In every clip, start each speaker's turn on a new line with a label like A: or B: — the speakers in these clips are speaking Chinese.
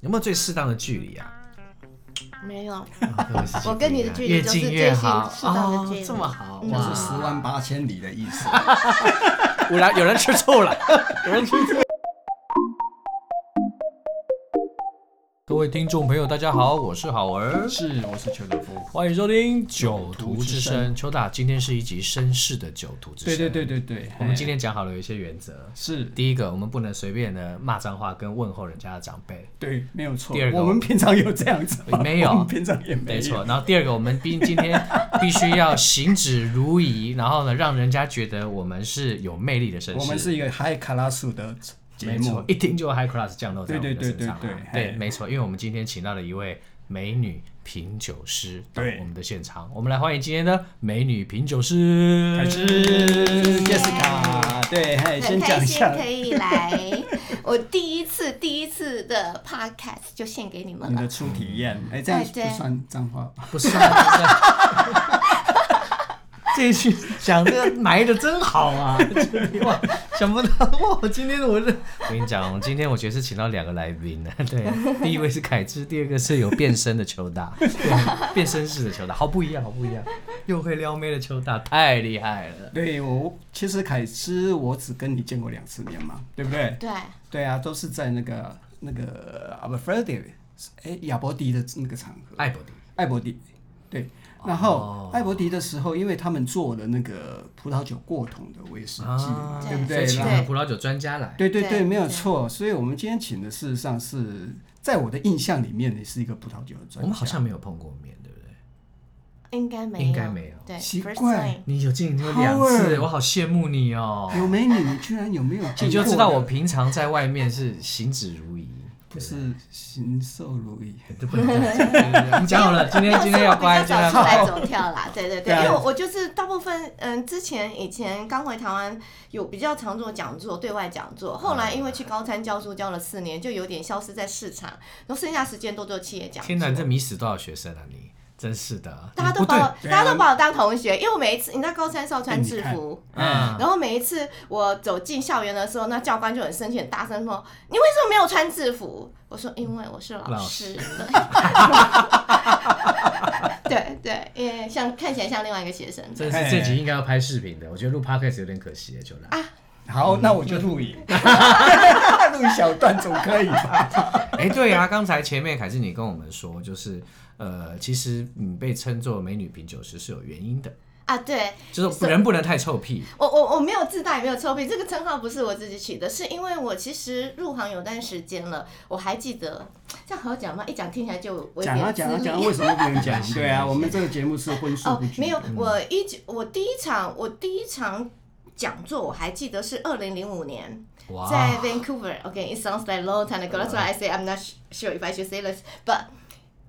A: 有没有最适当的距离啊？
B: 没有，
C: 哎
A: 啊真 是
B: 我跟你的距离
A: 越
B: 就是
A: 近
B: 最
A: 越
B: 近
A: 好
B: 适当的距离
A: 哦，这么好
B: 嗯
A: 哇！
B: 就是
D: 十万八千里的意 思。
A: 有人有人吃醋了，有人吃醋。
C: 各位听众朋友，大家好，我是好儿，
D: 是，我是邱德夫。
C: 欢迎收听《九徒之
D: 九徒之
C: 声》。邱大，今天是一集绅士的《九徒之声》。
D: 对对对，对对，
C: 我们
D: 哎
C: 今天讲好了有一些原则。
D: 是
C: 第一个，我们不能随便的骂脏话跟问候人家的长辈，
D: 对，没有错
C: 第二。个
D: 我们平常有这样子吗？
C: 没有
D: 我们平常也没
C: 没
D: 有。
C: 错。然后第二个，我们毕竟今天 必须要行止如仪，然后呢，让人家觉得我们是有魅力的绅士。
D: 我们是一个 high class 的节
C: 没
D: 目
C: 错，，一听就 high class 降落在我们的
D: 对对
C: 身
D: 对
C: 上啊。
D: 对对嘿
C: 没错，因为我们今天请到了一位美女品酒师到
D: 对
C: 我们的现场，我们来欢迎今天的美女品酒师。
D: 还是
C: 嗯
D: Jessica。对，嘿，
B: 很
D: 先
B: 开
D: 讲一
B: 心
D: 下
B: 可以来， 我第一次第一次的 podcast 就献给你们
D: 你
B: 了
D: 的。初体验。哎，这样
B: 哎对
D: 不算脏话吧？
C: 不是啊，不是啊 这一句想的埋的真好啊！哇，想不到哇，今天我是我跟你讲，我今天我觉得是请到两个来宾呢。 对，第一位是凯志，第二个是有变身的邱大，对， 变身式的邱大，好不一样，好不一样，又会撩妹的邱大，太厉害了。
D: 对我，其实凯诗，我只跟你见过两次面嘛，对不对？
B: 对，
D: 对啊，都是在那个那个 a b e r f r e d y 哎，亚伯迪的那个场合。
C: 艾伯迪，
D: 艾伯迪，对。然后艾伯迪的时候，因为他们做了那个葡萄酒过桶的威士忌嘛，
B: 啊
D: 对不
C: 所以
D: 对？
C: 请
D: 然
C: 了
D: 后
C: 葡萄酒专家来，
D: 对对
B: 对
D: 对，没有错。所以我们今天请的事实上是在我的印象里面，你是一个葡萄酒的专家。
C: 我们好像没有碰过面，对不对？
B: 应该没有，
C: 应该没有
B: 对，
D: 奇
B: first
D: 怪
B: time
C: 你有进过两次，我好羡慕你哦。
D: 有美女，你居然有没有见过？
C: 你就知道我平常在外面是行止如仪，
D: 不是禽兽如意。
C: 这不能这 样讲对对对。你讲好了，今天今天要 乖，
B: 比
C: 今
B: 较
C: 天
B: 少
C: 要
B: 出来
C: 乖。
B: 走跳啦，对对
D: 对
B: 对，
D: 啊
B: 因为我就是大部分嗯，之前以前刚回台湾有比较常做讲座，对外讲
C: 啊
B: 座，后来因为去高参教书教了四年，就有点消失在市场，然后剩下时间都做企业讲座。
C: 天哪，你这迷死多少学生啊你！真是的，啊
B: 大家都
C: 嗯你不
B: 把
C: 对，
B: 我，
D: 啊
B: 大家都把我当同学，因为我每一次，你知道高三是要穿制服，
D: 哎
C: 嗯，
B: 然后每一次我走进校园的时候，那教官就很生气，很大声说：“你为什么没有穿制服？”我说：“因为我是老
C: 老
B: 师。 对”对对，因为像看起来像另外一个学生。
C: 真是这集应该要拍视频的，我觉得录 podcast 有点可惜耶，就来。
B: 啊
D: 好，那我就录影，嗯 录一小段总可以吧？
C: 哎、对啊，刚才前面凯志你跟我们说，就是呃，其实你被称作美女品酒师是有原因的，
B: 啊，对
C: 就是人不能太臭屁。
B: 我我我没有自大，也没有臭屁，这个称号不是我自己取的，是因为我其实入行有段时间了，我还记得，这样好讲吗？一讲听起来就有
D: 讲啊
B: 点
D: 讲啊
B: 资历
D: 讲啊，为什么不能讲？对啊，我们这个节目是荤素
B: 哦
D: 不，拘。
B: 没有，我一九我第一场我第一场讲座我还记得是二零零五年在
C: 哇，
B: Vancouver。Okay, it sounds like long time ago. That's why I say I'm not sure if I should say this, but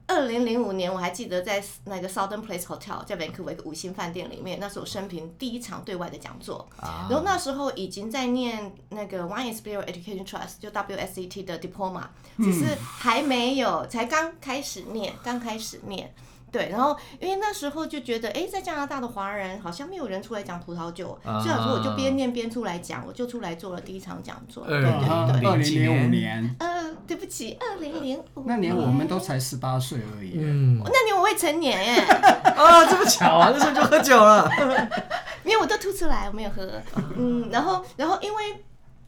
B: 二零零五年我还记得在那个 Southern Place Hotel 在 Vancouver 一个五星饭店里面，那是我生平第一场对外的讲座。
C: 啊
B: 然后那时候已经在念那个 Wine and Spirit Education Trust 就 WSET 的 diploma，只是还没有，才刚开始念，刚开始念。对，然后因为那时候就觉得，哎，在加拿大的华人好像没有人出来讲葡萄酒，
C: 啊
B: 所以说我就边念边出来讲，我就出来做了第一场讲座。
C: 二
B: 对对对，
D: 二零零五
C: 2005
D: 年
B: 呃，对不起，二零零五
D: 那年我们都才十八岁而已。
C: 嗯，
B: 那年我未成年耶，
C: 啊，这么巧啊，那时候就喝酒了。
B: 嗯 因为我都吐出来，我没有喝。
D: 啊
B: 嗯，然后然后因为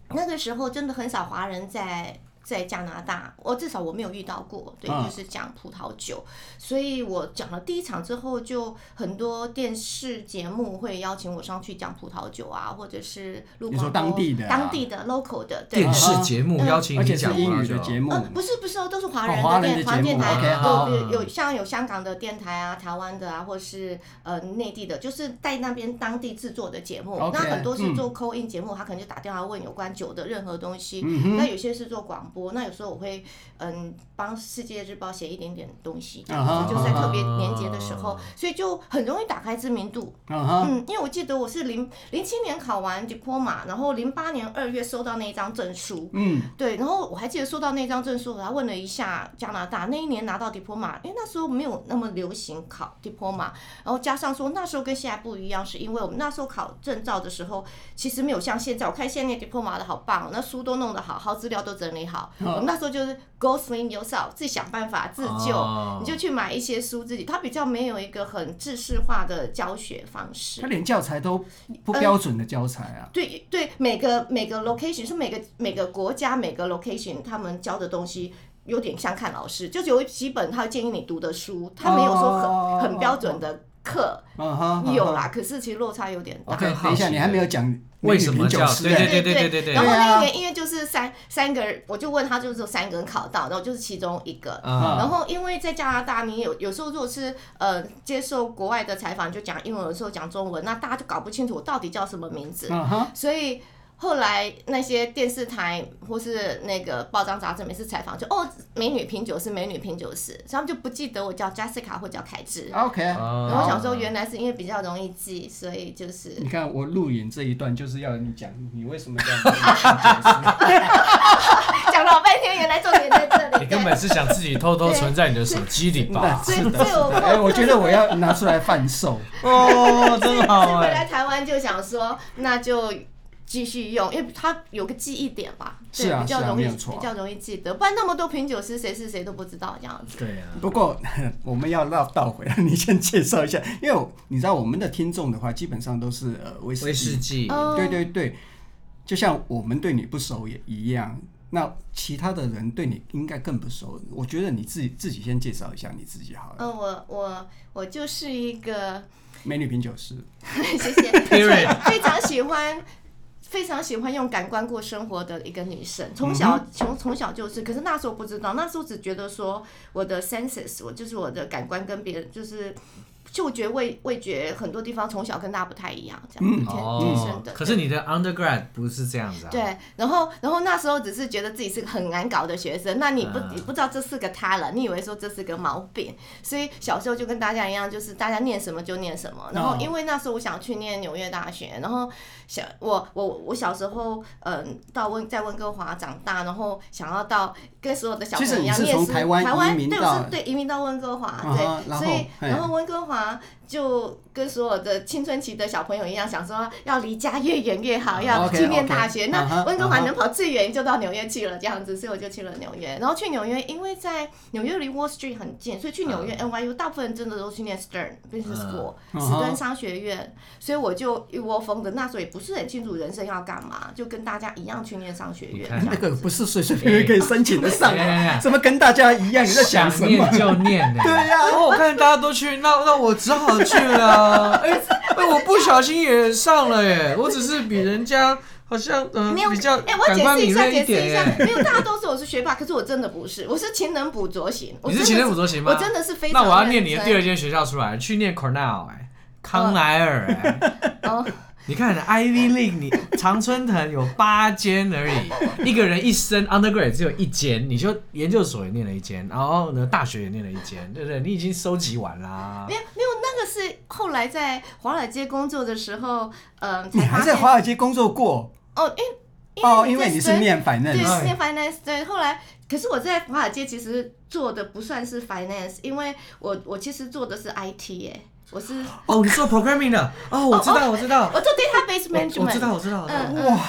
B: 那个时候真的很少华人在在加拿大，我至少我没有遇到过，对，
D: 嗯
B: 就是讲葡萄酒，所以我讲了第一场之后，就很多电视节目会邀请我上去讲葡萄酒啊，或者是录
D: 你
B: 广
D: 说
B: 播
D: 当地的啊
B: 当地的 local 的对
C: 电视节
B: 嗯
C: 目邀请
D: 而
C: 你
D: 且是
C: 讲葡
D: 英
C: 萄
D: 语
C: 酒
D: 的节目
B: 呃，，不是不是哦，都是华
D: 哦
B: 人
D: 华
B: 的
D: 人
B: 电
D: 的
B: 华人
D: 节
B: 电
D: 目
B: 台，
D: OK，
C: 好
B: 有有像有香港的电台啊、台湾的啊，或是呃内地的，就是在那边当地制作的节目。
D: OK，
B: 那很多是
D: 嗯
B: 做 call in 节目，他可能就打电话问有关酒的任何东西。
D: 嗯
B: 那有些是做广播，那有时候我会嗯帮世界日报写一点点东西，这样子
D: 啊哈
B: 就是在特别年节的时候，所以就很容易打开知名度。
D: 啊哈，
B: 嗯，因为我记得我是零零七年考完 diploma，然后零八年二月收到那一张证书。
D: 嗯，
B: 对，然后我还记得收到那张证书，我还问了一下加拿大那一年拿到 diploma，因为那时候没有那么流行考 diploma，然后加上说那时候跟现在不一样，是因为我们那时候考证照的时候，其实没有像现在，我看现在 diploma 的好棒哦，那书都弄得好好，资料都整理好，好。我们那时候就是 go swing yourself，自己想办法自救，
C: 哦
B: 你就去买一些书自己。它比较没有一个很制式化的教学方式
D: 他。连教材都不
B: 呃
D: 标准的教材啊，
B: 对对，每个每个 location 是每个每个国家每个 location 他们教的东西有点像看老师，就是有几本他会建议你读的书，他没有说很、
D: 哦
B: 很标准的课，
D: 嗯哈，嗯
B: 有
D: 哼
B: 啦，可是其实落差有点大。
C: 我更好
D: 等一下，
C: 奇
D: 你还
C: 了
D: 没有讲
C: 为什么
D: 九
C: 叫
D: 师
C: 对
D: 哎
C: 对
B: 对
C: 对对
B: 然后
D: 对
B: 那
D: 啊
B: 个因为就是三三个人，我就问他，就是有三个人考到，然后就是其中一个。
C: 啊
B: 然后因为在加拿大，你有有时候如果是呃接受国外的采访，就讲英文，有时候讲中文，那大家就搞不清楚我到底叫什么名字。
D: 嗯哈，
B: 所以后来那些电视台或是那个报章杂志每次采访就哦，美女品酒师，美女品酒师，所以他们就不记得我叫 Jessica 或叫凯志。
D: OK，
C: 哦
B: 然后想说，原来是因为比较容易记，所以就是
D: 你看我录影这一段就是要你讲你为什么 这样
B: 讲了老半天，原来重点在这里。
C: 哦你根本是想自己偷偷存在你的手机里吧？
B: 所以，所以我
D: 哎，我觉得我要拿出来贩售。
C: 哦， 真好
B: 回来
C: 哎！
B: 台湾就想说，那就继续用，因为它有个记忆点吧，对
D: 是啊
B: 比较
D: 是啊
B: 容
D: 没
B: 易、
D: 有错啊
B: 比较容易记得，不然那么多品酒师谁是谁都不知道这样
D: 嗯
B: 子。
C: 对啊呀，
D: 不过 我们要绕倒回来，你先介绍一下，因为我你知道我们的听众的话，基本上都是呃威
C: 威
D: 士忌
C: 士忌
B: 哦
D: 对对对，就像我们对你不熟也一样，那其他的人对你应该更不熟。我觉得你自己自己先介绍一下你自己好了。
B: 嗯，我我我就是一个
D: 美女品酒师，
B: 谢 谢。
C: Period
B: 非常喜欢，非常喜欢用感官过生活的一个女生。从
D: 嗯
B: 小从从小就是，可是那时候不知道，那时候只觉得说我的 senses，我就是我的感官跟别人就是。嗅觉、味味觉很多地方从小跟大家不太一样，这样
D: 嗯
B: 子天天生
C: 哦
B: 的。，
C: 可是你的 undergrad 不是这样子啊？
D: 哎
B: 对，然后然后那时候只是觉得自己是个很难搞的学生，那你不、
D: 嗯
B: 你不知道这是个他了，你以为说这是个毛病，所以小时候就跟大家一样，就是大家念什么就念什么。然后
D: 哦
B: 因为那时候我想去念纽约大学，然后小我我我小时候嗯、到温在温哥华长大，然后想要到跟所有的小
D: 其实
B: 朋友一样
D: 你是
B: 念
D: 从
B: 书，
D: 台湾移民
B: 对，
D: 到
B: 我是对移民到温哥华，
D: 啊
B: 对
D: 哈，然
B: 所以
D: 后嘿
B: 然后温哥华就跟所有的青春期的小朋友一样，想说要离家越远越好，要
D: OK，
B: 去念
D: OK，
B: 大学。
C: 嗯
D: 啊哈
B: 那温哥
D: 啊
B: 华
D: 哈
B: 能跑最远就到纽约去了，这样子，所以我就去了纽约。然后去纽约，因为在纽约离 Wall Street 很近，所以去纽
C: 嗯
B: 约 NYU 大部分真的都去念 Stern Business School
D: 嗯
B: 史敦商学院，所以我就一窝蜂的，那时候也不是很清楚人生要干嘛，就跟大家一样去念商学
C: 你
B: 院。
C: 看
B: 这
D: 那
B: 样
D: 个不是随随便便可以申请得上
C: 哎哎哎
D: 的，怎么跟大家一样？你在想什
C: 想
D: 么
C: 念？哎就念呢。哦
D: 对呀、
A: 然后我看大家都去，那那我只好去了 啊。哎哎，我不小心也上了耶，我只是比人家好像
C: 呃
A: 嗯
B: 没有，
A: 比较
B: 哎、我
A: 感
B: 解
A: 官
B: 释一
A: 敏
B: 下，
A: 锐
B: 解释
A: 点
B: 一下
A: 耶。，
B: 没有，大家都说我是学霸，可是我真的不是，我是勤能补拙型。我
C: 你是
B: 真的
C: 勤能补拙型吗
B: 我真的是非
C: 那
B: 常认真。
C: 我要念你的第二间学校出来，去念 Cornell 哎，康奈尔哎。
B: 哦，
C: 你看 Ivy League，你常春藤有八间而 已，一个人一生 undergrad 只有一间，你就研究所也念了一间，然后呢大学也念了一间，对不对？你已经收集完啦
B: 没。有没有，那个是后来在华尔街工作的时候，嗯，
D: 你
B: 才
D: 还
B: 发
D: 在
B: 现
D: 华尔街工作过
B: 哦，因
D: 哦，
B: 因
D: 因为你
B: 在
D: 是念
B: 对
D: finance，
B: 是
C: 嗯
B: 念 finance 对，后来可是我在华尔街其实做的不算是 finance，因为我我其实做的是 IT 耶、我是
C: 哦，你做 programming 的哦，我知道，我知道，
B: 我做 database
C: 我
B: management，
C: 我知道，我知道，我知道。
B: 嗯哇。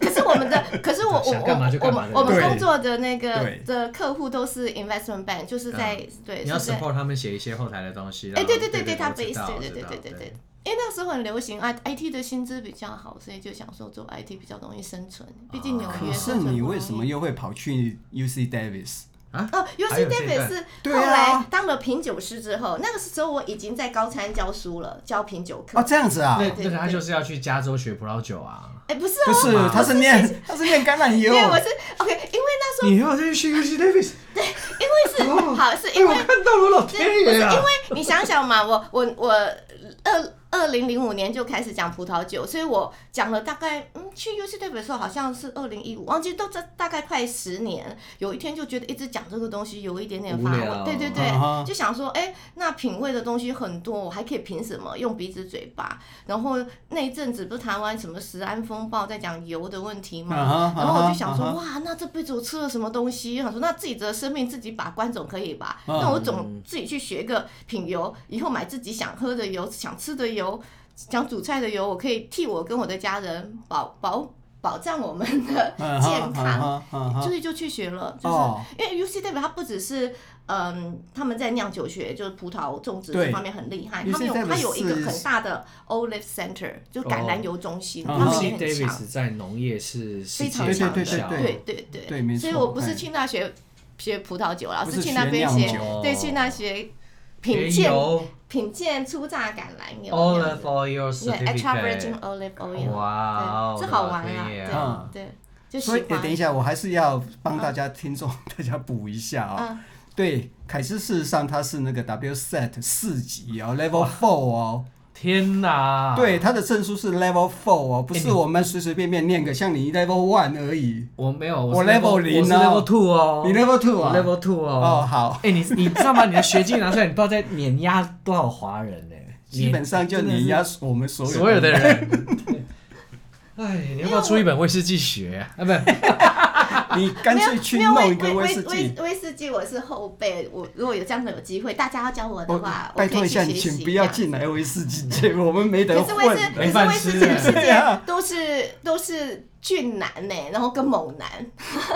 B: 可是我们的，可是我我
C: 想干嘛就
B: 我我
C: 干嘛
B: 们我们
D: 对
B: 工作的那个
D: 对
B: 的客户都是 investment bank，就是在对
C: 嗯你要
B: 是在
C: support 他们写一些后台的东西。然
B: 哎
C: 后
B: 对对对
C: 对我
B: database
C: 知道
B: 对对
C: 我知道
B: 对
C: 对
B: 对对对。因为那时候很流行啊，IT 的薪资比较好，所以就想说做 IT 比较容易生存。毕竟纽
D: 啊可
B: 约
D: 是
B: 生存
D: 你
B: 不
D: 为
B: 容
D: 什
B: 易
D: 么又会跑去 UC Davis？
C: 啊
B: 哦
C: 还
B: ，UC
C: 有这一
B: Davis
C: 段
B: 是
D: 对
B: 后来
D: 啊
B: 当了品酒师之后，那个时候我已经在高参教书了，教品酒课
D: 哦，。这样子啊，
C: 那
B: 对
C: 那
B: 对
C: 他就是要去加州学葡萄酒啊。
B: 哎，不是
D: 不是，
B: 哦，
D: 他是念他是念橄榄 油
B: 对，，我是 OK，因为那时候
C: 你要再去 UC Davis，
B: 因为是好是因为
C: 哦哎看到了，老天
B: 不是因
C: 爷啊！
B: 为你想想嘛，我我我二二零零五年就开始讲葡萄酒，所以我讲了大概嗯去 UC 对比的时候好像是二零一五，忘记都这大概快十年。有一天就觉得一直讲这个东西有一点点乏
C: 无聊
B: 味，对对对，
D: 啊哈
B: 就想说哎、那品味的东西很多，我还可以凭什么用鼻子嘴巴？然后那一阵子不是台湾什么食安风暴在讲油的问题嘛，
D: 啊哈
B: 嗯然后我就想说、
D: 啊哈
B: 哇，那这辈子我吃了什么东西？想说那自己的生命自己把关总可以吧？
D: 嗯
B: 那我总自己去学个品油，以后买自己想喝的油、想吃的油、想煮菜的油，我可以替我跟我的家人保保保障我们的
D: 嗯
B: 健康。
D: 嗯嗯嗯
B: 所
D: 嗯
B: 以就去学了，就是、
D: 哦
B: 因为 UCW 它不只是嗯他们在酿酒学，就是葡萄种植
D: 对
B: 这方面很厉害，
D: UCW
B: 他们有它有一个
D: 是
B: 很大的 Olive Center，就是橄榄油中心，
D: 哦
B: 他们也
C: UC
B: 很强。
C: Davis 在农业是世
B: 非
C: 界
B: 常
C: 名
B: 强的，
D: 对
C: 校
D: 对
B: 对对对
D: 对没错
B: 所以我不
D: 哎
B: 是去那学学葡萄酒啦，我
D: 不是
B: 是去那边
D: 学
B: 学
D: 酿哦
C: 酒，
B: 对，去那学
C: 原
B: 品鉴
C: 油
B: 品鉴初榨橄榄油
D: 哦
C: Olive Oil
B: 这样子对 extra virgin
C: Certificate，
B: olive oil，
C: 哇哦
B: 啊对这好玩
C: 我的
B: 啊
C: 天
D: 啊，
B: 对对，就喜
D: 所以、
B: 欢。
D: 哎等一下，我还是要帮大家、听众 大家补一下啊、
B: 嗯
D: 对，凯斯事实上他是那个 WSET 四级哦，Level Four 哦，
C: 天哪！
D: 对，他的证书是 Level Four 哦，不
C: 哎
D: 是
C: 你
D: 我们随随便便念个像你 Level One 而已。
C: 我没有，
D: 我
C: 是
D: level 零
C: 我是
D: 哦
C: Level Two 哦，
D: 你 Level Two
C: 我
D: 啊
C: Level Two
D: 哦，
C: 哦。
D: 好，
C: 哎，你你知道吗？你的学历拿出来，你不知道在碾压多少华人呢？
D: 基本上就
C: 碾
D: 碾压我们所有
C: 所有的人。哎，你要不要出一本威士忌学啊？啊，不是，
D: 你干脆去弄一个威士
B: 威
D: 忌。
B: 威士忌，我是后辈。我如果有这样的有机会，大家要教我的
D: 我
B: 话，我
D: 拜
B: 可以
D: 托一下，
B: 去学
D: 请
B: 习
D: 不要
B: 这样
D: 进来威士忌界，我们没得
B: 可是威
D: 混
B: 士，
D: 的。
B: 可
C: 没
B: 是
C: 饭
B: 威
C: 吃哎
B: 士忌的世
D: 对啊
B: 界都是都是俊男呢、然后跟猛男，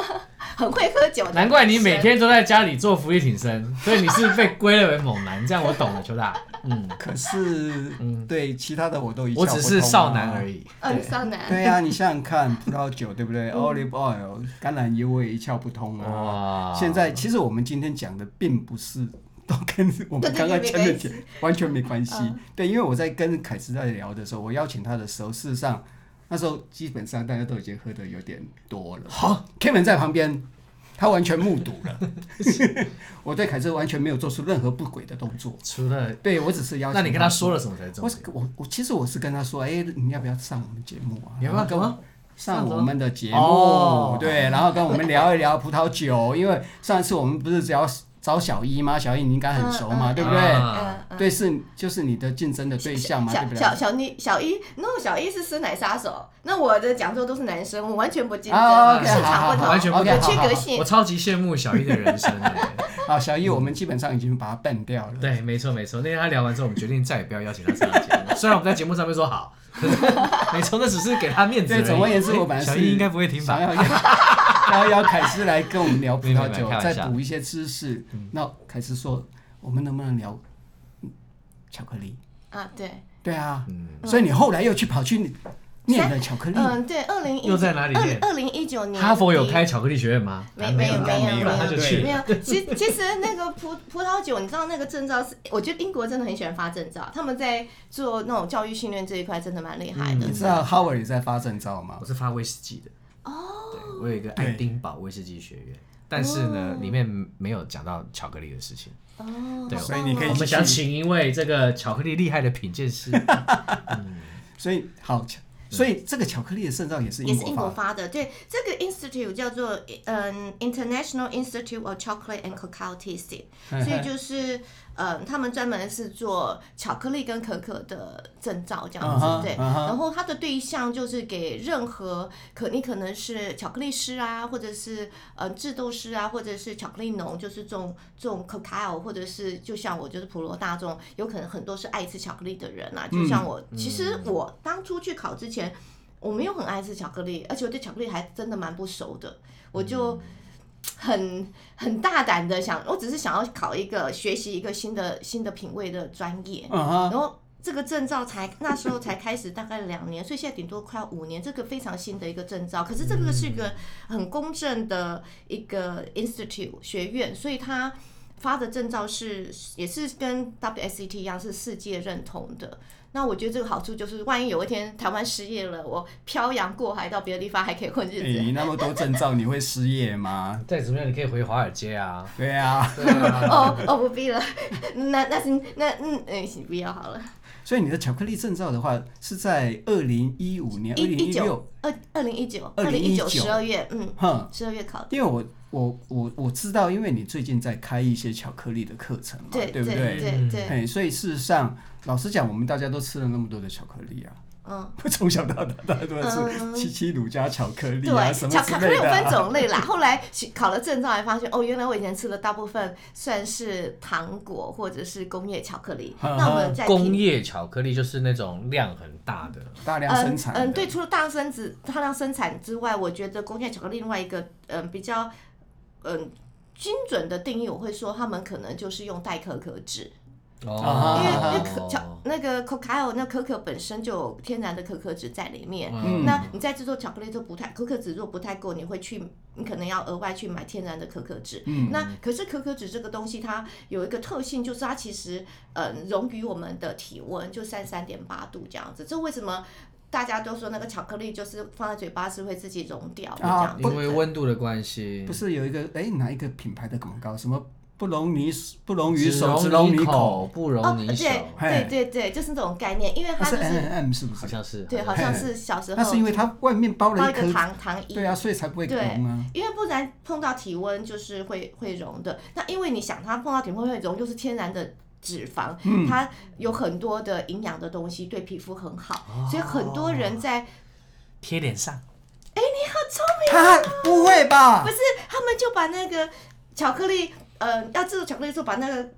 B: 很会喝酒的男生。
C: 难怪你每天都在家里做浮力挺 身，所以你是被归类为猛男，这样我懂了，邱大。嗯，
D: 可是，对其他的我都一
C: 我只是少男而
D: 已。
C: 已。
B: 嗯、你少男，
D: 对啊，你想 想看，葡萄酒对不对？Olive oil、橄榄油我也一窍不通啊。
C: 嗯哇，
D: 现在其实我们今天讲的并不是都跟 我们刚刚前面讲完全没关系。
C: 嗯
D: 对，因为我在跟凯斯在聊的时候，我邀请他的时候，事实上那时候基本上大家都已经喝的有点多了。好，Kevin 在旁边，他完全目睹 了。我对凯斯完全没有做出任何不轨的动作。
C: 除了，
D: 对我只是邀请。
C: 那你跟他说了什么才是重
D: 我
C: 点
D: 是？我我其实我是跟他说，哎、你要不要上我们节目啊？
C: 你要不要
D: 然后跟
C: 什么
D: 我上我们的节目？
C: 哦
D: 对，然后跟我们聊一聊葡萄酒，因为上一次我们不是只要找小一吗？小一你应该很熟嘛，
B: 嗯嗯
D: 对不对？
C: 啊
B: 嗯嗯
D: 对，是就是你的竞争的对象嘛，对
B: 小
D: 不
B: 小
D: 对？
B: 小妮小一，no 小一是师奶杀手，那我的讲座都是男生，我完全不竞争，
D: 啊
C: ，OK，
B: 市
D: 好
B: 场不
D: 好好
B: 同，
C: 完全不
B: 有
D: 同
B: 区
D: 好好
B: 隔
D: 好
B: 性
C: 我。超级羡慕小一的人生的。
D: 啊，小一我们基本上已经把他办掉了。
C: 对，没错没错。那天他聊完之后，我们决定再也不要邀请他上节目。虽然我们在节目上面说好， 可是没错，那只是给他面子而已。
D: 对，总而言之，我本来
C: 哎
D: 是
C: 小一应该不会听
D: 想
C: 吧？
D: 要邀想要邀凯斯来跟我们聊葡
C: 没有
D: 萄
C: 没有
D: 酒
C: 开，玩
D: 再
C: 笑嗯
D: 补一些知识。那凯斯说，我们能不能聊嗯巧克力？
B: 啊，对，
D: 对啊，
C: 嗯
D: 所以你后来又去跑去念了巧克力，
B: 嗯，对，二零一
C: 又在哪里练
B: 二零一九年底，
C: 哈佛有开巧克力学院吗？
B: 没没有
C: 啊
B: 没有
D: 没有
B: 没
C: 吧他就
B: 有
C: 去
B: 没
C: 了。
B: 有，其其实那个葡葡萄酒，你知道那个证照是，我觉得英国真的很喜欢发证照，他们在做那种教育训练这一块真的蛮厉害的
D: 你。知道啊 Howard 也在发证照吗
C: 我？是发威士忌的。哦，对，我有一个爱丁堡威士忌学院，但是呢，里面没有讲到巧克力的事情。
B: 哦，
C: 对，
D: 所以你可以
C: 我
D: 继
C: 们
D: 续
C: 想请一位这个巧克力厉害的品鉴师。
D: 所以好，巧
C: 嗯
D: 所以这个巧克力的证照也是
B: 也
D: 英
B: 是英国
D: 国发
B: 发
D: 的。
B: 的，对，这个 institute 叫做嗯 International Institute of Chocolate and Cacao Tasting，
D: 嗯哼
B: 所以就是嗯，他们专门是做巧克力跟可可的证照这样
D: 嗯哼
B: 子，对。
D: 嗯哼
B: 然后它的对象就是给任何可你可能是巧克力师啊，或者是嗯制豆师啊，或者是巧克力农，就是种种 cacao，或者是就像我就是普罗大众，有可能很多是爱吃巧克力的人啊，就
D: 嗯
B: 像我，其实我当初去考之前。我没有很爱吃巧克力，而且我对巧克力还真的蛮不熟的，我就很很大胆的想，我只是想要考一个学习一个新的新的品味的专业，
D: 嗯哼，
B: 然后这个证照才那时候才开始，大概两年，所以现在顶多快要五年，这个非常新的一个证照。可是这个是一个很公正的一个 institute 学院，所以它发的证照是也是跟 WSET 一样是世界认同的。那我觉得这个好处就是，万一有一天台湾失业了，我漂洋过海到别的地方还可以混日子。
D: 你那么多证照，你会失业吗？
C: 再怎么样，你可以回华尔街啊。
D: 对啊，
C: 对啊，
B: 哦哦，不必了，那那是那嗯嗯，不要好了。
D: 所以你的巧克力证照的话是在二零一五年、二零
B: 一
D: 一
B: 一九
D: 六，
B: 二二零一九，二零一
D: 2019
B: 九十二月，嗯，
D: 哼，
B: 十二月考的。
D: 因为我我我我知道，因为你最近在开一些巧克力的课程嘛，
B: 对
D: 啊不
B: 对
C: 嗯
B: 对对，
D: 嘿，所以事实上，老实讲，我们大家都吃了那么多的巧克力啊，
B: 嗯，
D: 从小到大大家都在吃
B: 嗯
D: 七七乳加巧克力啊，什
B: 对，
D: 么
B: 巧
D: 之
B: 克力
D: 类
B: 有
D: 的、
B: 分
D: 啊。
B: 种类啦。后来去考了证照，还发现哦，原来我以前吃的大部分算是糖果或者是工业巧克力。
D: 嗯
B: 那我们在
C: 工业巧克力就是那种量很大的，
D: 大量生
B: 嗯
D: 产的
B: 嗯，对，，除了大生子大量生产之外，我觉得工业巧克力另外一个嗯比较嗯精准的定义，我会说他们可能就是用代可可脂，因为
D: 啊
B: 因为可巧那个 cacao 那可可本身就有天然的可可脂在里面。
D: 嗯
B: 那你在制作巧克力就不太可可脂，如果不太够，你会去，你可能要额外去买天然的可可脂。
D: 嗯
B: 那可是可可脂这个东西，它有一个特性，就是它其实呃溶于我们的体温，就三三点八度这样子。这为什么大家都说那个巧克力就是放在嘴巴是会自己溶掉的这
D: 啊
B: 样子？
C: 因为温度的关系
D: 不，是有一个哎哪一个品牌的广告什么不容你不容于
C: 只
D: 手只
C: 溶
D: 容你
C: 口，
D: 口，
C: 不
B: 哦
C: 溶，你手，
B: 对
D: 嘿
B: 对对对，就是这种概念，因为
D: 那
B: 它
D: 是
B: 就是
D: N N M 是不
C: 好
D: 是？
C: 像是
B: 对，好啊像是小时
D: 那
B: 候
D: 是因为它外面包了
B: 包
D: 一
B: 一个
D: 颗，
B: 糖糖衣
D: 对啊，所以才不会
B: 对
D: 融啊。
B: 因为不然碰到体温就是会会溶的。那因为你想，它碰到体温会溶，就是天然的脂肪，它有很多的营养的东西，对皮肤很好，所以很多人在
C: 贴脸上，
D: 他不会吧
B: 不？是他们就把那个巧克力，呃，要制作巧克力的时候，把那个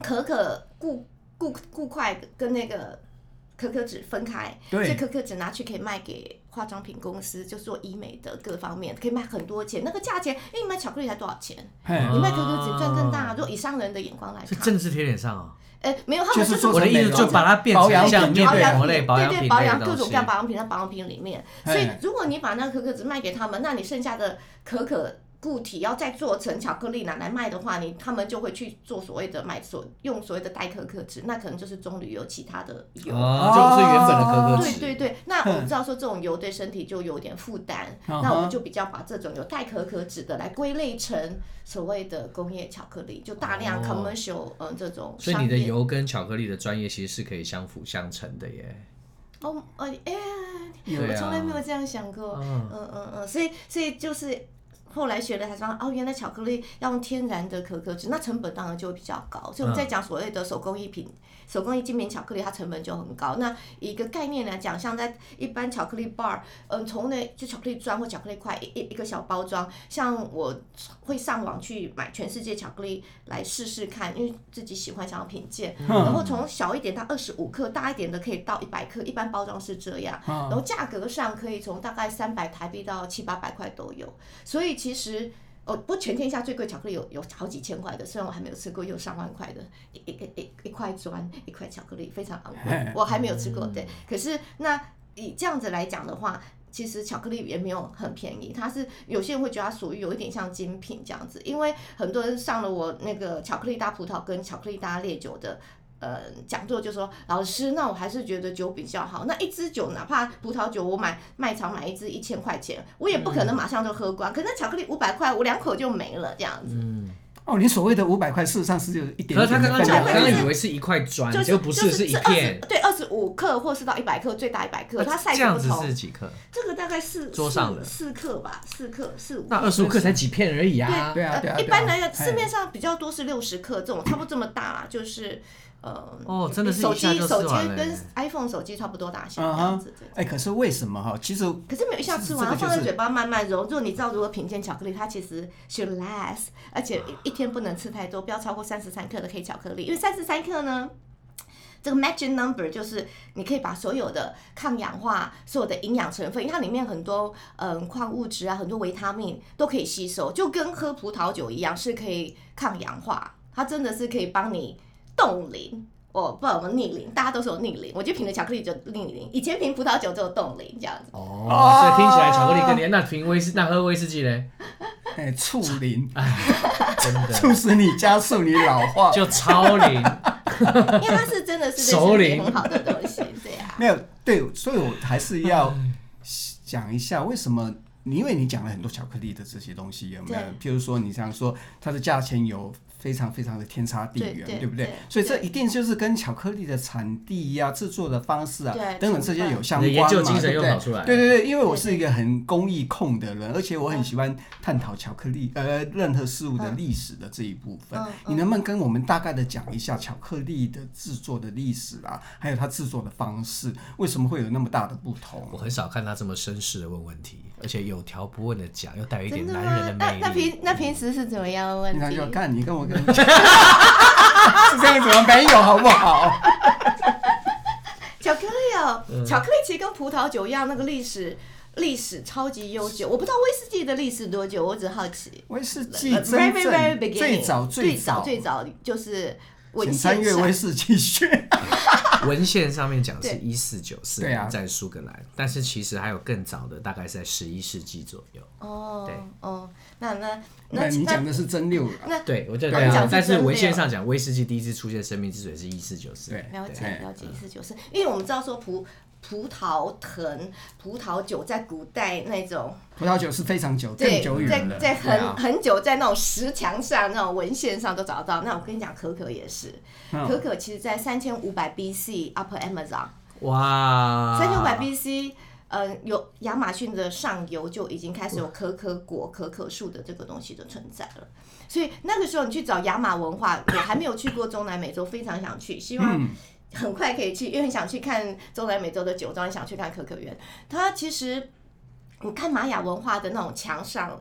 B: 可可固固固块跟那个可可脂分开，
D: 对
B: 所以可可脂拿去可以卖给化妆品公司，就做医美的各方面，可以卖很多钱。那个价钱，哎因为你卖巧克力才多少钱？
D: 嘿
C: 哦
B: 你卖可可脂赚更大、
C: 啊
B: 如果以商人的眼光来
C: 嗯是
B: 看，
C: 真的是贴脸上啊！
B: 哎、没有，他们
D: 就是
B: 就是
D: 做
C: 我的
D: 成
C: 意思
D: 美
C: 就
D: 容
C: 把它变
D: 保
C: 成
D: 养
C: 像
D: 品
C: 面
D: 保养
C: 膜
B: 品
C: 类保养
B: 对
C: 品
B: 对，保
C: 类
B: 养
C: 的
B: 各
C: 东
B: 种
C: 西
B: 各。样保养品在保养品里面。
D: 嘿
B: 所以如果你把那个可可脂卖给他们，那你剩下的可可固体要再做成巧克力拿来卖的话，你他们就会去做所谓的买所用所谓的代可可脂，那可能就是棕榈油其他的油。
C: 哦，就不是原本的可可
B: 对
C: 脂，
B: 对对，那我们知道说这种油对身体就有点负担，
D: 嗯
B: 那我
D: 哼
B: 们就比较把这种有代可可脂的来归类成所谓的工业巧克力，就大量
C: 哦
B: commercial、嗯这种
C: 所以
B: 商
C: 你
B: 业。
C: 的油跟巧克力的专业其实是可以相辅相成的耶。
B: 哦，呃，哎、
C: 对
B: 我
C: 啊
B: 从来没有这样想过。
C: 嗯
B: 嗯嗯嗯，所以所以就是后来学了才知道，哦，原来巧克力要用天然的可可脂，那成本当然就会比较高。所以我们在讲所谓的手工艺品、手工艺精品巧克力，它成本就很高。那以一个概念来讲，像在一般巧克力 bar，嗯，从那就巧克力砖或巧克力块一一一个小包装，像我会上网去买全世界巧克力来试试看，因为自己喜欢想要品鉴。然后从小一点到二十五克，大一点的可以到一百克，一般包装是这样。然后价格上可以从大概三百台币到七八百块都有，所以其实。哦，不，全天下最贵巧克力有有好几千块的，虽然我还没有吃过，也有上万块的，一一一一一块砖，一块巧克力，非常昂贵，我还没有吃过。对，可是那以这样子来讲的话，其实巧克力也没有很便宜，它是有些人会觉得它属于有一点像精品这样子，因为很多人上了我那个巧克力搭葡萄跟巧克力搭烈酒的。呃，讲座就说老师，那我还是觉得酒比较好。那一支酒，哪怕葡萄酒，我买卖场买一支一千块钱，我也不可能马上就喝
C: 嗯
B: 光。可那巧克力五百块，我两口就没了这样子。
D: 哦，你所谓的五百块，事实上是有一点
C: 可
D: 点
C: 是他刚刚
D: 分
C: 讲，
D: 量
C: 我
D: 的。
C: 刚刚以为是一块砖，
B: 就是
C: 就不是，
B: 就是
C: 一
B: 这
C: 片
B: 20。对，二十五克或是到一百克，最大一百克，它赛
C: 这
B: 事
C: 样
B: 不
C: 子
B: 同
C: 是。几克？
B: 这个大概四
C: 桌上的
B: 四四克吧，四克四五。呃
C: 那二十五克才几片而已啊。
D: 对啊，对啊，
B: 一
D: 对啊
B: 般来讲，
D: 嘿
B: 市面上比较多是六十克这种，差不多这么大啦，就是呃，
C: 哦真的是
B: 手
C: 一下
B: 机
C: 就吃
B: 手机
C: 完了
B: 跟 iPhone 手机差不多大小
D: 嗯
B: 这样
D: 哼
B: 子。对
D: 哎，可是为什么哈？其实
B: 可是没有一下吃完，
D: 这
B: 它
D: 个就是
B: 放在嘴巴慢慢揉。如果你知道如何品鉴巧克力，它其实 should last，而且一一天不能吃太多，不要超过三十三克的黑巧克力，因为三十三克呢。这个 magic number 就是你可以把所有的抗氧化、所有的营养成分，因为它里面很多嗯矿物质啊、很多维他命都可以吸收，就跟喝葡萄酒一样，是可以抗氧化，它真的是可以帮你冻龄。哦，不然我们逆龄，大家都说逆龄，我觉得品的巧克力就逆龄，以前品葡萄酒就有冻龄这样子。
C: 哦，所以听起来巧克力更甜。那瓶威士，那喝威士忌嘞？
D: 哎，醋龄
C: 真
D: 促
C: 的
D: 使你加速你老化。
C: 就超龄。
B: 因为它是真的是
C: 熟
B: 对身体
C: 龄
B: 很好的东西，对啊。
D: 没有对，所以我还是要讲一下为什么。你因为你讲了很多巧克力的这些东西，有没有
B: 对？
D: 譬如说，你想说它的价钱有非常非常的天差地
B: 对
D: 远，
B: 对
D: 不对
B: 对？
D: 所以这
B: 对
D: 一定就是跟巧克力的产地呀、制作的方式啊
B: 对
D: 等等这些
B: 成分
D: 有相
C: 你
D: 关
C: 的
D: 嘛，
C: 研究精神
D: 对不
C: 又
D: 对
C: 跑出来
D: 对对对，因为我是一个很工艺控的人，而且我很喜欢探讨巧克力呃任何事物的历史的这一部分。
B: 嗯嗯嗯
D: 你能不能跟我们大概的讲一下巧克力的制作的历史啊，还有它制作的方式，为什么会有那么大的不同？
C: 我很少看他这么绅士的问问题，而且有条不紊的讲，又带有一点
B: 真的
C: 男
B: 吗
C: 人？的
B: 那
C: 魅力。嗯
B: 那平那平时是怎么样的问
D: 你看
B: 题
D: 就？干你跟我跟 你讲，是这样子吗？没有好不好？
B: 巧克力哦，
C: 嗯
B: 巧克力其实跟葡萄酒一样，那个历史历史超级悠久。我不知道威士忌的历史多久，我只好奇。
D: 威士忌
B: 呃
D: 真
B: very very very
D: 正
B: beginning
D: 最早
B: 最
D: 早
B: 最早就是文
D: 请
B: 献
D: 参阅
B: 上
D: 威士忌学。
C: 文献上面讲是
B: 对
C: 一四九四
D: 对啊
C: 年在苏格兰，但是其实还有更早的，大概是在十一世纪左右。
B: 哦
C: 对
B: 哦，那 那
D: 那你讲的是真六了，
B: 那
C: 对，我就
D: 对啊
C: 讲，
B: 讲
C: 但
B: 是真
C: 是
B: 的哦
C: 文献上讲，威士忌第一次出现生命之水是一四九四。
D: 对
B: 了解
D: 对
B: 了解，意思就是，因为我们知道说葡葡萄藤、葡萄酒在古代那种，
D: 葡萄酒是非常久、更
B: 对
D: 久，远
B: 在
D: 了，
B: 在
D: 对
B: 很
D: 啊
B: 很久，在那种石墙上、那种文献上都找得到。那我跟你讲，可可也是，
D: 嗯
B: 可可其实在三千五百 BC Upper Amazon，
D: 啊
C: 哇，
B: 三千五百 BC。呃，有亚马逊的上游就已经开始有可可果、可可树的这个东西的存在了，所以那个时候你去找亚马文化，我还没有去过中南美洲，非常想去，希望
D: 嗯
B: 很快可以去，因为很想去看中南美洲的酒庄，也想去看可可园。它其实你看玛雅文化的那种墙上。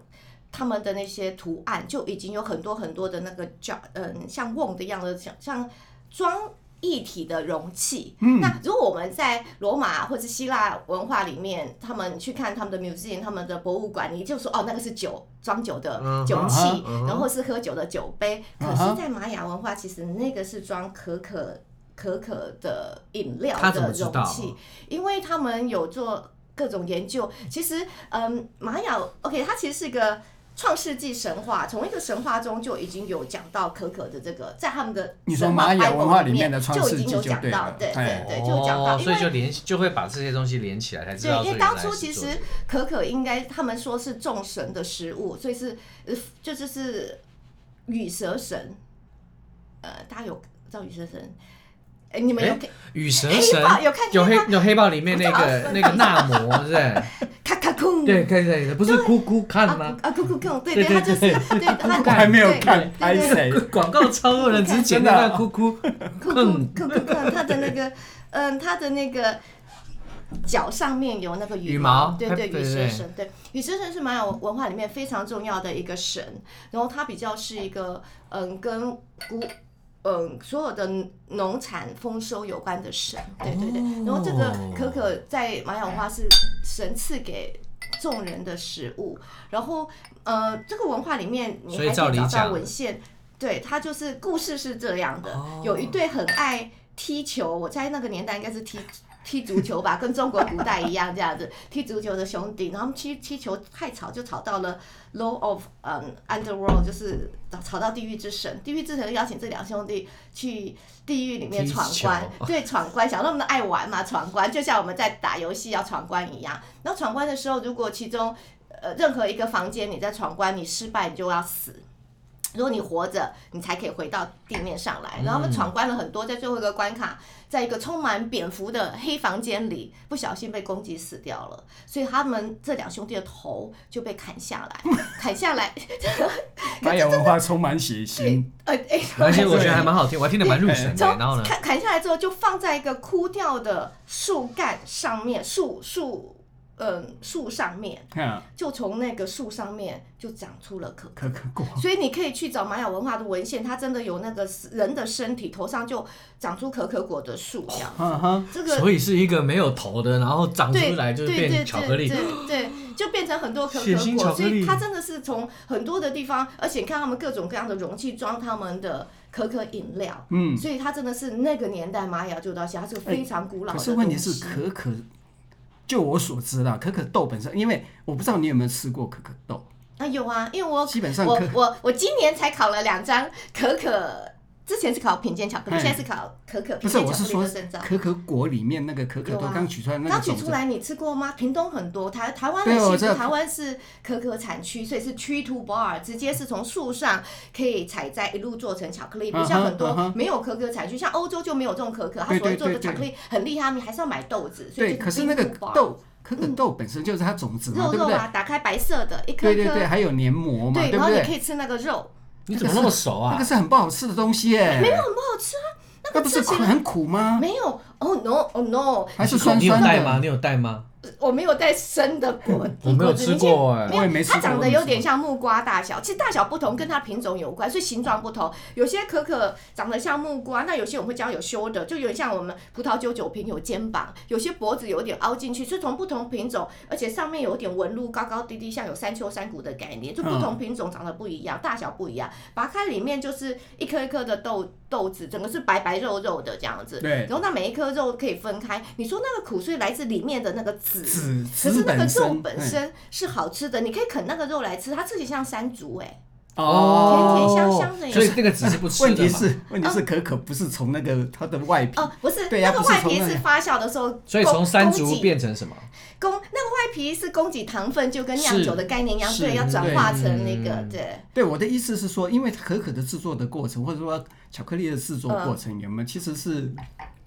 B: 他们的那些图案就已经有很多很多的那个叫嗯，像瓮的一样的，像像装一体的容器。
C: 嗯
B: 那如果我们在罗马或是希腊文化里面，他们你去看他们的 museum、他们的博物馆，你就说哦，那个是酒装酒的
C: 嗯哼
B: 酒器，
C: 嗯哼啊
B: 然后是喝酒的酒杯。可
D: 嗯
B: 是，
D: 哼
B: 在玛雅文化，其实那个是装可可可可的饮料
C: 他怎么
B: 的
C: 知
B: 容
C: 道
B: 器，因为他们有做各种研究。其实，嗯，玛雅 OK，它其实是一个创世纪神话，从一个神话中就已经有讲到可可的这个，在他们的
D: 你说
B: 神话
D: 玛雅
B: Bible
D: 文化
B: 里
D: 里面的创
B: 就
D: 世
B: 已经
D: 纪
B: 有
D: 就
B: 讲
D: 对
B: 到
D: 了，
B: 对
D: 哎
B: 对对，就有讲到，
C: 哦
B: 因
C: 所以
B: 为
C: 就连就会把这些东西连起来，才知
B: 对
C: 道。，
B: 因为当初其实可可应该他们说是众神的食物，所以是呃，就就是羽蛇神，呃，大家有知道羽蛇神？哎，你们有
C: 哎
B: 看
C: 雨蛇
B: 黑
C: 神
B: 豹有看
C: 有
B: 黑
C: 黑
B: 豹
C: 有黑豹里面那个
B: 我
C: 那个纳摩， 是不是？
B: 咔咔空？
C: 对，可以可以，不是咕咕看
B: 嗯啊
C: 吗？
B: 啊，咕咕空，对
C: 对
B: 对，
C: 对
B: 他就是对，他
D: 我还没有
B: 对
D: 看，
B: 对
D: 拍
B: 对
D: 谁？
C: 广告超多人，只是剪
D: 真的
C: 那
D: 啊
C: 段咕咕。
B: 酷酷酷酷酷，他的那个，嗯，他的那个脚上面有那个羽
C: 羽毛
B: 对
C: 它
B: 对，
C: 对
B: 羽
C: 对
B: 蛇神，对，羽蛇神是玛雅文化里面非常重要的一个神，然后它比较是一个，嗯，跟古。嗯，所有的农产丰收有关的神，对对对。然后这个
C: 哦
B: 可可在玛雅文化是神赐给众人的食物，然后呃，这个文化里面你
C: 所
B: 还
C: 以
B: 可以
C: 照理
B: 找到
C: 讲
B: 文献，对，它就是故事是这样的，
C: 哦
B: 有一对很爱踢球，我猜那个年代应该是踢踢足球吧，跟中国古代一样这样子， 踢足球的兄弟，然后他们踢踢球太吵，就吵到了 Law of 嗯 Underworld，就是吵到地狱之神，地狱之神邀请这两兄弟去地狱里面
C: 踢
B: 闯关
C: 球，
B: 对，闯关，小时候我们爱玩嘛，闯关就像我们在打游戏要闯关一样。然后闯关的时候，如果其中呃任何一个房间你在闯关，你失败你就要死。如果你活着，你才可以回到地面上来。然后他们闯关了很多，在最后一个关卡，在一个充满蝙蝠的黑房间里，不小心被攻击死掉了。所以他们这两兄弟的头就被砍下来，砍下来，
D: 玛雅文化充满血腥，
B: 呃，哎、
C: 而且我觉得还蛮好听，我还听得蛮入神的。
B: 从
C: 然后呢？
B: 砍砍下来之后，哎就放在一个枯掉的树干上面，树树，嗯、树上面，
D: 看
B: 就从那个树上面就长出了可可。
D: 可可果。
B: 所以你可以去找玛雅文化的文献，它真的有那个人的身体头上就长出可可果的树这样。
D: 哈哈，
B: 这个
C: 所以是一个没有头的，然后长
B: 对
C: 出来就是
B: 对对
C: 变巧克力
B: 对。对对，就变成很多可
C: 血
B: 可
C: 腥巧
B: 果，
C: 克
B: 所
C: 力
B: 以它真的是从很多的地方，而且你看他们各种各样的容器装他们的可可饮料，
D: 嗯
B: 所以它真的是那个年代玛雅就到现在，它是个非常古老
D: 哎可
B: 的
D: 是问题
B: 东
D: 是
B: 西
D: 可可，就我所知啦，可可豆本身，因为我不知道你有没有吃过可可豆，
B: 啊有啊，因为我
D: 基本上
B: 我
D: 可
B: 我我今年才考了两张可可。之前是考品鉴巧克力，
D: 嘿
B: 现在是考可可
D: 哎不
B: 品
D: 是，
B: 鉴巧
D: 我是
B: 克力
D: 说
B: 的证照。
D: 可可果里面那个可可
B: 有
D: 豆
B: 啊
D: 刚取出来的那
B: 刚
D: 个
B: 取
D: 种
B: 出
D: 子，
B: 来你吃过吗？屏东很多，台台湾
D: 对
B: 很
D: 我知
B: 幸
D: 道
B: 福，台湾是可可产区，所以是 tree to bar，直接是从树上可以采摘，一路做成巧克力，不
D: 嗯哼
B: 像很
D: 嗯
B: 多
D: 哼
B: 没有可可产区，像欧洲就没有这种可可，它
D: 对
B: 所谓
D: 对
B: 做的
D: 对对
B: 巧克力很厉害，你还是要买豆子。所以
D: 对，
B: 就
D: 可是那个
B: tree to bar
D: 豆可可豆本身就是它种子嘛，
B: 嗯肉
D: 对不
B: 肉
D: 对？
B: 啊，打开白色的一颗
D: 对
B: 一
D: 对对，
B: 颗，
D: 还有黏膜嘛，
B: 对，
D: 对
B: 然
D: 不
B: 后你
D: 对？
B: 可以吃那个肉，
C: 你怎么那么熟
D: 那
C: 啊
D: 个？是很不好吃的东西耶，
B: 没有很不好吃啊，那
D: 哎那
B: 个
D: 不
B: 吃
D: 是
B: 起
D: 苦
B: 来
D: 很苦吗？
B: 没有哦 no 哦 no，
D: 还是
C: 你有
D: 酸
C: 你有
D: 酸
C: 带吗？
D: 的？
C: 你有带吗？
B: 我没有带生的果，
C: 我没有
B: 果子
C: 吃
B: 你去
C: 过哎、
D: 没有我也没吃过
B: 它长得有点像木瓜大小，其实大小不同，跟它品种有关，所以形状不同。有些可可长得像木瓜，那有些我们会叫有修的，就有点像我们葡萄酒酒瓶有肩膀，有些脖子有点凹进去，是从不同品种，而且上面有点纹路，高高低低，像有山丘山谷的概念，就不同品种长得不一样，大小不一样。拔开里面就是一颗一颗的豆豆子，整个是白白肉肉的这样子。
D: 对
B: 然后那每一颗肉可以分开，你说那个苦是来自里面的那个籽。
D: 籽
B: 可是
D: 籽
B: 那个
D: 本
B: 肉
D: 身，
B: 本
D: 嗯
B: 身是好吃的，你可以啃那个肉来吃，它吃起来像山竹哎、
D: 哦，
B: 甜甜香香的也
C: 所以那个只是不吃的
D: 问
C: 嘛。
D: 题是问题是可可不是从那个它的外皮，
B: 哦，不是，
D: 对呀
B: 那个
D: 不是
B: 外
D: 从
B: 皮
D: 那里
B: 是发酵的时候供，
C: 所以从山
B: 供
C: 竹
B: 给
C: 变成什么？
B: 供那个外皮是供给糖分，就跟酿
C: 是
B: 酒的概念一样，
C: 是
B: 对，要转
D: 对
B: 化成那个
C: 嗯
B: 对，
D: 对，我的意思是说，因为可可的制作的过程，或者说巧克力的制
B: 嗯
D: 作过程，有没有其实是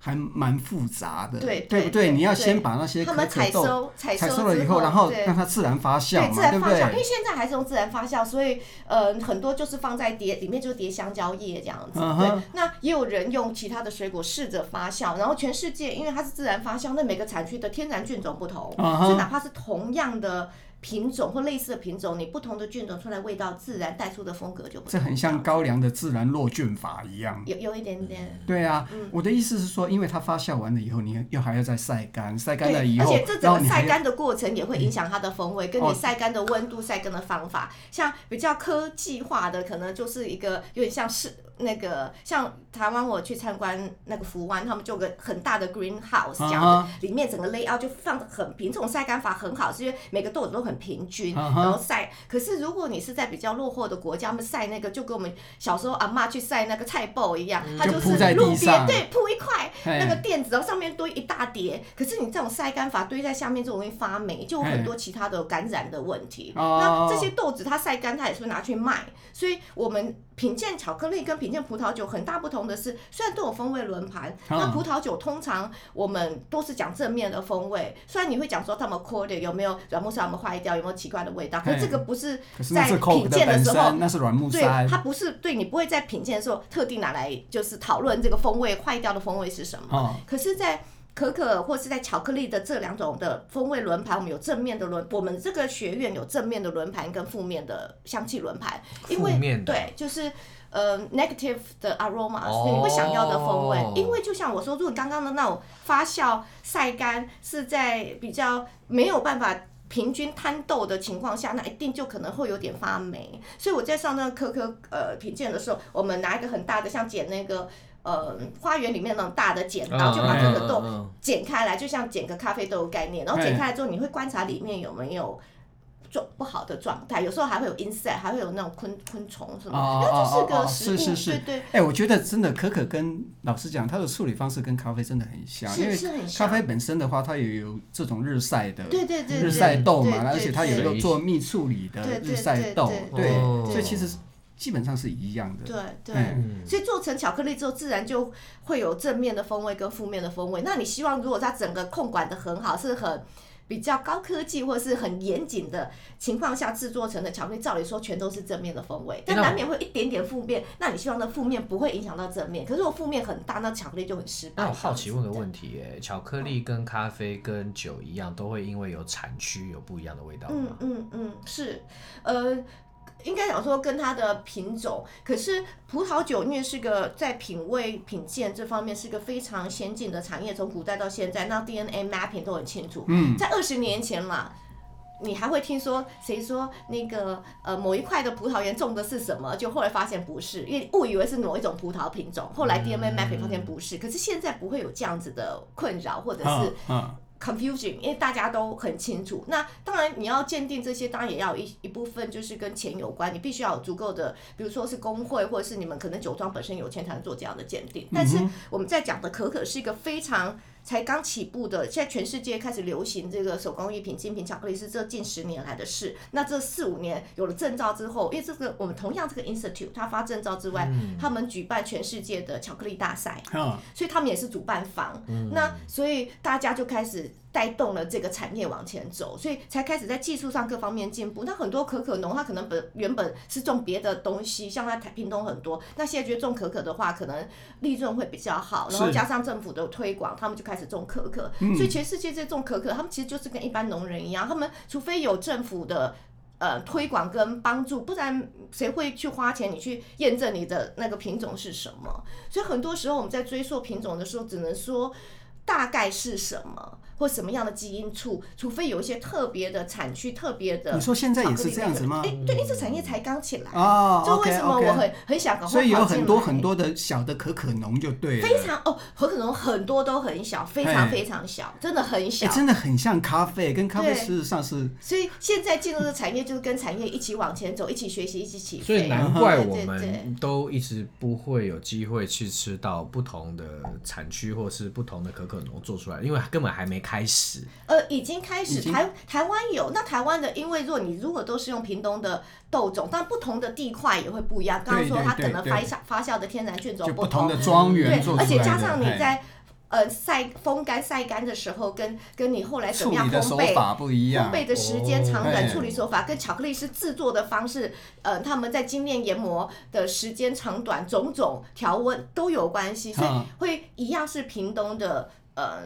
D: 还蛮复杂的，
B: 对
D: 对不
B: 对对
D: 你要先把那些
B: 他
D: 可
B: 们
D: 可
B: 采
D: 豆
B: 收采
D: 采
B: 收
D: 收了
B: 之
D: 以后，然后
B: 对
D: 让它自然发酵
B: 对，自
D: 嘛，
B: 然
D: 对不
B: 发酵，因为
D: 对？
B: 现在还是用自然发酵，所以呃，很多就是放在碟里面，就是碟香蕉叶这样子。
D: 嗯
B: 对
D: 哼，
B: 那也有人用其他的水果试着发酵，然后全世界因为它是自然发酵，那每个产区的天然菌种不同，
D: 嗯哼
B: 所以哪怕是同样的品种或类似的品种，你不同的菌种出来味道，自然带出的风格就不同。
D: 这很像高粱的自然落菌法一样。
B: 有有一点点。
D: 对啊，
B: 嗯
D: 我的意思是说，因为它发酵完了以后，你又还要再晒干，晒干
B: 对，
D: 了以
B: 而
D: 后
B: 且这，整
D: 然后
B: 个
D: 你还
B: 晒
D: 要
B: 干的过程也会影响它的风味，跟
D: 哦
B: 你晒干的温度、晒干的方法。像比较科技化的，可能就是一个有点像是那个像台湾我去参观那个福湾，他们就有个很大的 greenhouse 这样
D: 啊
B: 的，里面整个 layout 就放的很平。这种晒干法很好，是因为每个豆子都很平均，
D: 啊
B: 然
D: 哈
B: 后晒。可是如果你是在比较落后的国家，他们晒那个就跟我们小时候阿嬷去晒那个菜包一样，它
D: 嗯
B: 就
D: 就
B: 是
D: 铺在地
B: 路边
D: 上
B: 对铺一块，
D: 嘿
B: 那个垫子，然后上面堆一大叠。可是你这种晒干法堆在下面就容易发霉，就有很多其他的感染的问题。
D: 哦
B: 那这些豆子它晒干，它也是会拿去卖。所以我们品鉴巧克力跟品鉴葡萄酒很大不同的是，虽然都有风味轮盘，
D: 嗯
B: 那葡萄酒通常我们都是讲正面的风味，虽然你会讲说它们 core 的有没有软木塞有没有坏掉，有没有奇怪的味道，可
D: 嘿
B: 是这个不是
D: 可是那
B: 在
D: 是 coke
B: 品
D: 的
B: 鉴
D: 本
B: 的时候
D: 身，那是软木
B: 对
D: 塞，。
B: 它不是对你不会在品鉴的时候特地拿来就是讨论这个风味坏掉的风味是什么。
D: 哦，
B: 可是，在可可或是在巧克力的这两种的风味轮盘，我们有正面的轮，我们这个学院有正面的轮盘跟负面的香气轮盘，因
C: 负
B: 为
C: 面的
B: 对，就是呃 negative 的 aroma，、
C: 哦
B: 你不想要的风味。因为就像我说，如果刚刚的那种发酵晒干是在比较没有办法。平均摊豆的情况下，那一定就可能会有点发霉。所以我在上那个可可呃品鉴的时候，我们拿一个很大的，像剪那个呃花园里面那种大的剪
D: 啊
B: 刀，就把这
D: 嗯
B: 个豆
C: 豆
B: 剪开来，就像剪个咖啡豆的概念。然后
D: 哎
B: 剪开来之后，你会观察里面有没有状不好的状态，有时候还会有 insect，还会有那种昆昆虫什么
D: 哦
B: 的，
D: 哦哦
B: 那
D: 哦
B: 就是个
D: 是
B: 食物，
D: 是是
B: 对对，
D: 哎、我觉得真的可可跟老实讲，它的处理方式跟咖啡真的很像，因
B: 是
D: 为
B: 是很
D: 咖
B: 像。
D: 啡本身的话，它也有这种日晒的，
B: 对对对，对
D: 日晒豆嘛，
B: 对对
D: 而且它
B: 对
D: 也有做蜜处理的
B: 对对
D: 日晒豆，
B: 对哦
C: 对对
D: 所以其实是基本上是一样的。
B: 对对。
D: 嗯
B: 所以做成巧克力之后，自然就会有正面的风味跟负面的风味。那你希望如果它整个控管的很好，是很比较高科技或是很严谨的情况下制作成的巧克力，照理说全都是正面的风味，但
C: 那我
B: 难免会有一点点负面。那你希望那负面不会影响到正面，可是如果负面很大，那巧克力就很失败。
C: 那我好奇问个
B: 题，
C: 问题、耶，巧克力
D: 嗯
C: 跟咖啡跟酒一样，都会因为有产区有不一样的味道吗？
B: 嗯嗯嗯，是，呃。应该讲说跟它的品种，可是葡萄酒因为是个在品味品鉴这方面是个非常先进的产业，从古代到现在，那 DNA mapping 都很清楚。嗯，在二十年前啦，你还会听说谁说那个呃某一块的葡萄园种的是什么，就后来发现不是，因为误以为是某一种葡萄品
A: 啊
B: 种，后来 DNA mapping 发现不是。可是现在不会有这样子的困扰，或者是
D: 嗯嗯，
B: confusing，因为大家都很清楚。那当然你要鉴定这些，当然也要有一一部分就是跟钱有关，你必须要有足够的，比如说是工会或者是你们可能酒庄本身有钱才能做这样的鉴定。但是我们在讲的可可是一个非常。才刚起步的，现在全世界开始流行这个手工艺品、精品巧克力是这近十年来的事。那这四五年有了证照之后，因为这个我们同样这个 institute 它发证照之外，他们举办全世界的巧克力大赛，
D: 哈，
B: 所以他们也是主办方。那所以大家就开始带动了这个产业往前走，所以才开始在技术上各方面进步。那很多可可农他可能本原本是种别的东西，像在台屏东很多，那现在觉得种可可的话，可能利润会比较好，然后
D: 是
B: 加上政府的推广，他们就开始种可可。所以全世界在种可可，他们其实就是跟一般农人一样，他们除非有政府的。呃，推广跟帮助，不然谁会去花钱你去验证你的那个品种是什么？所以很多时候我们在追溯品种的时候，只能说大概是什么或什么样的基因处，除非有一些特别的产区、特别的。
D: 你说现在也是这样子吗
B: 哎、对，因为这产业才刚起来，
D: 啊
B: 就为
D: ，OK
B: 什么我
D: OK，
B: 很很想赶快
D: 所以有
B: 跑进
D: 很多
B: 来
D: 很多的小的可可农就对了，
B: 非常哦，可可能很多都很小，非常
D: 哎
B: 非常小，真的很小。
D: 哎，真的很像咖啡，跟咖啡
B: 对
D: 事实上是
B: 所以现在进入的产业就是跟产业一起往前走，一起学习，一起起飞。
C: 所以难 怪
B: 对
C: 我
B: 对对
C: 们都一直不会有机会去吃到不同的产区或是不同的可可农做出来，因为根本还没开始。
B: 呃，已经开始
D: 已经
B: 台台湾有，那台湾的，因为如果你如果都是用屏东的豆种，但不同的地块也会不一样。刚刚
D: 对
B: 说
D: 对
B: 它可
D: 对
B: 能
D: 对
B: 发酵发酵的天然菌
D: 就
B: 种
D: 不同
B: 同，
D: 的庄
B: 对
D: 园做，出
B: 而
D: 来的，
B: 且加上你
D: 嘿
B: 在呃晒风干晒干的时候，跟跟你后来怎
D: 处
B: 么样
D: 理
B: 烘
D: 的手
B: 焙，
D: 法不一样
B: 烘，焙的时间长短、
D: 哦
B: 处理手法跟巧克力师制作的方式，呃，他们在精炼研磨的时间长短、种种调温都有关系，所以
D: 嗯
B: 会一样是屏东的呃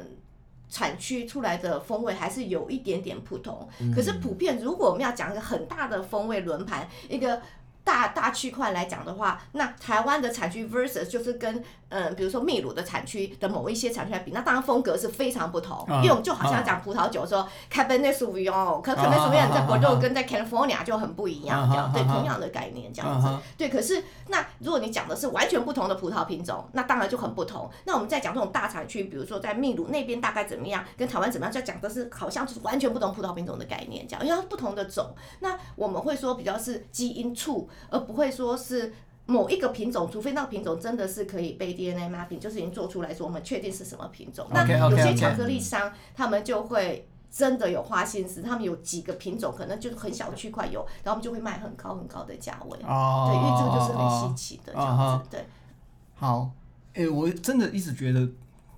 B: 产区出来的风味还是有一点点不同。
D: 嗯
B: 可是普遍，如果我们要讲一个很大的风味轮盘，一个。大大区块来讲的话，那台湾的产区 versus 就是跟嗯，比如说秘鲁的产区的某一些产区来比，那当然风格是非常不同。
D: 嗯
B: 因为我们就好像
D: 嗯
B: 讲葡萄酒说 Cabernet Sauvignon，可
D: 啊
B: Cabernet Sauvignon 在
D: 啊啊
B: 博州跟在 California 就很不一样，这
D: 啊
B: 样
D: 啊
B: 对
D: 啊
B: 同样的概念这样
D: 啊
B: 子
D: 哈。
B: 对，可是那如果你讲的是完全不同的葡萄品种，那当然就很不同。那我们在讲这种大产区，比如说在秘鲁那边大概怎么样，跟台湾怎么样，就讲的是好像就是完全不同葡萄品种的概念这样，因为它是不同的种。那我们会说比较是基因处，而不会说是。某一个品种，除非那个品种真的是可以被 DNA mapping，就是已经做出来说我们确定是什么品种。那
D: OK，OK，OK
B: 有些巧克力商他们就会真的有花心思，他们有几个品种，可能就是很小区块有，然后他们就会卖很高很高的价位。
D: 哦，
B: 对，因为这个就是
D: 哦
B: 很稀奇的这样子。
D: 哦
B: 对，
D: 好，哎、我真的一直觉得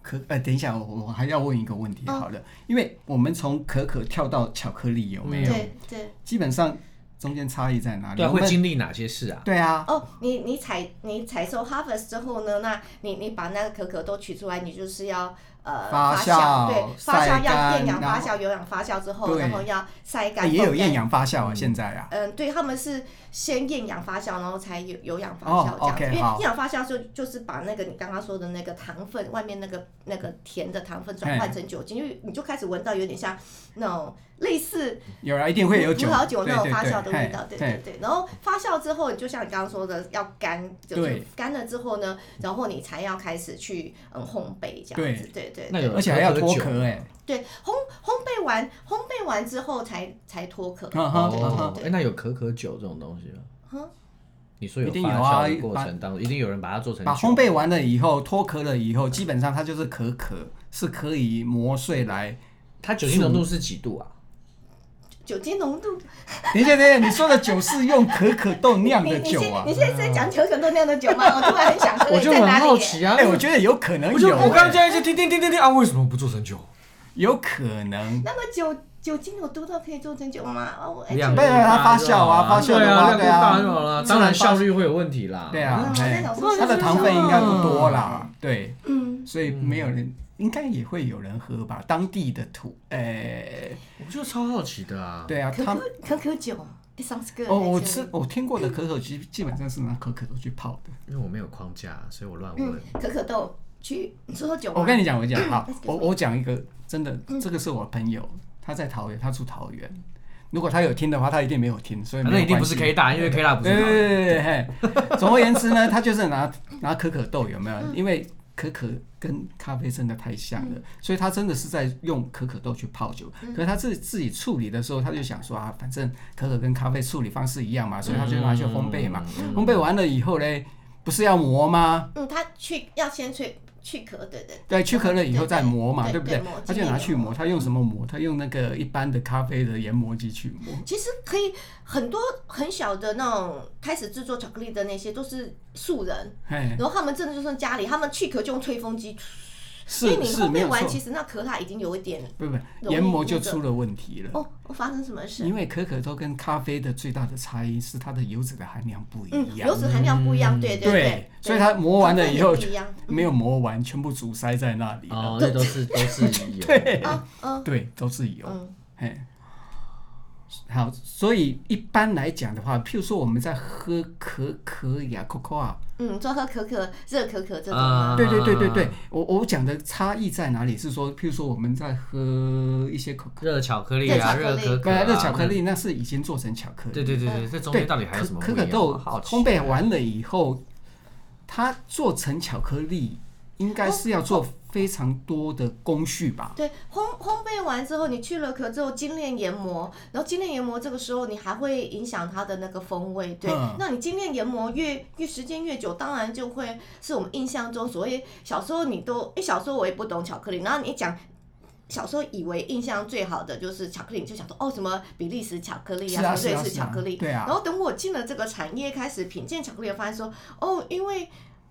D: 可，呃，等一下，我我还要问一个问题，
B: 哦
D: 好了，因为我们从可可跳到巧克力有
A: 哎
D: 没有？
B: 对对。
D: 基本上中间差异在哪里？
C: 对啊，
D: 我
C: 会
D: 们
C: 经历哪些事啊？
D: 对啊，
B: 哦，你你采你采收 harvest 之后呢，那你你把那个可可都取出来，你就是要呃
D: 发
B: 酵，
D: 酵
B: 对，发
D: 晒
B: 酵要
D: 干
B: 厌氧发
D: 然后
B: 酵、有氧发酵之后，
D: 对
B: 然后要晒
D: 哎
B: 干。
D: 也有
B: 风干
D: 厌氧发酵啊，现在啊，
B: 嗯，对，他们是先厌氧发酵，然后才有有氧发
D: 哦
B: 酵这样子。
D: OK，
B: 因为
D: 好
B: 厌氧发酵就就是把那个你刚刚说的那个糖分，外面那个那个甜的糖分转换成酒精，因为你就开始闻到有点像那种类似
D: 有啊，一定会有
B: 葡
D: 酒，
B: 萄酒
D: 对
B: 那种发酵的味道，对
D: 对对
B: 对
D: 嘿
B: 对。然后发酵之后，就像你刚刚说的，要干，就是
D: 对
B: 干了之后呢，然后你才要开始去嗯烘焙这
D: 对
B: 样子，对对
C: 那
B: 对
C: 有
D: 而且还要脱
C: 可可酒
D: 壳哎，
B: 对。烘烘焙完，烘焙完之后才才脱壳，
D: 啊哈啊哈啊
C: 哦，
B: 对
C: 哎，那有可可酒这种东西吗
B: 嗯？
C: 你说有
D: 一定有啊
C: 发酵的过程当中，一定有人把它做成
D: 把
C: 酒
D: 烘焙完了以后，脱壳了以后，基本上它就是可可，是可以磨碎来。
C: 它酒精浓度是几度啊？
B: 酒精浓度
D: 等一下，等一下，你说的酒是用可可豆酿
B: 你
D: 的
B: 你
D: 酒啊
B: 现？你现在是在讲可可豆酿的酒吗？我突然很想喝，
A: 我就
B: 在
A: 很
B: 哪里
A: 好
B: 耶
A: 奇啊，
D: 哎、我觉得有可能
A: 我就
D: 有、
A: 我刚
D: 哎
A: 这样一直听听听听听啊，为什么不做成酒？
D: 有可能。
B: 那个酒酒精有多到可以做成酒吗？哦，我哎
C: 量
D: 没有它发酵啊
C: 大
D: 发酵的
C: 对
D: 话
C: 啊，量
D: 对
C: 够
D: 啊
C: 大就好了。当然效率会有问题啦。
D: 对
B: 嗯
D: 啊
B: 我，
D: 哎
B: 在想说
D: 它的糖分应该不多啦，对，
B: 嗯，
D: 所以没有人，应该也会有人喝吧，当地的土，哎，
C: 我就超好奇的啊。
D: 对啊，
B: 可
D: 他
B: 可可可酒，it sounds good。
D: 哦，我吃我听过的可可基基本上是拿可可豆去泡的。
C: 因为我没有框架，所以我乱
B: 嗯
C: 问。，
B: 可可豆去，你说酒吗？
D: 我跟你讲，我讲好
B: Excuse，me
D: 我我讲一个真的，这个是我朋友，他在桃园，他住桃园。如果他有听的话，他一定没有听，所以
C: 反
D: 没
C: 正
D: 有
C: 一定
D: 关
C: 不是
D: 系
C: K 大，因为 K 大不是
D: 嗯对
C: 老人
B: 嗯
D: 对对对对，嘿总而言之呢，他就是拿拿可可豆有没有？因为可可跟咖啡真的太像了，所以他真的是在用可可豆去泡酒。
B: 嗯
D: 可是他自自己处理的时候，他就想说啊，反正可可跟咖啡处理方式一样嘛，所以他就拿去烘焙嘛。
C: 嗯
D: 嗯烘焙完了以后嘞，不是要磨吗？
B: 嗯，他去要先去去壳，对对
D: 对，去壳了以后再磨嘛，
B: 对
D: 对不对
B: 对磨？
D: 他就拿去磨，他用什么磨？他用那个一般的咖啡的研磨机去磨。
B: 其实可以很多很小的那种开始制作巧克力的那些都是素人，
D: 嘿，
B: 然后他们真的就算家里，他们去壳就用吹风机，所以
D: 是
B: 你
D: 是
B: 烘
D: 没
B: 焙
D: 有
B: 完，其
D: 错，
B: 实那壳它已经有一点
D: 不不，
B: 容易
D: 研磨就
B: 那个
D: 出了问题了。
B: 哦，发生什么事？
D: 因为可可豆跟咖啡的最大的差异是它的油脂的含量不一
B: 嗯，
D: 样，
B: 油脂含量不一样，对对
D: 对，所以它磨完了以后
B: 成分也不一样，
D: 没有磨完，全部阻塞在那里了。
C: 哦，那都是都是有，
D: 对
B: 啊嗯
D: 对，都是油。
B: 嗯，
D: 嘿，好，所以一般来讲的话，譬如说我们在喝可可呀、Coco 啊，
B: 嗯，就喝可可热可可这种
C: 啊
B: 吗？
D: 对对对对对，我我讲的差异在哪里？是说，譬如说我们在喝一些可可，
C: 热巧克力啊，热
B: 热巧克力
C: 可
D: 不
C: 可啊，
D: 然热巧克力那是已经做成巧克力
C: 那，，对对对对，这中
D: 对，
C: 间到底还有什么
D: 可可
C: 不一
D: 可
C: 样
D: 豆
C: 好奇啊
D: 烘焙完了以后，它做成巧克力应该是要做非常多的工序吧？
B: 对，烘烘焙完之后，你去了壳之后精炼研磨，然后精炼研磨这个时候你还会影响它的那个风味，对。
D: 嗯
B: 那你精炼研磨越越时间越久，当然就会是我们印象中所谓小时候你都，因为小时候我也不懂巧克力，然后你一讲。小时候以为印象最好的就是巧克力，你就想说哦，什么比利时巧克力
D: 是啊
B: 什么
D: 是
B: 瑞
D: 啊
B: 士
D: 是啊
B: 巧克力，
D: 对啊
B: 然后等我进了这个产业，开始品鉴巧克力，发现说哦，因为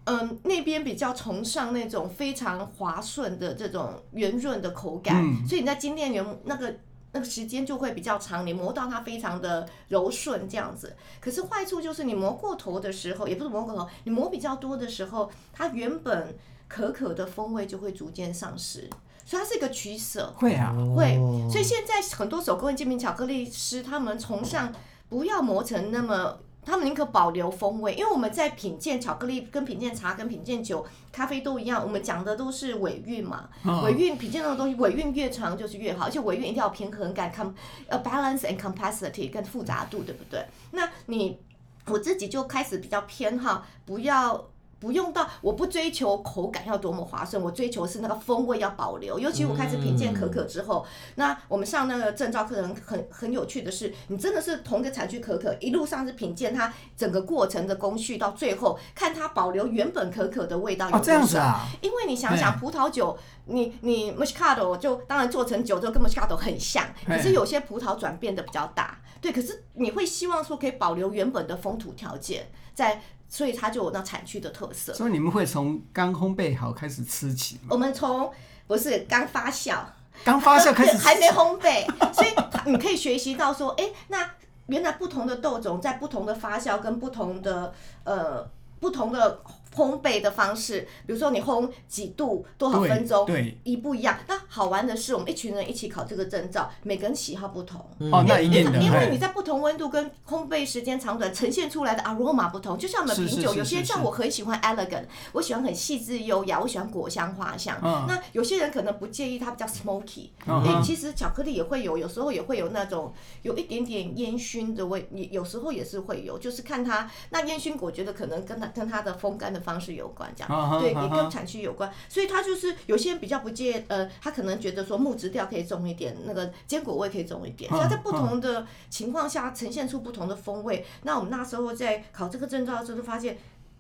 B: 嗯，那边比较崇尚那种非常滑顺的这种圆润的口感，所以你在金店圆那个那个时间就会比较长，你磨到它非常的柔顺这样子。可是坏处就是你磨过头的时候，也不是磨过头，你磨比较多的时候，它原本可可的风味就会逐渐丧失，所以它是一个取舍。
D: 会啊，
A: 哦
B: 会，所以现在很多手工艺精品巧克力师，他们崇尚不要磨成那么，他们宁可保留风味，因为我们在品鉴巧克力、跟品鉴茶、跟品鉴酒、咖啡都一样，我们讲的都是尾韵嘛，尾韵品鉴那种东西，尾韵越长就是越好，而且尾韵一定要有平衡感，com 呃 balance and complexity 跟复杂度，对不对？那你我自己就开始比较偏好不要。不用到，我不追求口感要多么滑顺，我追求是那个风味要保留。尤其我开始品鉴可可之后，那我们上那个证照课程很很有趣的是，你真的是同一个产区可可，一路上是品鉴它整个过程的工序，到最后看它保留原本可可的味道有
D: 哦
B: 多
D: 这样
B: 少。
D: 子啊，
B: 因为你想想，葡萄酒，你你 Moscato 就当然做成酒就跟 Moscato 很像，
D: 嘿
B: 可是有些葡萄转变的比较大，对，可是你会希望说可以保留原本的风土条件，在，所以它就有那产区的特色。
D: 所以你们会从刚烘焙好开始吃起，
B: 我们从不是刚发酵，
D: 刚发 酵开始吃
B: 还没烘焙， 所以它你可以学习到说，哎、那原来不同的豆种在不同的发酵跟不同的呃不同的烘焙的方式，比如说你烘几度多少分钟，
D: 对对
B: 一不一样。那好玩的是，我们一群人一起考这个证照，每个人喜好不同。
A: 嗯
D: 哦，那一定的，
B: 因为
D: 嘿
B: 你在不同温度跟烘焙时间长短呈现出来的 aroma 不同，就像我们
D: 是
B: 品
D: 是
B: 酒，
D: 是
B: 有些
D: 是
B: 像
D: 是
B: 我很喜欢 elegant，我喜欢很细致优雅，我喜欢果香花香。
D: 嗯
B: 那有些人可能不介意它比较 smoky，
D: 嗯
B: 因为
D: 哼
B: 其实巧克力也会有，有时候也会有那种有一点点烟熏的味，也有时候也是会有，就是看它那烟熏，我觉得可能跟它跟它的风干的方式有关，这样、
D: 嗯哼
B: 对，
D: 嗯
B: 也
D: 哼
B: 跟产区有关，所以它就是有些人比较不介，呃，他可能觉得说木质调可以重一点，那个坚果味可以重一
D: 嗯
B: 点，所以它在不同的情况下呈现出不同的风味。那我们那时候在考这个证照的时候，就发现。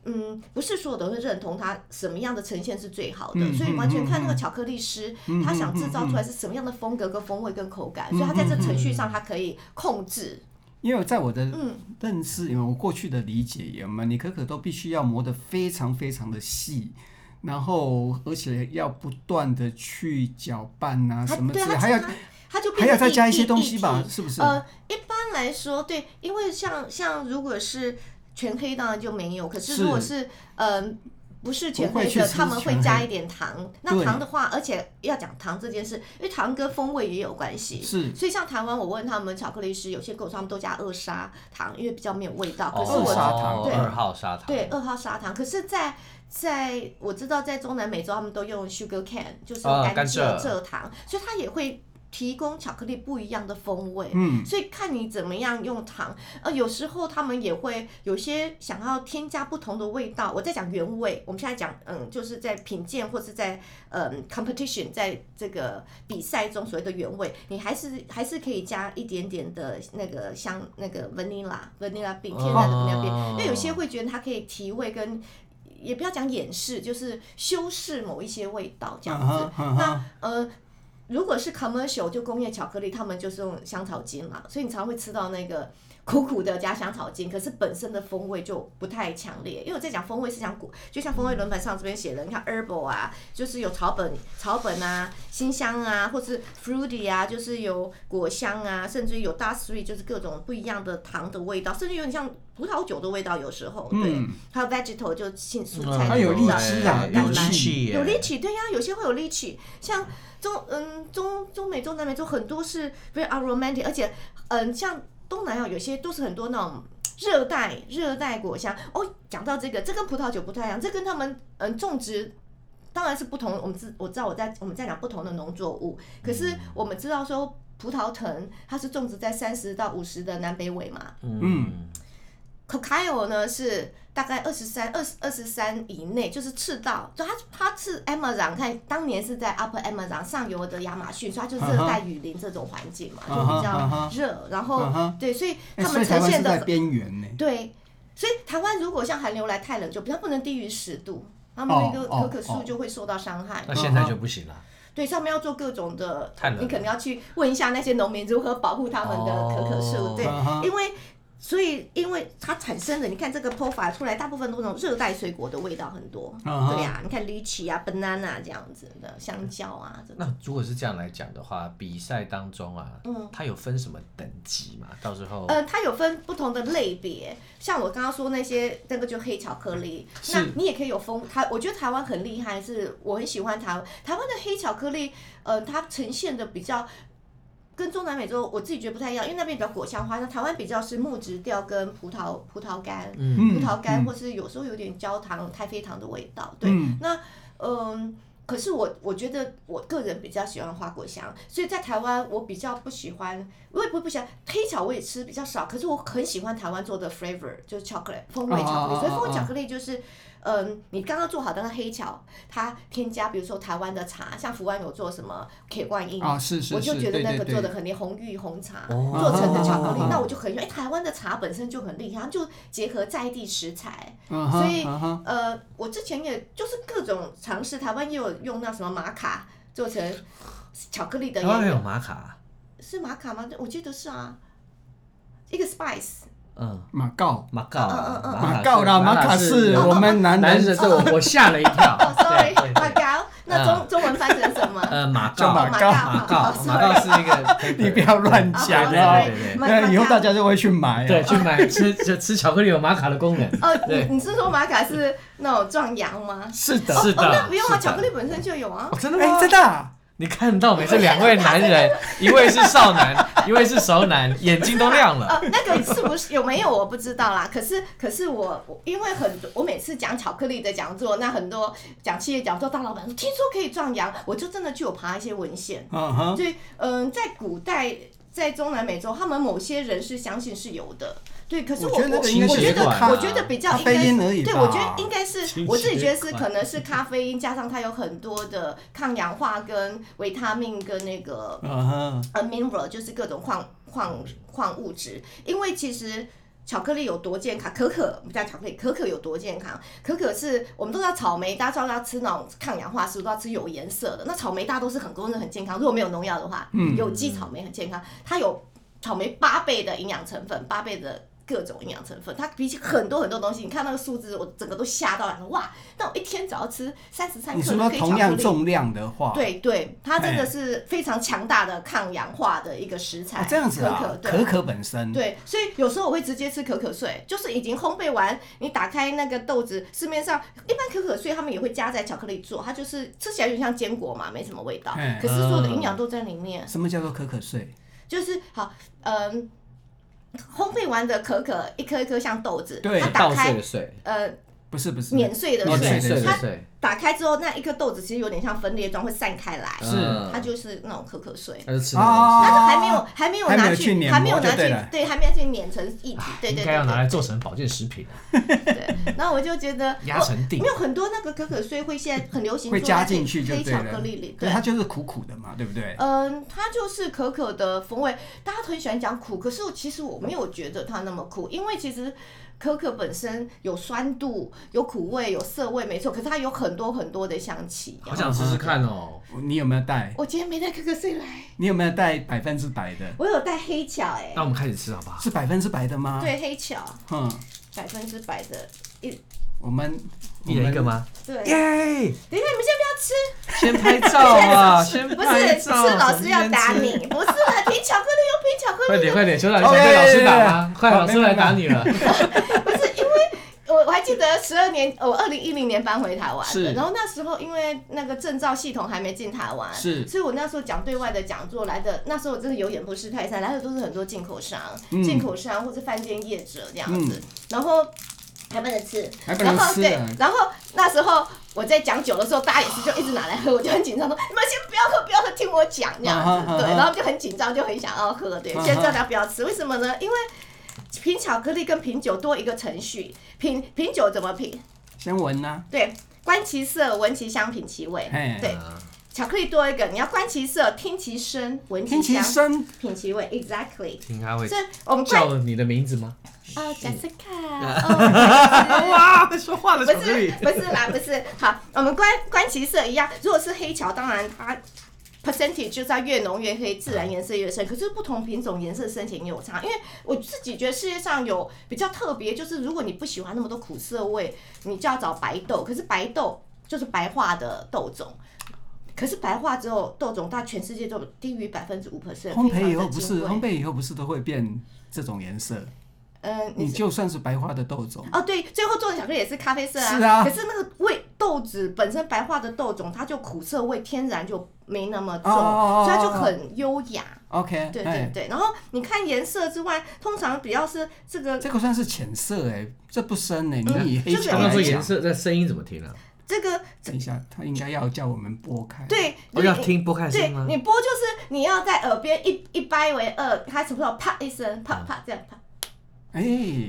B: 嗯，不是所有的会认同它什么样的呈现是最好的，
D: 嗯
B: 所以完全看那个
D: 嗯嗯
B: 巧克力师、他想制造出来是什么样的风格、跟风味、跟口感，
D: 嗯
B: 所以他在这程序上他可以控制。
D: 因为在我的
B: 嗯
D: 认识，因为我过去的理解也嘛，你可可都必须要磨得非常非常的细，然后而且要不断的去搅拌啊
B: 他
D: 什么之
B: 对
D: 类，
B: 他
D: 还要
B: 他他就变
D: 还要
B: 成
D: 再加
B: 一
D: 一些
B: 一
D: 东西吧
B: 一，体
D: 是不是？
B: 呃，一般来说，对，因为像像如果是全黑，当然就没有。可是
D: 是
B: 如果是嗯、呃不是全
D: 不会
B: 黑
D: 去
B: 的，
D: 吃
B: 他们会
D: 全
B: 加
D: 黑
B: 一点糖。那
D: 对
B: 糖的话，而且要讲糖这件事，因为糖跟风味也有关系。
D: 是
B: 所以像台湾，我问他们巧克力师，有些狗他们都加二砂糖，因为比较没有味道。可是
D: 哦
B: 我
D: 二砂糖
B: 对
C: 二号砂糖，
B: 对，二号砂糖。可是在，在我知道，在中南美洲他们都用 sugar cane，就是
C: 啊
B: 甘
C: 甘
B: 蔗
C: 蔗
B: 蔗糖，所以它也会提供巧克力不一样的风味。
D: 嗯，
B: 所以看你怎么样用糖，呃，有时候他们也会有些想要添加不同的味道。我在讲原味，我们现在讲，嗯，就是在品鉴或是在嗯 competition，在这个比赛中所谓的原味，你还是还是可以加一点点的那个香，那个 vanilla vanilla bean 天然的 vanilla bean，因为有些会觉得它可以提味跟。也不要讲掩饰，就是修饰某一些味道这样子。
D: 啊哈啊哈
B: 那呃，如果是 commercial 就工业巧克力，他们就是用香草精嘛，所以你常会吃到那个苦苦的加香草精，可是本身的风味就不太强烈。因为我在讲风味是讲果，就像风味轮盘上这边写的，你看 herbal 啊，就是有草本、草本啊、新香啊，或是 fruity 啊，就是有果香啊，甚至于有 d a s t r e e 就是各种不一样的糖的味道，甚至有点像葡萄酒的味道，有时候对。
D: 嗯
B: 还有 vegetal 就青
C: 嗯
B: 蔬菜的味道，
D: 还有荔枝啊
B: 橄
C: 有
B: 榄
C: 力气耶，
B: 有 l 气，对呀、有些会有 l 气，像中嗯中中美洲南美洲很多是 very aromatic，而且嗯像东南亚有些都是很多那种热带热带果香哦。讲到这个，这跟葡萄酒不太一样，这跟他们嗯种植。当然是不同，我们知我知道我在我们在讲不同的农作物，可是我们知道说葡萄藤它是种植在三十到五十的南北纬嘛，
C: 嗯，
B: Cacao 呢是大概二十三、二十二十三以内，就是赤道，就它它是 Amazon，看当年是在 Upper Amazon 上游的亚马逊，所以它就是热带雨林这种环境嘛，
D: 啊
B: 就
D: 哈
B: 比较热。然后、
D: 啊哈
B: 对，所以他
D: 哎所以
B: 们
D: 台
B: 呈
D: 湾是
B: 现
D: 在
B: 的
D: 边缘呢。
B: 对，所以台湾如果像寒流来太冷，就比它不能低于十度，他们那个
D: 哦
B: 可可
D: 哦
B: 树
D: 哦
B: 就会受到伤害。
C: 那现在就不行了。
B: 对，上面要做各种的
C: 太冷，了
B: 你可能要去问一下那些农民如何保护他们的可可树，
C: 哦
B: 对
D: 啊哈，
B: 因为所以因为它产生的，你看这个 p 法出来，大部分都是那种热带水果的味道很多，
D: 啊哈
B: 对呀、你看lychee 啊、banana 这样子的，香蕉啊这种。
C: 那如果是这样来讲的话，比赛当中啊，嗯，它有分什么等级嘛？到时
D: 哦
C: 候
B: 呃，它有分不同的类别，像我刚刚说那些，那个就黑巧克力。
D: 是
B: 那你也可以有风，台我觉得台湾很厉害，是我很喜欢台湾台湾的黑巧克力，呃，它呈现的比较。跟中南美洲我自己觉得不太一样，因为那边比较果香花，那台湾比较是木质调跟葡萄葡萄干，
D: 嗯
B: 葡萄干，
D: 嗯
B: 或是有时候有点焦糖、太妃糖的味道。对，
D: 嗯
B: 那嗯，可是我我觉得我个人比较喜欢花果香，所以在台湾我比较不喜欢，我也不不喜欢黑巧，我也吃比较少，可是我很喜欢台湾做的 flavor，就是 chocolate 风味巧克力，
D: 哦哦哦哦
B: 所以风味巧克力就是。嗯，你刚刚做好的那个黑巧，它添加比如说台湾的茶，像福安有做什么铁观音
D: 啊，是是是，
B: 我就觉得
D: 对
B: 那
D: 对
B: 个
D: 对
B: 做的很厉害，红玉红茶
C: 哦
B: 做成的巧克力
D: 啊啊啊啊，
B: 那我就很喜欢。哎，台湾的茶本身就很厉害，它就结合在地食材。
C: 啊
D: 嗯哼
B: 所以
D: 嗯哼
B: 呃，我之前也就是各种尝试，台湾也有用那什么玛卡做成巧克力的，
C: 台湾还
B: 也
C: 有
B: 有
C: 玛卡，
B: 是玛卡吗？我记得是啊，一 个 spice。
C: 嗯，
D: 马告
C: 马告啊，
B: 嗯嗯嗯
D: 马告啦，马卡是我们男
C: 男
D: 人
C: 人，对我我吓了一跳
B: 哦。，sorry，
C: 对对嗯
B: 马
C: 对
B: 嘎，那中中文翻成什 么？哦
C: 呃，马告，
D: 叫
C: 马
D: 马
B: 马
D: 告
B: 告
C: 告，
B: 哦
C: 马告是一个，
D: 你不要乱讲
C: 对
D: 啊
C: 对！对对
B: 马
D: 那以后
B: 马告
D: 大家就会去买啊。
C: 对，去买吃就吃巧克力有玛卡的功能。
B: 哦，你
C: 对，
B: 你是说玛卡是那种壮阳吗？
D: 是的，
C: 是
B: 哦，那
C: 的，
B: 不用
C: 是
B: 啊，
C: 的
B: 巧克力本身就有啊。
C: 哦真的吗
D: 哎，？真的啊。
C: 你看到没？这两位男 人，一位是少男，一位是熟男，眼睛都亮了。
B: 呃，那个是不是有没有我不知道啦。可是可是我我因为很多我每次讲巧克力的讲座，那很多讲企业讲座，大老板说听说可以壮阳，我就真的去有爬一些文献。
D: 嗯哼，
B: 所以嗯、在古代在中南美洲，他们某些人是相信是有的。对，可是我
D: 我觉得那个应该
B: 我
D: 是
B: 觉得
D: 血管啊
B: 我觉得比较应该
D: 咖啡因而
B: 是
D: 已吧
B: 对，我觉得应该是
C: 清
B: 我自己觉得
C: 血
B: 是
C: 管
B: 可能是咖啡因加上它有很多的抗氧化跟维他命跟那个
D: 嗯哼，
B: 呃 mineral 就是各种矿矿矿物质，因为其实。巧克力有多健康？可可不叫巧克力，可可有多健康？可可是我们都知道草莓，大家知道要吃那种抗氧化食物，都要吃有颜色的。那草莓大家都是很公认很健康，如果没有农药的话，
D: 嗯
B: 有机草莓很健康，它有草莓八倍的营养成分，八倍的各种营养成分，它比起很多很多东西，你看那个数字，我整个都吓到了。哇，那我一天只要吃三十三
D: 你
B: 克
D: 说
B: 就
D: 到
B: 可以巧
D: 同
B: 克
D: 样
B: 力。
D: 重量的话，
B: 对对，它真的
D: 哎
B: 是非常强大的抗氧化的一个食材。
D: 啊，这样子
B: 可
D: 啊
B: 可，对
D: 可可本身，
B: 对，所以有时候我会直接吃可可碎，就是已经烘焙完，你打开那个豆子，市面上一般可可碎他们也会加在巧克力做，它就是吃起来有点像坚果嘛，没什么味道
D: 哎，
B: 可是所有的营养都在里面。
D: 什么叫做可可碎？
B: 就是好，嗯，烘焙完的可可一颗一颗像豆子，
D: 对
B: 它打
C: 碎
B: 开
C: 的碎，
B: 呃
D: 不是不是
B: 免税的
D: 免税
C: 对
B: 税，
D: 对哦的对
C: 对
B: 它
C: 对，
B: 打开之后那一颗豆子其实有点像分裂状，会散开来，
C: 是
D: 嗯
B: 它就是那种可可税。
C: 那就吃
D: 啊
C: 那
B: 它就还没有，还没有
D: 还没
B: 拿
D: 有去碾
B: 还没有
D: 磨就
B: 拿
D: 对
B: 去
D: 了，
B: 对，还没有去碾成一体，对
C: 个
B: 对
C: 应
B: 对
C: 该要拿
B: 对
C: 来做成保健食品，啊
B: 对。然后我就觉得，
C: 压
B: 我
C: 成
B: 因
C: 定
B: 为。很多那个可可碎会现在很流 行
D: 会
B: 做
D: 加
B: 在黑
D: 进去就
B: 黑
D: 对
B: 巧
D: 了
B: 克力里，
D: 可
B: 对
D: 是，它就是苦苦的嘛，对不对？
B: 嗯，它就是可可的风味，大家都很喜欢讲苦，可是我其实我没有觉得它那么苦，因为其实可可本身有酸度、有苦味、有涩味，没错，可是它有很多很多的香气。
C: 好想试试看哦，
D: 你有没有带？
B: 我今天没带可可碎来，
D: 你有没有带百分之百的？
B: 我有带黑巧哎、
C: 那我们开始吃好不好？
D: 是百分之百的吗？，
B: 对黑巧，
D: 嗯，
B: 百分之百的，一
D: 我们
C: 一人一个？吗？
B: 对。
C: 耶！
B: 等一下，你们先不要吃，
A: 先拍照啊，先
B: 不
A: 拍
B: 是，
A: 照。
B: 是老师要打
A: 先吃
B: 你，
C: 哦
B: 不是啦，品巧克力有品巧克力
C: 快点快点，邱导，你
D: 哦
C: 想被
D: 哎
C: 老师打
D: 哎
C: 吗？快，
D: 好
C: 老师
D: 没
C: 来
D: 没
C: 打
D: 没
C: 你了。
B: 不是因为我我还记得十二年，我二零一零年搬回台湾
C: 是
B: 的，然后那时候因为那个证照系统还没进台湾，
D: 是
B: 所以我那时候讲对外的讲座来的，那时候我真的有点不识泰山，来的都是很多进口商、
D: 嗯
B: 进口商或是饭店业者这样子，
D: 嗯
B: 然后还不能吃，
D: 还不能
B: 然后
D: 吃
B: 对
D: 啊，
B: 然后那时候我在讲酒的时候，大家也是就一直拿来喝，我就很紧张说：“你们先不要喝，不要喝，听我讲这样
D: 啊哈啊
B: 子。”
D: 哈
B: 对，然后就很紧张，就很想要喝，对
D: 啊，哈
B: 先叫大家不要吃，为什么
D: 嗯
B: 呢？因为品巧克力跟品酒多一个程序，品品酒怎么品？
D: 先闻呐、
B: 对，观其色，闻其香，品其味
D: 嘿。
B: 对，巧克力多一个，你要观其色，听其声，闻
D: 听
B: 其
D: 其
B: 香，
D: 声，
B: 品其味，exactly。
C: 听他会
B: 所以我们观
C: 叫你的名字吗？
B: 哦，Jessica，哦，
C: 啊
A: 哇，说话了，巧
B: 不
A: 克
B: 是
A: 力。
B: 不是啦，不是。好，我们观观其色一样，如果是黑桥，当然它 percentage 就是要越浓越黑，自然颜色越深。可是不同品种颜色深浅也有差，因为我自己觉得世界上有比较特别，就是如果你不喜欢那么多苦涩味，你就要找白豆。可是白豆就是白化的豆种。可是白化之后，豆种它全世界都低于百分之五 percent。
D: 烘
B: 非
D: 焙
B: 常
D: 以后
B: 的
D: 不
B: 精
D: 是
B: 贵
D: 烘焙以后不是都会变这种颜色？
B: 嗯，
D: 你
B: 你
D: 就算是白花的豆种，
B: 哦，对，最后做的巧克力也是咖啡色啊。
D: 是啊
B: 可是那个味豆子本身白化的豆种，它就苦涩味天然就没那么重，
D: 哦哦哦哦
B: 所以它就很优雅。
D: OK，
B: 对对
D: 哎，
B: 对。然后你看颜色之外，通常比较是这个
D: 这个算是浅色哎、这不深哎、你以黑
B: 就是
C: 刚
D: 巧来
C: 刚说
D: 讲，
C: 颜色，那声音怎么听啊？
B: 这个
D: 等一下，他应该要叫我们拨开。，
B: 对，
C: 我
B: 你
C: 哦要听拨开声
B: 对
C: 音吗？
B: 你播就是你要在耳边一一掰为二，它什么时候啪一声，啪啪这样啪，
D: 哎、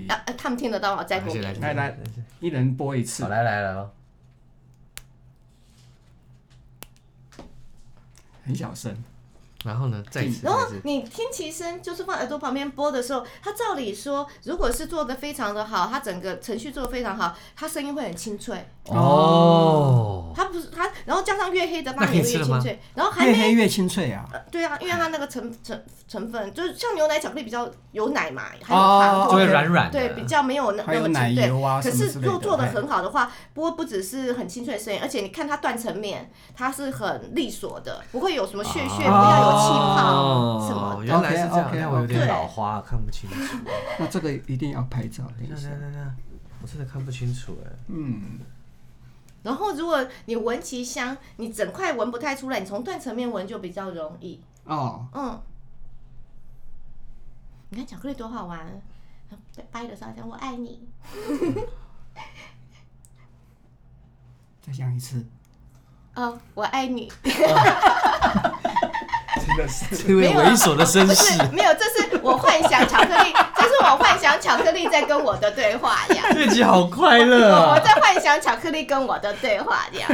B: 啊啊他们听得到吗？在播
C: 谢
B: 给
C: 谢
B: 你。
D: 来来，一人拨一次
C: 好，。来来来哦，
D: 很小声。
C: 然后呢，再一次，
B: 然后
C: 再一次
B: 你听其声，就是放耳朵旁边播的时候，它照理说，如果是做的非常的好，它整个程序做的非常好，它声音会很清脆。
C: 哦，
B: 它不是它，然后加上越黑的
C: 那
B: 它
C: 可以
B: 也越
C: 吃了吗
B: 清脆，然后还
D: 越
B: 没。
D: 黑越清脆啊！
B: 呃对啊，因为它那个成成成分就是像牛奶巧克力比较有奶嘛，还有
D: 哦
B: 糖，
C: 就会
B: 对
C: 软软的，
B: 对比较没有那
D: 还有
B: 那么
D: 奶
B: 清脆。
D: 油啊
B: 可
D: 什么之
B: 是
D: 类
B: 如
D: 的。
B: 果做的
D: 哎
B: 很好的话，不过不只是很清脆的声音，而且你看它断层面，它是很利索的，不会有什么屑
D: 哦
B: 屑，不要有气泡什么
C: 哦
B: 的。
C: 原来是这样，
D: OK，OK，
C: 但我有点
B: OK
C: 老花，看不清 楚。
D: 那这个一定要拍照，等
C: 等
D: 一
C: 一下
D: 下
C: 等。一下等一下，我真的看不清楚哎。
D: 嗯，
B: 然后如果你闻其香，你整块闻不太出来，你从断层面闻就比较容易。
D: 哦，
B: 嗯，你看巧克力多好玩，啊掰的时候讲我爱你，
D: 再讲一次。
B: 哦，我爱你，
D: 真的是，
C: 这位猥琐的绅
B: 不
C: 士
B: 是，没有，这是我幻想巧克力，这是我幻想巧克力在跟我的对话 呀，
C: 这集好快乐
B: 我我
C: 啊！
B: 在幻想巧克力跟我的对话这样。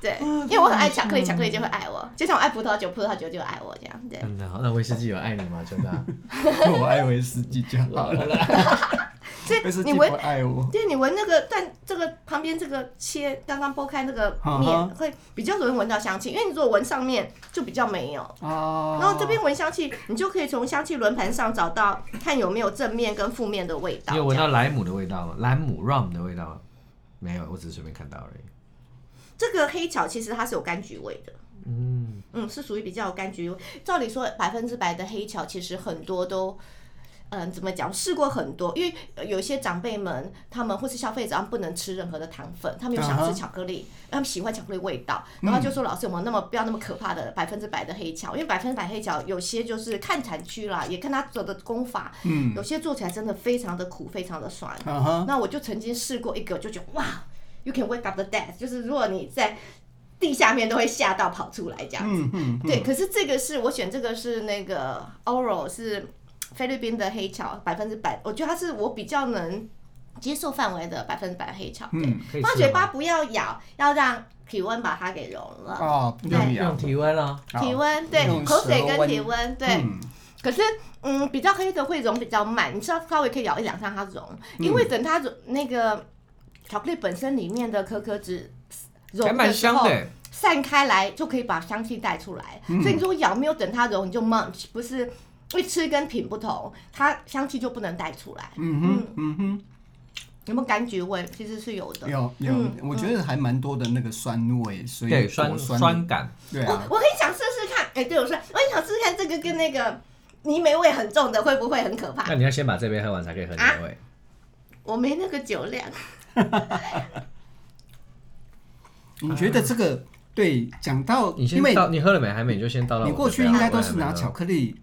B: 对，因为我很爱巧克力，巧克力就会爱我，就像我爱葡萄酒，葡萄酒就爱我这样。对，
C: 真的好，那威士忌有爱你吗，邱啊 大？
D: 我爱维斯基就好 了。
B: 所
D: 维斯
B: 以
D: 基
B: 你
D: 不
B: 闻
D: 爱我。
B: 对，你闻那个，但这个旁边这个切刚刚剥开那个
D: 啊哈
B: 面，会比较容易闻到香气，因为你如果闻上面就比较没有。
D: 哦。
B: 然后这边闻香气，你就可以从香气轮盘上找到看有没有正面跟负面的味道。
C: 你有
B: 这
C: 闻
B: 样
C: 到莱姆的味道吗？莱姆 rum 的味道吗？没有，我只是随便看到而已。
B: 这个黑巧其实它是有柑橘味的，
C: 嗯，
B: 嗯，是属于比较有柑橘味。照理说百分之百的黑巧其实很多都。嗯、怎么讲？试过很多，因为呃有一些长辈们，他们或是消费者，他们不能吃任何的糖分，他们又想
D: 啊哈嗯
B: 吃巧克力，他们喜欢巧克力味道，然后就说老师，我们那么不要那么可怕的百分之百的黑巧，因为百分之百黑巧有些就是看产区啦，也看他做的功法，
D: 嗯，
B: 有些做起来真的非常的苦，非常的酸。
D: 啊哈，
B: 那我就曾经试过一个，就觉得哇，you can wake up the dead，就是如果你在地下面都会吓到跑出来这样子。
D: 嗯嗯，
B: 对，可是这个是我选这个是那个 Oro 是菲律宾的黑巧，百分之百，我觉得它是我比较能接受范围的百分之百黑巧。对，
D: 嗯，
C: 可以吃
B: 放嘴
C: 吗
B: 巴不要咬，要让体温把它给融了。
D: 啊，不容易啊
C: 用，体温啊，
D: 好
B: 体温对
D: 用，
B: 口水
D: 舌
B: 跟
D: 温
B: 体温对。
D: 嗯
B: 可是，嗯，比较黑的会融比较慢，你稍稍微可以咬一两下它融，因为等它融那个巧克力本身里面的可可脂
A: 还
B: 融
A: 蛮
B: 的时
A: 香
B: 候
A: 的、欸，
B: 散开来，就可以把香气带出来。
D: 嗯
B: 所以你如果咬没有等它融，你就 munch，不是因为吃跟品不同，它香气就不能带出来。
D: 嗯哼嗯哼。
B: 有没有柑橘味？其实是有的。
D: 有有，
B: 嗯
D: 我觉得还蛮多的那个酸味，所以
C: 对，
D: 果
C: 酸
D: 酸
C: 酸感，
D: 对
B: 我
D: 啊，
B: 我很想试试看，哎、对我说，我很想试试看这个跟那个泥煤味很重的会不会很可怕？
D: 哎
C: 那你要先把这杯喝完才可以喝
B: 啊
C: 原味。
B: 我没那个酒量。
D: 你觉得这个对？讲到
C: 你
D: 因
C: 先
D: 为
C: 倒，你喝了没？还没，你就先倒到我啊
D: 你
C: 这杯啊。
D: 过去应该都是拿巧
C: 巧，
D: 克力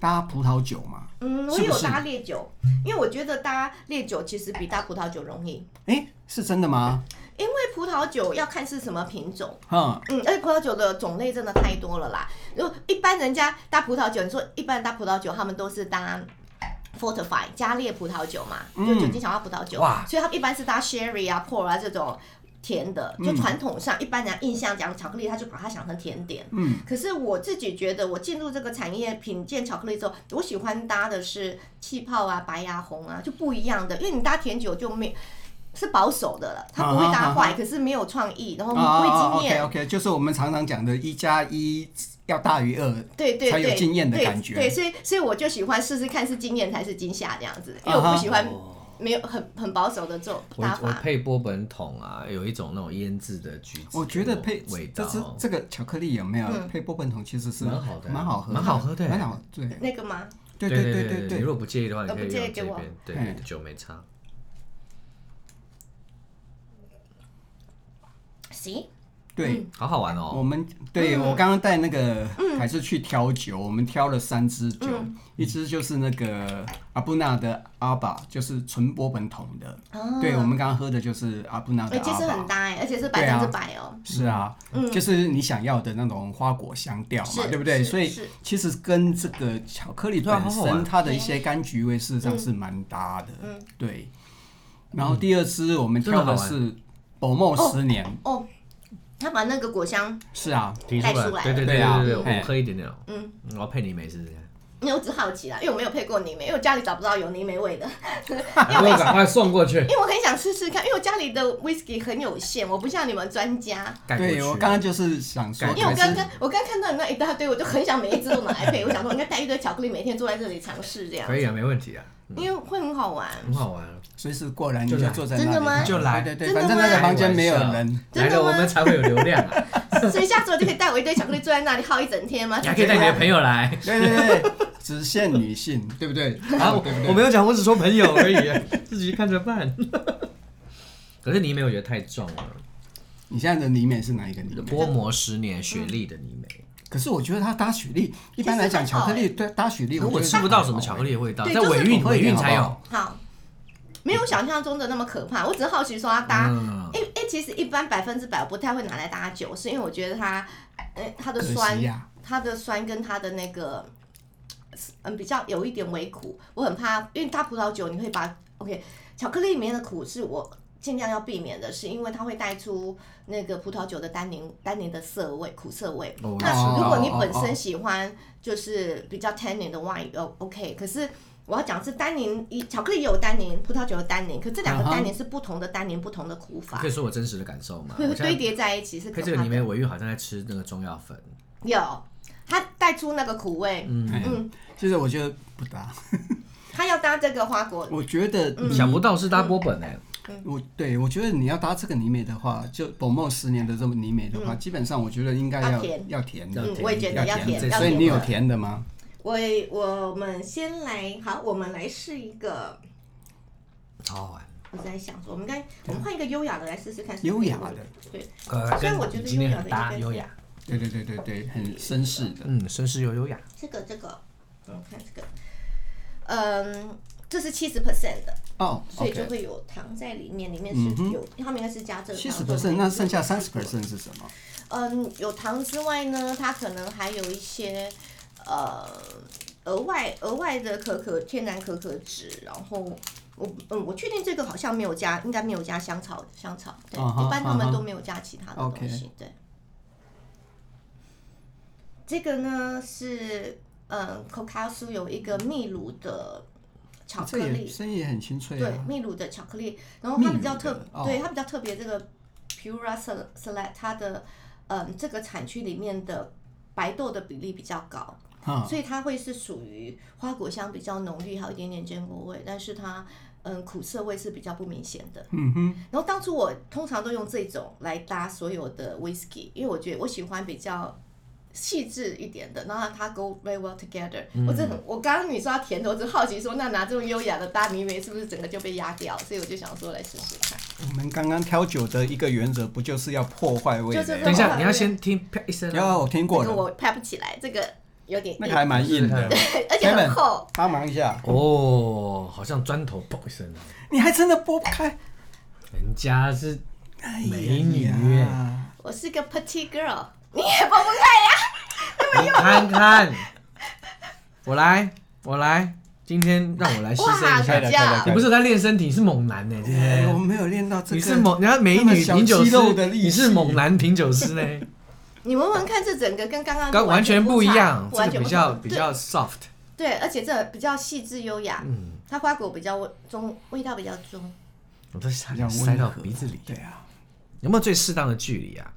D: 搭葡萄酒嘛，
B: 嗯，我
D: 是不
B: 有
D: 是
B: 搭烈酒，因为我觉得搭烈酒其实比搭葡萄酒容易，
D: 哎，是真的吗？
B: 因为葡萄酒要看是什么品种，
D: 哈，
B: 嗯，而且葡萄酒的种类真的太多了啦。如果一般人家搭葡萄酒，你说一般人搭葡萄酒，他们都是搭 fortify 加烈葡萄酒嘛，就酒精强化葡萄酒，
D: 嗯哇
B: 所以他们一般是搭 sherry 啊、pour 啊这种。甜的，
D: 嗯
B: 就传统上、一般人家印象讲巧克力，他就把它想成甜点。
D: 嗯，
B: 可是我自己觉得，我进入这个产业品鉴巧克力之后，我喜欢搭的是气泡啊、白牙红啊，就不一样的。因为你搭甜酒就没是保守的了，它不会
D: 啊哈
B: 搭
D: 啊
B: 坏，
D: 哈
B: 可是没有创意，然后
D: 啊
B: 不会经
D: ，OK
B: 验。
D: OK，就是我们常常讲的一加一要大于二，
B: 对对
D: 才有
B: 对，
D: 经验的
B: 对
D: 感觉
B: 对，所以所以我就喜欢试试看是经验还是惊吓这样子，因为
D: 啊
B: 我
D: 哈
B: 不喜欢没有很很保守的这种
C: 我
B: 搭
C: 我
B: 法。
C: 配波本桶啊，有一种那种腌制的橘子，
D: 我觉得配
C: 味
D: 这
C: 道哦
D: 这这个巧克力有没有
B: 嗯
D: 配波本桶其实是
C: 蛮好的
D: 蛮好喝的，
C: 蛮好喝的
D: 蛮好，对
B: 那个吗？
D: 对
C: 对
D: 对
C: 对你
D: 对
C: 如，果不介意的话，你
B: 呃
C: 可以
B: 不介意
C: 用这
B: 给我
C: 边，对，
D: 嗯
C: 你的酒没差。
B: 行，
D: 对。
C: 好好玩
D: 我
C: 哦，
D: 们对、
B: 嗯
D: 我刚刚带那个凯志去挑酒，我们挑了三支酒，
B: 嗯
D: 一支就是那个阿布纳的阿巴，就是纯波本桶的。
B: 啊
D: 对，我们刚刚喝的就是阿布纳的
B: 哎，其实
D: 阿
B: 很
D: 巴。
B: 搭哎，而且是
D: 对
B: 百
D: 啊
B: 分之百哦。
D: 是啊，就是你想要的那种花果香调嘛，
B: 是
D: 对不对？
B: 是
D: 所以
B: 是
D: 其实跟这个巧克力
C: 对啊好
D: 本
C: 好玩
D: 身它的一些柑橘味事实上是蛮搭的。
B: 嗯
D: 对。然后第二支我们
C: 真的
D: 挑的
C: 好玩
D: 是宝墨十年，
B: 哦，他把那个果香，
D: 是
A: 哦
D: 啊，
C: 提
B: 带出来
C: 对对对
D: 对啊
C: 对对对，
D: 嘿
C: 我喝一点点哦，
B: 嗯，
C: 我要配你美试试看。
B: 因为我只好奇啦，因为我没有配过泥煤，因为我家里找不到有泥煤味 的。
C: 哎我赶快送过去，
B: 因为我很想试试看，因为我家里的 whisky 很有限，我不像你们专家。
C: 盖过去
D: 对我刚刚就是想说，
C: 感觉
B: 因为我
D: 还
B: 刚
D: 是
B: 刚我刚看到你那一大堆，我就很想每一只都拿来配。我想说，我应该带一堆巧克力，每天坐在这里尝试这样
C: 可，以啊，没问题啊，
B: 因为会很好玩。
C: 很好玩啊。
D: 随时过来，你就坐在那里，
B: 真的吗
C: 就来
D: 对对对，
B: 真的
D: 反
B: 吗
D: 正那个房间没有人，
B: 真的
C: 来了，
B: 吗
C: 我们才会有流量啊！
B: 所以下次我就可以带我一堆巧克力坐在那里耗一整天吗？
C: 你还可以带你的朋友来
D: 对对对，只限女性，对不对？
C: 啊！
D: 对不
C: 我
D: 对？
C: 我没有讲，我只说朋友而已，自己看着办。 可是泥煤我觉得太重了，
D: 你现在的里面是哪一个里面？
C: 薄膜十年雪莉的泥煤，
D: 可是我觉得它搭雪莉，一般来讲
B: 其实还
D: 巧
B: 好
D: 克力对搭雪莉，
C: 可
D: 觉
C: 嗯我
D: 得
C: 吃不到什么巧克力的味道，
B: 对
C: 在
B: 就是
C: 尾韵
D: 我喝
C: 尾
D: 一点
C: 韵才
D: 好不
C: 有
D: 好。
B: 好，没有想象中的那么可怕。我只是好奇说它搭，
C: 嗯，
B: 哎哎，其实一般百分之百我不太会拿来搭酒，是因为我觉得它，哎，它的
D: 可惜
B: 酸
D: 呀
B: 它的酸跟它的那个，嗯，比较有一点微苦，我很怕，因为搭葡萄酒你会把 OK 巧克力里面的苦是我尽量要避免的，是因为它会带出那个葡萄酒的单宁单宁的涩味苦涩味。
C: 哦
B: 那如果你本
D: 哦哦哦
B: 身喜欢就是比较 tannin 的 wine，呃 OK，可是。我要讲是单宁，一巧克力也有单宁，葡萄酒有单宁，可这两个
D: 啊哈
B: 单宁是不同的单宁，不同的苦法
C: 可，以说我真实的感受吗？
B: 会
C: 我
B: 会
C: 现
B: 堆
C: 在
B: 叠在一起是可
C: 配这个
B: 怕
C: 泥煤
B: 的。
C: 尾韵好像在吃那个中药粉，
B: 有，它带出那个苦味，
D: 嗯，其实我觉得不搭，
B: 它要搭这个花果
D: 我觉得
B: 嗯
D: 你
C: 想不到是搭波本哎、
D: 我对我觉得你要搭这个泥美的话，就宝梦十年的这么泥美的话，基本上我觉得应
B: 嗯
D: 该
B: 要
D: 要
B: 甜
D: 要甜的
B: 嗯，我也觉得
D: 要
B: 要
D: 甜
B: 甜
D: 的，
B: 要
D: 所以
B: 甜
D: 你有
B: 的
D: 甜的吗？
B: 我我们先来，好，我们来试一个。
C: 好好玩。
B: 我在想说，我们该我们换一个优雅的来试试看。
A: 优雅的，
B: 对，
C: 呃，
B: 虽然
C: 跟
B: 我觉得
C: 今天
B: 优雅
C: 很
B: 的
C: 搭，
B: 应该
C: 优
B: 是
C: 雅。
A: 对对对对对，很绅士的。
C: 嗯，绅士又优雅。
B: 这个这个，我看这个，嗯，这是七十 percent 的，
A: 哦
B: 所以就
A: ，OK，
B: 会有糖在里面，里面
A: 嗯
B: 是
A: 哼
B: 有，他们应该是加这个
A: 七十
B: 糖
A: percent，那剩下三十
B: 分。
A: percent 是什么？
B: 嗯，有糖之外呢，它可能还有一些呃额外额外的可可天然可可脂，然后我嗯我确定这个好像没有加，应该没有加香草香草，对
A: 啊哈
B: 一般
A: 啊
B: 他们
A: 哈
B: 都没有加其他的东
A: OK
B: 西对。这个呢是嗯 c o c a s u 有一个秘鲁的巧克
A: 这也
B: 力，
A: 声音也很清脆
B: 对
A: 啊，。
B: 秘鲁的巧克力，然后它比较
A: 秘鲁的
B: 特，
A: 哦
B: 对它比较特别，这个 Pura Select 它的嗯这个产区里面的白豆的比例比较高，
A: 啊，
B: 所以它会是属于花果香比较浓郁，还有一点点坚果味，但是它嗯苦涩味是比较不明显的。
A: 嗯哼，
B: 然后当初我通常都用这种来搭所有的 whisky，因为我觉得我喜欢比较。细致一点的，然后它 go very well together、我
A: 嗯
B: 真的很，我刚刚你说要甜头，我只好奇说，那拿这种优雅的搭迷梅，是不是整个就被压掉？所以我就想说来试试看。
A: 我们刚刚挑酒的一个原则不就是要破坏味
B: 就是
A: 蕾？
C: 等一
B: 我
C: 下，
B: 很
C: 你要先听啪一声
A: 有
C: 啊。
A: 啊，我听
B: 这
A: 过
B: 个
A: 了，
B: 我拍不起来，这个有点硬，
A: 那个还蛮硬的。
B: 而且
A: Kevin
B: 很厚。
A: 帮忙 一下，
C: 哦，好像砖头砰一声啊。
A: 你还真的拨不开。
C: 人家是美女耶，
A: 哎呀
B: 我是个 petite girl，你也剥不开。
C: 你看 看，我来，我来，今天让我来牺牲
B: 哇，
C: 一下。
B: 这
A: 开了开了
B: 样
C: 你不是在练身体，你是猛男呢、今
A: 哎
C: 天
A: 我没有练到这个，
C: 你是猛，人家美女品酒
A: 那么小肌肉的
C: 师，
A: 力气
C: 你是猛男品酒师呢、
B: 你闻闻看，这整个跟刚刚
C: 跟完全不一样，
B: 完
C: 这个比
B: 全不
C: 较
B: 同
C: 比
B: 对
C: 较 soft。
B: 对，而且这比较细致优雅，
C: 嗯，
B: 它花果比较中，味道比较中。
C: 我都差
A: 比
C: 点
A: 较温和
C: 塞到鼻子里。
A: 对啊，
C: 有没有最适当的距离啊？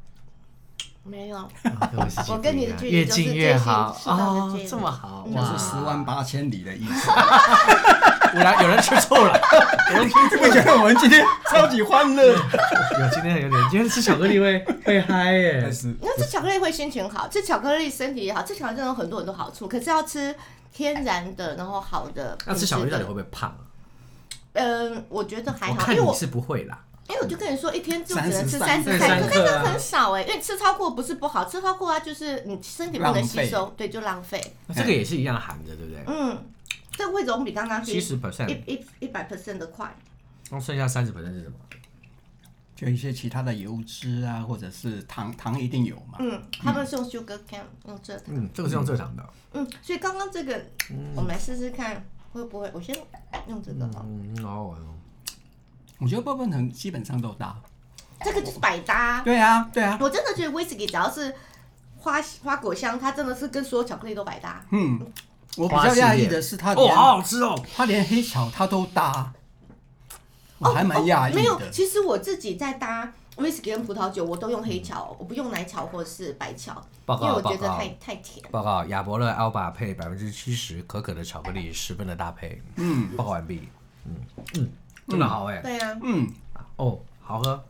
B: 没有，
C: 啊跟我自己
B: 我跟你的
C: 不一样
B: 距离
C: 越
B: 就是
C: 近
B: 最
C: 越
B: 适
C: 好
B: 适当的
C: 哦
B: 距，离嗯
C: 这么好
A: 就
C: 哇！
A: 是十万八千里的意思。
C: 有人有人吃醋了， 有人吃
A: 你不觉得我们今天超级欢乐？
C: 有今天有点，今天吃巧克力会会嗨耶
A: 但。是
B: 那这巧克力会心情好，这巧克力身体也好，这巧克力真的有很多很多好处。可是要吃天然的，然后好的。
C: 那吃巧克力到底会
B: 品
C: 不会胖啊？
B: 质的？嗯，我觉得还
C: 我
B: 好，
C: 看
B: 因为
C: 你
B: 我
C: 是不会啦。
B: 因为我就跟你说，一天就只能吃三
A: 33
B: 十三克，
C: 对
B: 这
C: 33
B: 样很少哎、因为吃超过不是不好，吃超过啊就是你身体不能吸收，对，就浪费。
C: 这个也是一样含着，对不对？
B: 嗯，这个味总比刚刚
C: 七
B: 是
C: 十 percent，
B: 一一一百 percent 的快。
C: 那剩下三十 percent 是什么？
A: 就一些其他的油脂啊，或者是糖，糖一定有
C: 啊
A: 嘛。
B: 嗯，他们是用 sugar cane 用蔗糖。
C: 嗯，这个是用蔗糖的。
B: 嗯，所以刚刚这个，我们来试试看会不会。我先用这个哦，
C: 嗯，好好玩哦。
A: 我觉得波本藤基本上都搭。
B: 这个就是百搭。
A: 对啊，对啊，
B: 我真的觉得威士忌只要是花花果香，它真的是跟所有巧克力都百搭。
A: 嗯，我比
C: 花
A: 较
C: 系列
A: 讶异的是它
C: 哦，
A: 连
C: 好好吃哦。
A: 它连黑巧它都搭，我还蛮
B: 哦
A: 讶异
B: 没有，
A: 的。
B: 其实我自己在搭威士忌跟葡萄酒，我都用黑巧，我不用奶巧或是白巧，
C: 报
B: 因
C: 告
B: 为我觉
C: 报
B: 得
C: 告
B: 太太甜。
C: 报告：亚伯乐 Alba 配百分之七十可可的巧克力，十分的搭配。
A: 嗯
C: 报告完毕。嗯嗯，真的好哎。
B: 对啊，
A: 嗯，
C: 哦，好喝，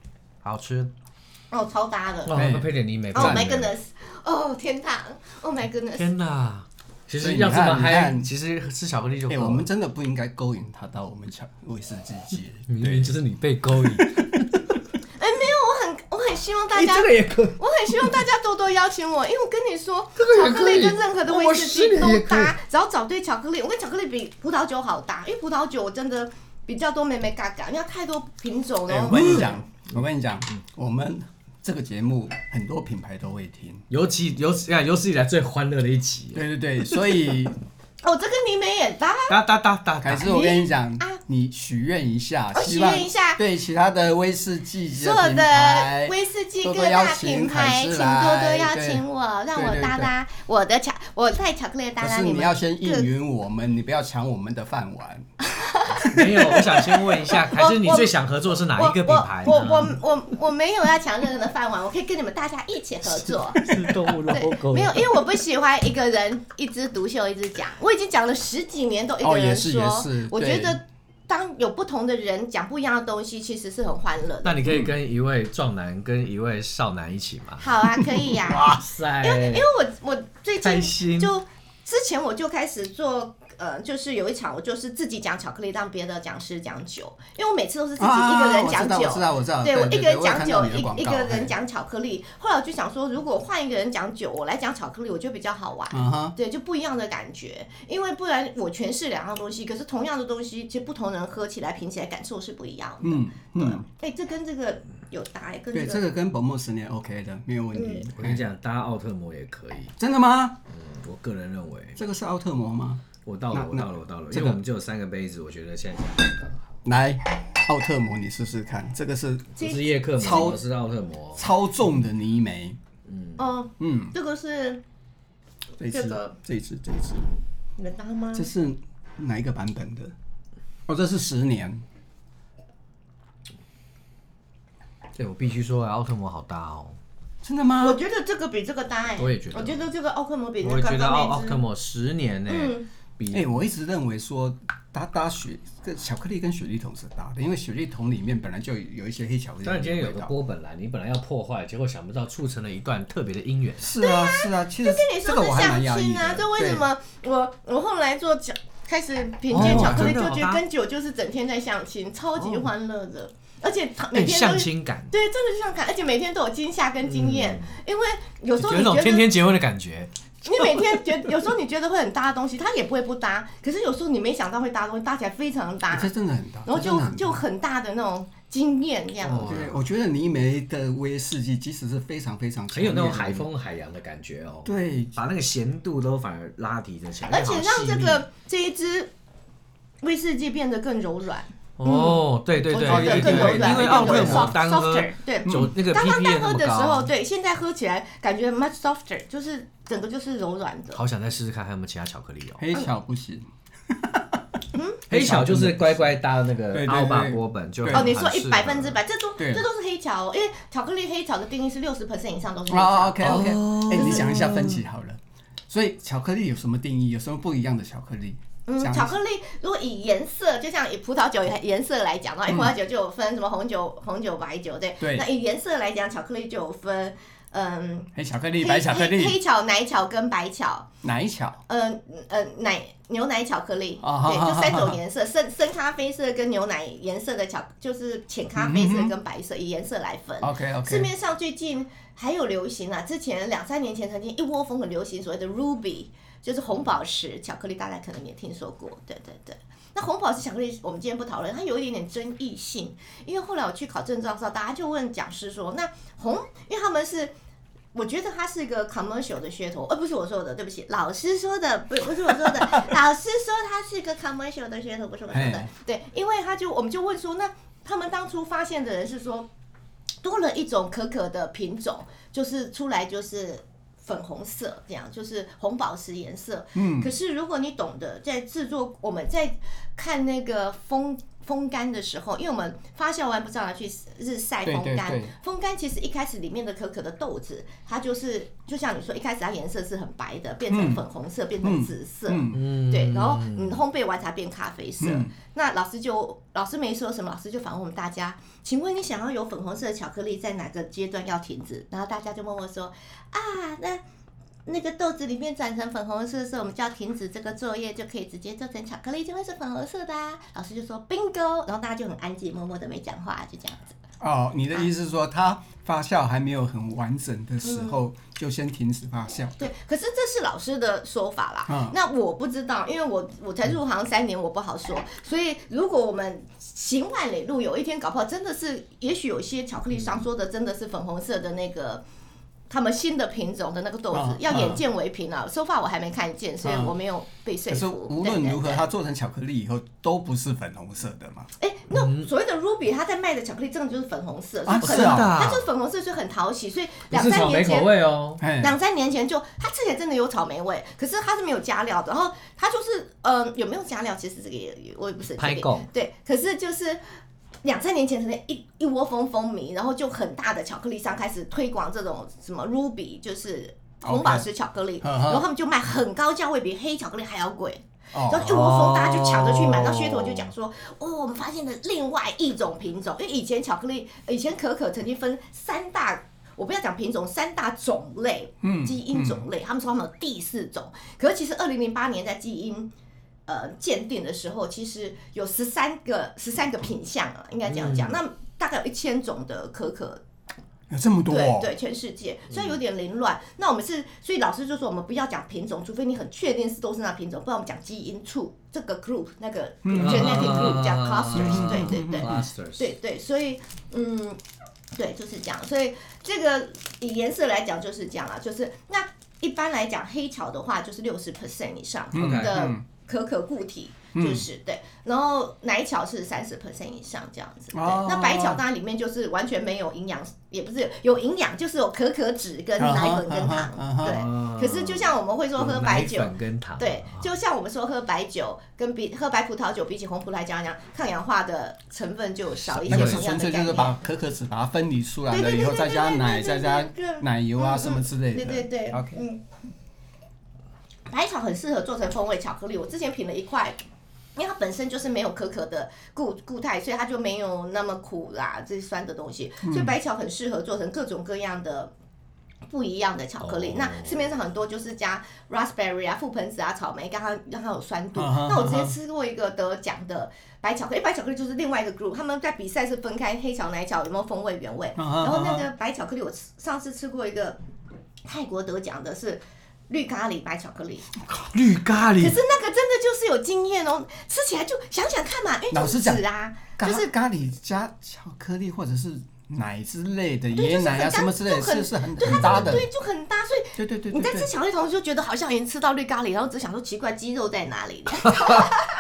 C: 好吃。
B: 哦，超搭的。
C: 哦，
A: 哎
C: 配点泥煤。
B: Oh
C: 配
B: my
C: 点泥煤
B: goodness！哦，天堂！Oh my goodness！
C: 天哪！其
A: 所
C: 实
A: 以
C: 要
A: 你
C: 这么
A: 看你
C: 嗨，
A: 看
C: 其实吃巧克力就够
A: 哎，
C: 了。
A: 我们真的不应该勾引他到我们巧威士忌界。
B: 嗯
C: 明明就是你被勾引，
B: 哎，没有，我很我很希望 大
C: 你
B: 家
C: 哎这个也可以。
B: 我很希望大家多多邀请我，因为我跟你说，
C: 这个也可以
B: 巧克力跟任何的威士忌
C: 我十年
B: 都
C: 也可以
B: 搭，只要找对巧克力，我跟巧克力比葡萄酒好搭，因为葡萄酒我真的比较多妹妹嘎嘎，因为它太多品种
A: 对，
B: 了
A: 哎我。跟你讲，我跟你讲，我们这个节目很多品牌都会听。
C: 尤其有史呀，有史以来最欢乐的一 集。
A: 对对对，所以
B: 哦，这跟泥煤也搭，
C: 哒哒哒哒哒，
A: 凯子，我跟你讲
B: 啊，
A: 你许愿一下，
B: 哦
A: 希望
B: 许愿一下
A: 对其他的威士忌
B: 所
A: 的
B: 有
A: 品
B: 的
A: 牌
B: 威士忌
A: 多
B: 各
A: 多邀
B: 大
A: 请
B: 品牌，
A: 凯
B: 请
A: 斯
B: 多多
A: 来
B: 邀
A: 对
B: 请我，让我
A: 对对
B: 搭搭我的巧，我带巧克力搭
A: 可
B: 搭
A: 是你
B: 们。
A: 要先
B: 各
A: 应允我们，你不要抢我们的饭碗。
C: 没有，我想先问一下，还是你
B: 我
C: 最想合作是哪
B: 我
C: 一个品牌呢？
B: 我我我我我没有要抢任何的饭碗，我可以跟你们大家一起合作。
C: 是动物
B: 对，没有，因为我不喜欢一个人一枝独秀一直讲，我已经讲了十几年都一个
A: 哦也
B: 人
A: 是
B: 说，
A: 也是
B: 我觉
A: 对
B: 得当有不同的人讲不一样的东西，其实是很欢乐的。
C: 那你可以跟一位壮男跟一位少男一起吗？
B: 好啊，可以呀、
C: 哇塞！
B: 因为因为我我最
C: 开心
B: 近就之前我就开始做，呃，就是有一场我就是自己讲巧克力，让别的讲师讲酒，因为我每次都是自己一个
C: 啊
B: 人讲酒，
D: 啊我知道，我知道，
B: 对我一个人讲酒，一一
D: 一
B: 个人，讲巧克力。后来我就想说，如果换一个人讲酒，我来讲巧克力，我觉得比较好玩。
D: 嗯哼，
B: 对，就不一样的感觉，因为不然我诠释两样东西，可是同样的东西，其实不同人喝起来、品起来感受是不一样的。
D: 嗯嗯，
B: 哎、这跟这个有搭、哎跟
D: 对，
B: 个
D: 这个跟本末十年 OK 的，没有问题。
B: 嗯
C: 我跟你讲，搭奥特摩也可以。
D: 真的吗？
C: 嗯我个人认为，
D: 这个是奥特摩吗？
C: 我到了，
D: 那
C: 我到了，我到了，
D: 这
C: 因
D: 个
C: 为我们就有三个杯子，我觉得现在这样刚好。
D: 来，奥特摩你试试看，这个是
C: 不是叶克膜，
D: 超
C: 我是奥特摩。
D: 超重的泥煤，
B: 哦，
D: 嗯，
B: 这个是
D: 这一
B: 这
D: 次
B: 个，
D: 这一次，这一次，
B: 你们搭吗
D: 这？是哪一个版本的？哦，这是十年，
C: 对，我必须说，奥特摩好搭哦。
D: 真的吗
B: 我？觉得这个比这个搭、哎
C: 我也觉得
B: 我觉得这个奥克摩比那
C: 我
B: 个
C: 也觉
B: 刚
C: 得奥奥
B: 刚那
C: 特
B: 只嗯
C: 摩十年呢，比
D: 哎、我一直认为说搭搭雪跟巧克力跟雪莉桶是搭的，因为雪莉桶里面本来就有一些黑巧克力的
C: 当
D: 味道。
C: 然，今天有个波本来，你本来要破坏，结果想不到促成了一段特别的姻缘。
D: 是啊，是啊，其实
B: 跟你
D: 这
B: 说
D: 个
B: 是
D: 我还
B: 相
D: 蛮压抑
B: 亲啊，
D: 的。
B: 就为什
D: 对？
B: 么我我后来做巧开始品鉴巧克力，
C: 哦真的
B: 就
C: 好
B: 觉得
C: 搭
B: 跟酒就是整天在相亲，超级欢乐的，而且每
C: 很哎
B: 天
C: 相
B: 都是
C: 亲感，
B: 对，真的就像看，而且每天都有惊吓跟惊艳，因为有时候
C: 有
B: 你
C: 一种
B: 觉
C: 天
B: 得。
C: 天结婚的感觉。
B: 你每天觉得有时候你觉得会很搭的东西，它也不会不搭。可是有时候你没想到会搭的东西，搭起来非常搭，
D: 这真的很搭。
B: 然后
D: 这
B: 就
D: 真的很搭
B: 就很大的那种惊艳这样子。
C: 哦
D: 对，我觉得泥煤的威士忌即使是非常非常强
C: 很有那种
D: 烈的
C: 海
D: 味道，
C: 风海洋的感觉哦，
D: 对，
C: 把那个咸度都反而拉提着起来，
B: 而且
C: 好
B: 让
C: 细
B: 这
C: 腻
B: 个这一支威士忌变得更柔软，
C: 哦，对对
B: 我
C: 对
B: 觉得
C: 对
B: 更柔
C: 对，
B: 软，
C: 因为奥特摩
B: soft-
C: 单喝
B: softer，对。
C: 酒那个
B: 刚刚
C: PP 也
B: 单
C: 那
B: 喝
C: 么
B: 的时候，
C: 高，
B: 对，现在喝起来感觉 much softer，就是整个就是柔软的。
C: 好想再试试看还有没有其他巧克力哦。
D: 黑巧不行。
B: 嗯
C: 黑巧就是乖乖搭那
D: 对对
C: 个
D: 对
C: 奥巴波本，就
D: 对
B: 哦，
C: 很
B: 你说
C: 很适
B: 一
C: 合
B: 百分之百，这都
D: 对
B: 这都是黑巧哦，因为巧克力黑巧的定义是六十 percent 以上都是黑
C: 哦
D: 啊
B: 巧。哦
D: ，OK OK，哎，你想一下分歧好了。所以巧克力有什么定义？有什么不一样的巧克力？
B: 嗯，
D: 讲
B: 巧克力如果以颜色，就像以葡萄酒颜色来讲的话，
C: 嗯
B: 因为葡萄酒就有分什么红酒、红酒、白酒，对。
D: 对
B: 那以颜色来讲，巧克力就有分，嗯，
D: 黑巧克
B: 黑
D: 力、白巧克
B: 黑
D: 力、
B: 黑巧、奶巧跟白巧。
D: 奶巧。
B: 呃呃奶牛奶巧克力，
D: 哦好
B: 对，
D: 好
B: 就
D: 好
B: 三
D: 好
B: 种
D: 好
B: 颜色，深深咖啡色跟牛奶颜色的巧，就是浅咖啡色跟白色，以颜色来分。
D: OK
B: 市
D: OK，
B: 面上最近还有流行啊，之前两三年前曾经一窝蜂很流行所谓的 ruby，就是红宝石巧克力，大家可能也听说过。对对对，那红宝石巧克力我们今天不讨论，它有一点点争议性，因为后来我去考证照的时候，大家就问讲师说，那红，因为他们是。我觉得它是一个 commercial 的噱头，呃，不是我说的，对不起，老师说的，不不是我说的，老师说它是一个 commercial 的噱头，不是我说的
D: 哎，
B: 对，因为他就我们就问说，那他们当初发现的人是说，多了一种可可的品种，就是出来就是粉红色，这样就是红宝石颜色。嗯，可是如果你懂得在制作，我们在看那个风风干的时候，因为我们发酵完不知道拿去日晒
D: 对
B: 风
D: 对
B: 干，
D: 对
B: 风干其实一开始里面的可可的豆子，它就是就像你说，一开始它颜色是很白的，变成粉红色，变成紫色。
D: 嗯
C: 嗯
B: 对，然后你烘焙完才变咖啡色。那老师就老师没说什么，老师就反问我们大家：“请问你想要有粉红色的巧克力，在哪个阶段要停止？”然后大家就默默说：“啊，那那个豆子里面转成粉红色的时候，我们就要停止这个作业，就可以直接做成巧克力，就会是粉红色的、啊。”老师就说：“bingo。”然后大家就很安静，默默的没讲话，就这样子。
D: 哦，你的意思是说它发酵还没有很完整的时
B: 嗯
D: 候，就先停止发酵？
B: 对，可是这是老师的说法啦。
D: 嗯
B: 那我不知道，因为我我才入行三年，我不好说。所以如果我们行万里路，有一天搞不好真的是，也许有些巧克力上说的真的是粉红色的那个。他们新的品种的那个豆子、
D: 嗯
B: 要眼见为凭啊，说、法我还没看见，所以
D: 嗯
B: 我没有被说
D: 可是
B: 服。
D: 无
B: 对
D: 论如何，
B: 对
D: 它做成巧克力以后都不是粉红色的嘛。
B: 哎、那所谓的 Ruby，它在卖的巧克力真的就是粉红色，
D: 嗯啊
B: 所以
D: 是
B: 很
D: 啊
B: 它就是粉红色，所以很讨喜，所以
C: 不
B: 两
C: 是
B: 三
C: 草莓
B: 年前
C: 口味哦，
D: 哎，
B: 两三年前就它吃起来真的有草莓味，可是它是没有加料的。然后它就是嗯、呃有没有加料，其实这个也也我也不是很确
C: 拍
B: 定。
C: 够。
B: 对，可是就是两三年前，可能一一窝蜂风靡，然后就很大的巧克力商开始推广这种什么 Ruby，就是红宝石巧克力
D: OK 嗯哼
B: 然后他们就卖很高价位，比黑巧克力还要贵。然
D: 哦
B: 后一窝蜂大家就抢着去
C: 哦
B: 买，那噱头就讲说，哦，我们发现了另外一种品种，因为以前巧克力，以前可可曾经分三大。我不要讲品种，三大种类，基因种类，他们说他们有第四种。可是其实二零零八年在基因呃鉴定的时候，其实有十三个十三个品相啊，应该这样讲。那大概有一千种的可可
D: 有这么多、哦，
B: 对对，全世界虽然有点凌乱，那我们是，所以老师就说我们不要讲品种，除非你很确定是都是那品种，不然我们讲基因处这个 group 那个
C: 嗯
B: genetic group 叫 clusters，对对对
C: ，clusters，
B: 对对，所以嗯，对，就是这样。所以这个以颜色来讲就是这样啊，就是那一般来讲黑巧的话就是六十 percent 以上
C: 嗯
B: 的可可固体。
D: 嗯
B: 就是对，然后奶巧是三十 percent 以上这样子，对。
D: 哦
B: 那白巧当然里面就是完全没有营养，也不是有营养，就是有可可脂跟奶粉跟糖，
D: 啊哈啊哈
B: 对。
C: 啊
B: 可是就像我们会说喝白酒
C: 哦有奶，粉跟
D: 啊
C: 糖，
B: 对，就像我们说喝白酒跟比喝白葡萄酒比起红葡萄来讲，讲抗氧化的成分就少一些，
D: 那
B: 同
D: 个是
B: 样
D: 纯
B: 的
D: 粹
B: 概
D: 就是
B: 念。
D: 把可可脂把它分离出来
B: 对
D: 了
B: 对对
D: 以后，
B: 对
D: 再加
B: 对对
D: 奶，
B: 对
D: 再加
B: 对对
D: 奶油啊
B: 嗯
D: 什么之类的。
B: 对对对
D: OK
B: 嗯，白巧很适合做成风味巧克力。我之前品了一块，因为它本身就是没有可可的固固态，所以它就没有那么苦啦，这些酸的东西，
D: 嗯
B: 所以白巧很适合做成各种各样的。不一样的巧克力
C: 哦
B: 那市面上很多就是加 raspberry 啊、覆盆子啊、草莓，让它让它有酸度。
D: 啊哈
B: 那我之
D: 啊
B: 前
D: 哈
B: 吃过一个得奖的白巧克力，白巧克力就是另外一个 group，他们在比赛是分开黑巧、奶巧有没有风味原味。
D: 啊哈
B: 然后
D: 啊
B: 那
D: 哈
B: 个白巧克力，我吃上次吃过一个泰国得奖的是绿咖喱白巧克力，
D: 绿咖
B: 可
D: 喱
B: 是，那个真的就是有经验哦，吃起来就想想看嘛，因为
D: 老
B: 就
D: 实
B: 是
D: 讲
B: 籽啊，
D: 咖
B: 就是
D: 咖喱加巧克力或者是奶之类的，
B: 对
D: 椰
B: 就是
D: 奶啊
B: 很搭
D: 什么之类的，
B: 就很
D: 是是很
B: 对它
D: 很搭
B: 真
D: 的。
B: 对就很搭，所以
D: 对对对
B: 你
D: 对
B: 在吃
D: 对。
B: 巧克力同时就觉得好像已经吃到绿咖喱，然后只想说奇怪鸡肉在哪里，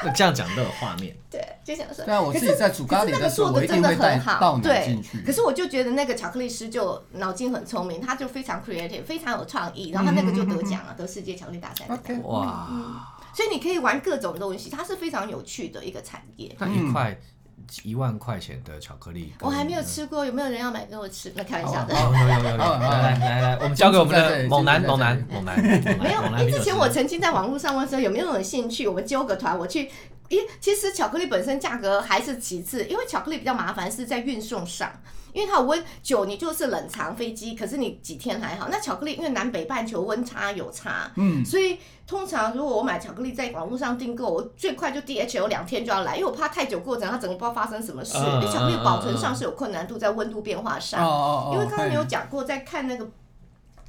C: 那这样讲都有画面，
B: 对，就想说
D: 对啊，
B: 可
D: 我自
B: 是
D: 己在煮
B: 可
D: 咖喱
B: 是那个
D: 时
B: 做
D: 候，我
B: 的
D: 一
B: 真
D: 定
B: 的
D: 会带
B: 很好，
D: 倒奶进
B: 对
D: 去。。
B: 可是我就觉得那个巧克力师就脑筋很聪明，他就非常 creative，非常有创意，然后他那个就得奖了，得世界巧克力大赛的奖。
D: 嗯 OK，
C: 哇，
B: 所以你可以玩各种东西，它是非常有趣的一个产业。
C: 那一块一万块钱的巧克力，
B: 我还没有。吃过，有没有人要买给我吃？那开玩
D: 啊
B: 笑的。
C: 有有有有，
D: 好好
C: 来来来来，我们交给我们
D: 这
C: 的
D: 里
C: 猛男
D: 这里
C: 猛男
D: 这
C: 猛男，猛男
B: 没有
C: 猛，男
B: 因
C: 比较
B: 为之前
C: 吃
B: 我曾经在网络上问说有没有人兴趣，我们揪个团，我去。因其实巧克力本身价格还是其次，因为巧克力比较麻烦是在运送上，因为它有温久你就是冷藏飞机，可是你几天还好。那巧克力因为南北半球温差有差，嗯，所以通常如果我买巧克力在网络上订购，我最快就 DHL 两天就要来，因为我怕太久过程它整个不知道发生什么事，
C: 嗯
B: 因为巧克力
C: 嗯
B: 保存上
C: 嗯
B: 是有困难度，在温度变化上。
D: 哦哦哦，
B: 因为刚
D: 会
B: 刚你有讲过，在看那个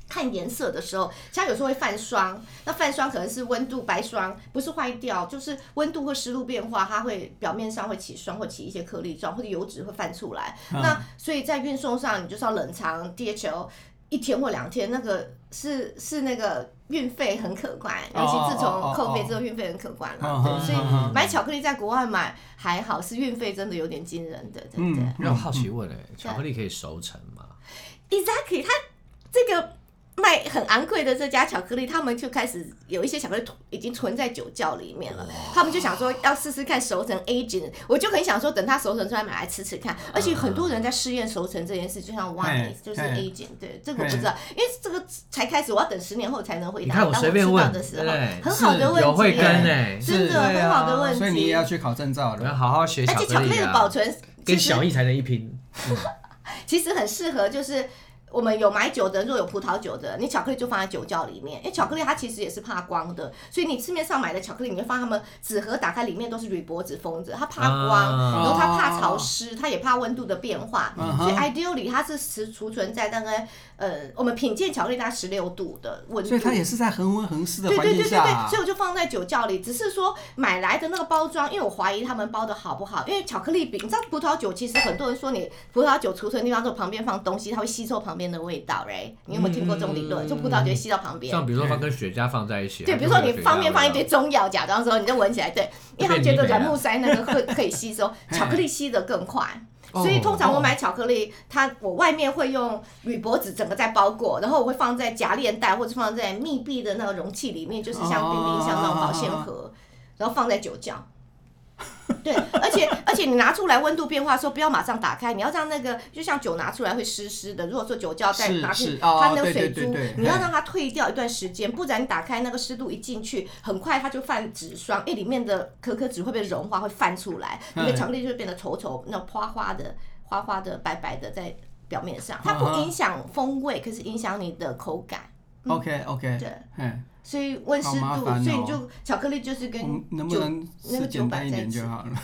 B: 看颜色的时候，它有时候会泛霜，那泛霜可能是温度白霜，不是坏掉，就是温度或湿度变化，它会表面上会起霜，或起一些颗粒状，或者油脂会泛出来。
D: 嗯
B: 那所以在运送上，你就是要冷藏 DHL 一天或两天，那个是是那个运费很可观，尤其自
D: 哦
B: 从
D: 哦哦
B: 扣费之后，运费很可观
D: 嗯
B: 了。对，所
D: 嗯嗯
B: 以买巧克力在国外买还好，是运费真的有点惊人的，对不对？
D: 嗯
C: 那我好奇问哎，巧克力可以熟成吗？
B: Exactly，它这个卖很昂贵的这家巧克力，他们就开始有一些巧克力已经存在酒窖里面了。他们就想说要试试看熟成 aging，我就很想说等它熟成出来买来吃吃看。而且很多人在试验熟成这件事，就像 wine
D: 哎
B: 就是
D: 哎
B: aging，对这个我不知道，因为这个才开始，我要等十年后才能回
C: 你
B: 答。
C: 看
B: 当
C: 随便
B: 知道
C: 问，
B: 的时
C: 对
B: 候
C: 不对，
B: 很好
C: 是
B: 的问题耶，欸
C: 有慧根哎，
B: 真
C: 是
B: 的很好的问
D: 所以你
B: 题
D: 也。要去考证照
C: 我要
D: 了。
C: 好好学巧
B: 而
C: 克力、
B: 且
C: 啊、
B: 巧克力的保存其
C: 跟
B: 实
C: 小易才能一拼。
B: 其实很适合，就是我们有买酒的人，若有葡萄酒的人，你巧克力就放在酒窖里面，因为巧克力它其实也是怕光的，所以你市面上买的巧克力，你会发现它们纸盒打开里面都是铝箔纸封着，它怕光，
C: 啊
B: 然后它怕潮湿，它也怕温度的变化，
D: 嗯
B: 所以 ideally 它是储储存在大概呃我们品鉴巧克力大概十六度的温度，
D: 所以它也是在恒温恒湿的
B: 对
D: 环
B: 对
D: 境
B: 对对
D: 下
B: 对，
D: 啊
B: 所以。我就放在酒窖里。只是说买来的那个包装，因为我怀疑他们包的好不好，因为巧克力饼，你知道葡萄酒其实很多人说你葡萄酒储存的地方，就旁边放东西，它会吸收旁边的味道，right？你有没有听过这种理
D: 嗯
B: 论？就葡萄酒会吸到旁边。
C: 像比如说放跟雪茄放在一起，
B: 对，
C: 它
B: 比
C: 就
B: 如说
C: 会有雪
B: 你
C: 茄
B: 方便放一堆
C: 味道，
B: 中药，假装说你就闻起来，对，因为他们觉得软木塞那个 会可以吸收，巧克力吸得更快。
D: 哦
B: 所以通常我买巧克力，它我外面会用铝箔纸整个再包裹，然后我会放在夹链袋或者放在密闭的那个容器里面，就是像冰冰箱那种保鲜
D: 哦
B: 盒，然后放在酒窖。对，而且而且你拿出来温度变化的时候，不要马上打开，你要让那个就像酒拿出来会湿湿的。如果说酒窖再
D: 是
B: 拿去
D: 是，哦
B: 它那个
D: 对
B: 水
D: 对
B: 珠
D: 对对，
B: 你要
D: 嘿
B: 让它退掉一段时间，不然你打开那个湿度一进去，很快它就泛纸霜，哎，里面的可可脂会被融化，会泛出来，那个
D: 嗯
B: 巧克力就会变得稠稠，那种花花的、花花的、白白的在。表面上，它
D: 嗯
B: 不影响风味，可是影响你的口感。
D: OK OK，
B: 对，
D: 嗯，
B: 所以温湿
D: 好麻
B: 度，
D: 烦哦
B: 所以你就巧克力就是
D: 我们
B: 跟
D: 能不能
B: 那
D: 是
B: 个酒
D: 简单
B: 摆
D: 一
B: 在
D: 点
B: 一起
D: 就。好了？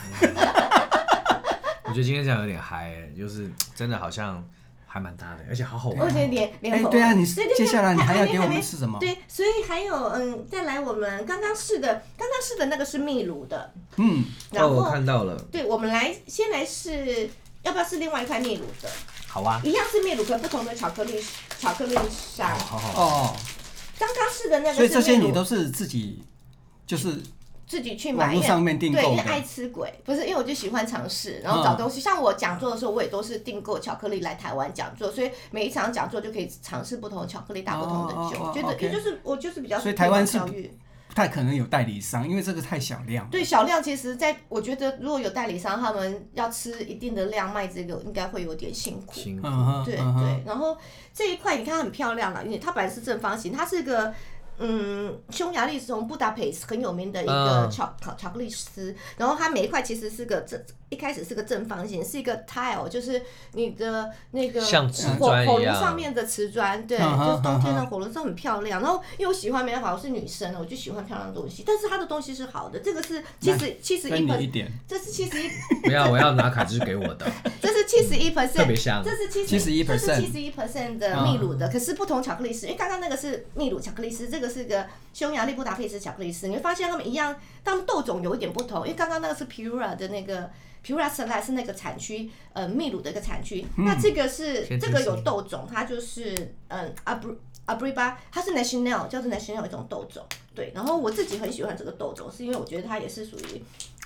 C: 我觉得今天这样有点嗨、欸就是真的好像还蛮搭的，而且好好
B: 我
C: 玩
B: 觉。得哦脸
D: 哎
B: 脸红。，
D: 对啊，你
B: 对对对
D: 接下来你还要给我
B: 还
D: 们
B: 没
D: 吃什么？
B: 对，所以还有嗯，再来我们刚刚试的，刚刚试的那个是秘鲁的，
D: 嗯，
B: 然后、
C: 哦我看到了，
B: 对，我们来先来试，要不要试另外一块秘鲁的？
C: 好啊，
B: 一样是秘鲁，可不同的巧克力巧克力沙
C: 好。好好，
D: 哦，
B: 刚刚试的那个是秘
D: 所以
B: 鲁，
D: 这些你都是自己，就是
B: 自己去买
D: 网络上面订
B: 对，因
D: 购
B: 为爱
D: 的。嗯
B: 吃鬼，不是因为我就喜欢尝试，然后找东西。像我讲座的时候，我也都是订购巧克力来台湾讲座，所以每一场讲座就可以尝试不同的巧克力搭不同的酒，
D: 哦哦哦
B: 觉得
D: OK
B: 也就是我就是比较
D: 所以台湾是
B: 地方教育。
D: 不太可能有代理商，因为这个太小量。
B: 对小量，其实在我觉得如果有代理商，他们要吃一定的量卖这个，应该会有点辛苦。
C: 辛苦。
D: 嗯哼，
B: 对
D: 嗯哼
B: 对，然后这一块你看它很漂亮了，因为它本来是正方形，它是个嗯匈牙利从布达佩斯很有名的一个
C: 嗯
B: 巧巧巧克力丝，然后它每一块其实是个正一开始是个正方形，是一个 tile，就是你的那个
C: 像瓷
B: 火
C: 砖一
B: 火炉
C: 样
B: 上面的瓷砖，对，
D: 嗯哼
B: 就是冬天
D: 嗯
B: 的火炉上很漂亮。然后因为我喜欢没办法，我是女生，啊我就喜欢漂亮的东西，但是它的东西是好的，这个是七十七十一
D: 分你一
B: percent，
D: 点，
B: 这是七十一
C: 不要，我要拿卡芝给我的，
B: 这是七十一 percent，
C: 特别香
B: 这是七
D: 71%
B: 这是七十一 percent 嗯的秘鲁的，可是不同巧克力丝，因为刚刚那个是秘鲁巧克力丝，这个是个匈牙利布达佩斯巧克力丝，你会发现它们一样，它们豆种有一点不同，因为刚刚那个是 Pura 的那个。Pura s e l a 是那个产区，呃，秘鲁的一个产区。那这个是
C: 先
B: 这个
C: 进
B: 有
C: 行
B: 豆种，它就是嗯，Abr Abriba，它是 National 叫做 National 一种豆种。对，然后我自己很喜欢这个豆种，是因为我觉得它也是属于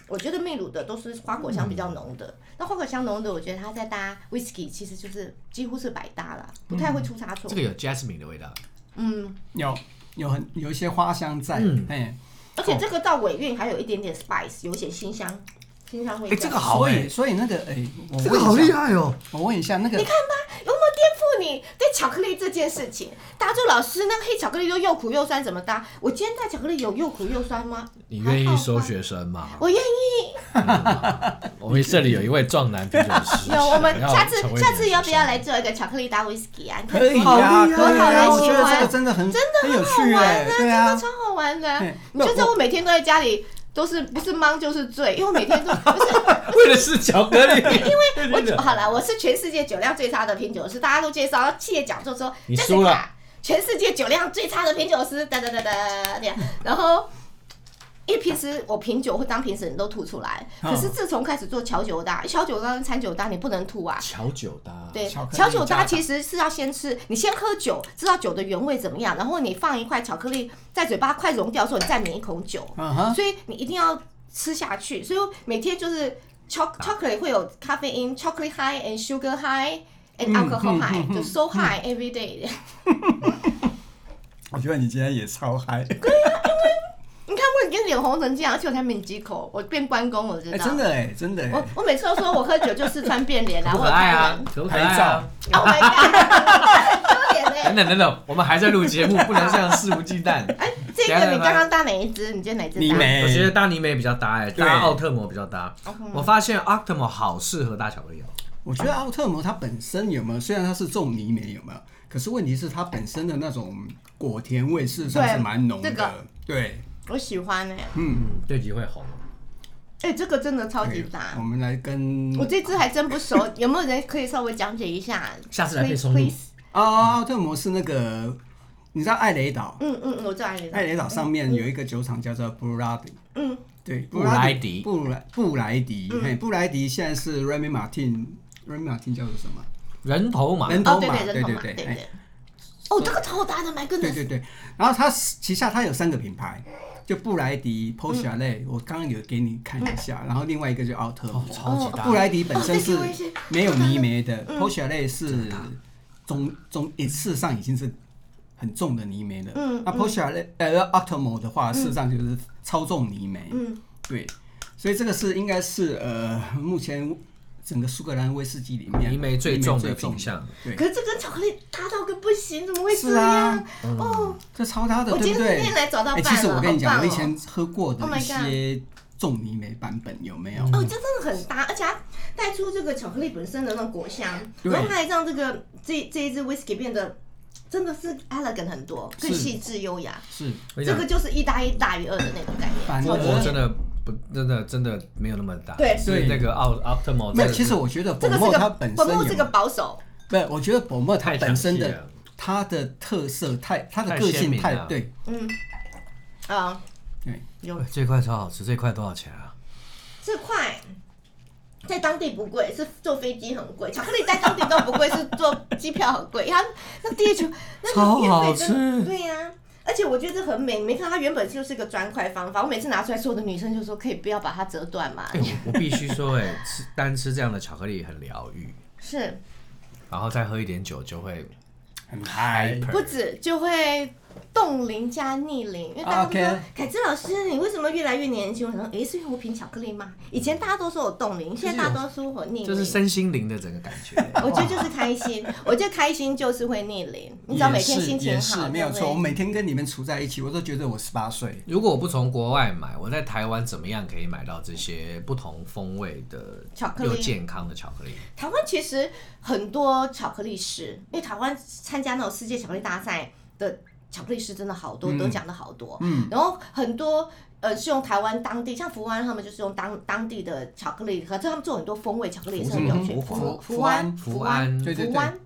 B: 我觉得秘鲁的都是花果香比较浓的，那花果香浓的，我觉得它在搭 whisky 其实就是几乎是百搭啦，不太会出差错。
C: 嗯这个有 jasmine 的味道，
B: 嗯，
D: 有有很有一些花香在，
C: 嗯
D: 哎，
B: 而且这个到尾韵还有一点点 spice，有一些辛香，辛香味道。
C: 哎这个好
D: 所
C: 哎
D: 以所以那个哎，我
C: 这
D: 问
C: 个
D: 一
C: 好
D: 下
C: 厉害哦！
D: 我问一下那个，
B: 有没有颠覆你对巧克力这件事情？大柱老师那个黑巧克力又又苦又酸，怎么搭？我今天带巧克力有又苦又酸吗？
C: 你愿意收
B: 还好吧？
C: 学生 吗？
B: 我愿意。
C: 我们这里有一位壮男啤酒师，
B: 有，我们
C: 想要
B: 下次
C: 成为
B: 下次
C: 你的
B: 要不要
C: 学
B: 来做一个巧克力搭 whisky 啊？你看
D: 可以
A: 好
D: 啊，
A: 厉害
D: 可以
B: 我好
D: 啊，我
B: 喜
D: 觉得
B: 欢
D: 这个真的很
B: 真
D: 很有
B: 好
D: 趣
B: 玩
D: 哎，
B: 啊，
D: 对
B: 真
D: 啊
B: 的，超好玩的啊
D: 对。那
B: 就是
D: 我
B: 我每天都在家里，都是不是忙就是醉，因为我每天都不是
C: 生？为了是巧克 力，因
B: 我酒好了，我是全世界酒量最差的品酒师，大家都介绍企业讲座说
C: 你
B: 这是
C: 输了
B: 卡全世界酒量最差的品酒师，哒哒哒哒这样，然后。因为平时我品酒会当评审都吐出来，
D: 嗯
B: 可是自从开始做调酒搭，调酒搭跟餐酒搭你不能吐啊，
C: 巧酒搭，
B: 对，
D: 巧克力
B: 小酒搭
D: 加糖
B: 其实是要先吃，你先喝酒，知道酒的原味怎么样，然后你放一块巧克力在嘴巴快融掉的时候，你再抿一口酒，
D: 嗯哼，
B: 所以你一定要吃下去。所以我每天就是 choc chocolate 会有咖啡因，chocolate high and sugar high and
D: 嗯
B: alcohol
D: 嗯
B: high，、
D: 嗯
B: 就 so high every day。
D: 我觉得你今天也超嗨，
B: 你看我已经脸红成这样，而且我才抿几口，我变关公，我知道。
D: 哎，真的哎，真的
B: 我
D: 哎，
B: 我每次都说我喝酒就是穿变脸啦，
C: 不
B: 我
C: 可爱啊
B: 有，
C: 可不可爱啊？
B: 看完。Oh my god！丢脸嘞！
D: 哎
C: 等等等等，我们还在录节目，不能这样肆无忌惮。
B: 哎，这
C: 等一下
B: 个你刚刚搭哪一支？你觉得哪一支搭？
D: 你
C: 我觉得
D: 没，
C: 搭泥美比较搭哎，
D: 对
C: 搭奥特摩比较搭
B: 嗯。
C: 我发现 Octmo 好适合搭巧克力哦，
D: 我觉得奥特摩它本身有没有，虽然它是重泥煤有没有，可是问题是它本身的那种果甜味事实上是
B: 对
D: 蛮浓
B: 这个
D: 的，对，
B: 我喜欢哎、
D: 嗯，
C: 嗯，这集会红。
B: 哎、这个真的超级
D: 对
B: 搭
D: 我。们来跟
B: 我这支还真不熟， 有没有人可以稍微讲解一下？
C: 下次来配
B: Please-
C: 松露
B: please
D: 啊，奥特摩是那个，你知道艾雷岛，
B: 嗯嗯，嗯我最爱你
D: 艾
B: 的。
D: 雷岛上面有一个酒厂叫做布拉迪，
B: 嗯，
D: 对，
C: 布莱迪
D: 布莱布莱迪，嘿，布莱迪现在是 Remy Martin，Remy Martin 叫做什么？
C: 人头马，
D: 人
B: 哦
D: 头，
B: 对
D: 马，
B: 对，人头马，对
D: 对对，
B: 对。哦，这个超搭的，My
D: 对
B: goodness！
D: 对对。然后它旗下它有三个品牌，就布莱迪、p o c h a l e 我刚刚有给你看一
B: 嗯
D: 下，然后另外一个就奥特
C: 哦
D: 摩，。
C: 超级搭
D: 布。莱迪本身
B: 哦
D: 是
B: 这个我也是
D: 没有泥煤的
B: 嗯
D: p o c h a l e 是中中，诶事实上已经是很重的泥煤了。
B: 嗯
D: 那 p o c h a l e 呃 Octomo 的话，事实上就是超重泥煤。
B: 嗯，
D: 对，所以这个是应该是呃，目前整个苏格兰威士忌里面
C: 泥煤最重的品
D: 项。
C: 相，
D: 对，
B: 可是这跟巧克力搭到个不行，怎么会
D: 是
B: 这样？
D: 啊，
B: 哦，
D: 这超搭的，
B: 我
D: 对
B: 今
D: 不对
B: 天？来找到
D: 哎，
B: 伴了，
D: 其实我跟你
B: 好
D: 讲，
B: 棒
D: 我以
B: 哦
D: 前喝过的
B: Oh my
D: 一些重泥煤版本有没有？
B: 哦，这真的很搭，而且它带出这个巧克力本身的那种果香，
D: 对
B: 然后它还让这个这这一支 whisky 变得真的是 elegant 很多，
D: 是
B: 更细致优雅。
D: 是
C: 我跟你
B: 这
C: 讲
B: 个就是一搭一大于二的那种概念。
D: 反
C: 法国
D: 而
C: 真的不真的真的没有那么大，
B: 对
C: 是那个奥 optimal
D: 没
C: 这
D: 有。
C: 个
D: 其实我觉得
B: 这
D: 本
B: 个是
D: 墨它
B: 个
D: 本
B: 本
D: 身
B: 末是个
D: 有，
B: 保守，
D: 不，我觉得本墨它
C: 太
D: 本身
C: 抢戏
D: 的
C: 了
D: 它的特色太它的
C: 太
D: 个
C: 鲜
D: 性
C: 明
D: 太
C: 了
D: 对
B: 嗯，啊，
D: 对，
B: 有
C: 哎这块超好吃，这块多少钱啊？
B: 这块在当地不贵，是坐飞机很贵。巧克力在当地都不贵，是坐机票很贵。它那第一球那
A: 超
B: 个运
A: 好
B: 费
A: 吃
B: 真的对呀、而且我觉得这很美，你没看它原本就是个砖块方法。我每次拿出来所有的女生就说可以不要把它折断嘛
C: 哎，，我我必须说，哎，吃单吃这样的巧克力很疗愈，
B: 是
C: 然后再喝一点酒就 会
D: 很嗨。
C: hyper
B: 不止就会冻龄加逆龄，因为大家都说、
D: OK
B: 凯志老师你为什么越来越年轻？我想说，诶，是因为我品巧克力吗？以前大家都说我冻龄，现在大家都说我逆龄，
C: 就是身心灵的整个感 觉。
B: 我觉得就是开心，我觉得开心就是会逆龄。你只要每天心情
D: 也是也
B: 好，
D: 是没有
B: 就会
D: 错。我每天跟你们处在一起，我都觉得我十八
B: 哦
D: 岁。
C: 如果我不从国外买，我在台湾怎么样可以买到这些不同风味的
B: 巧克力
C: 又健康的巧克力？
B: 台湾其实很多巧克力师，因为台湾参加那种世界巧克力大赛的巧克力师真的好多，
D: 嗯
B: 得奖的好多。然后很多呃是用台湾当地，像福安他们就是用当当地的巧克力，可是他们做很多风味巧克力是很有趣。
D: 福
B: 福
D: 福
B: 福安，
C: 福安
D: 对对
B: 福
D: 对，
B: 安，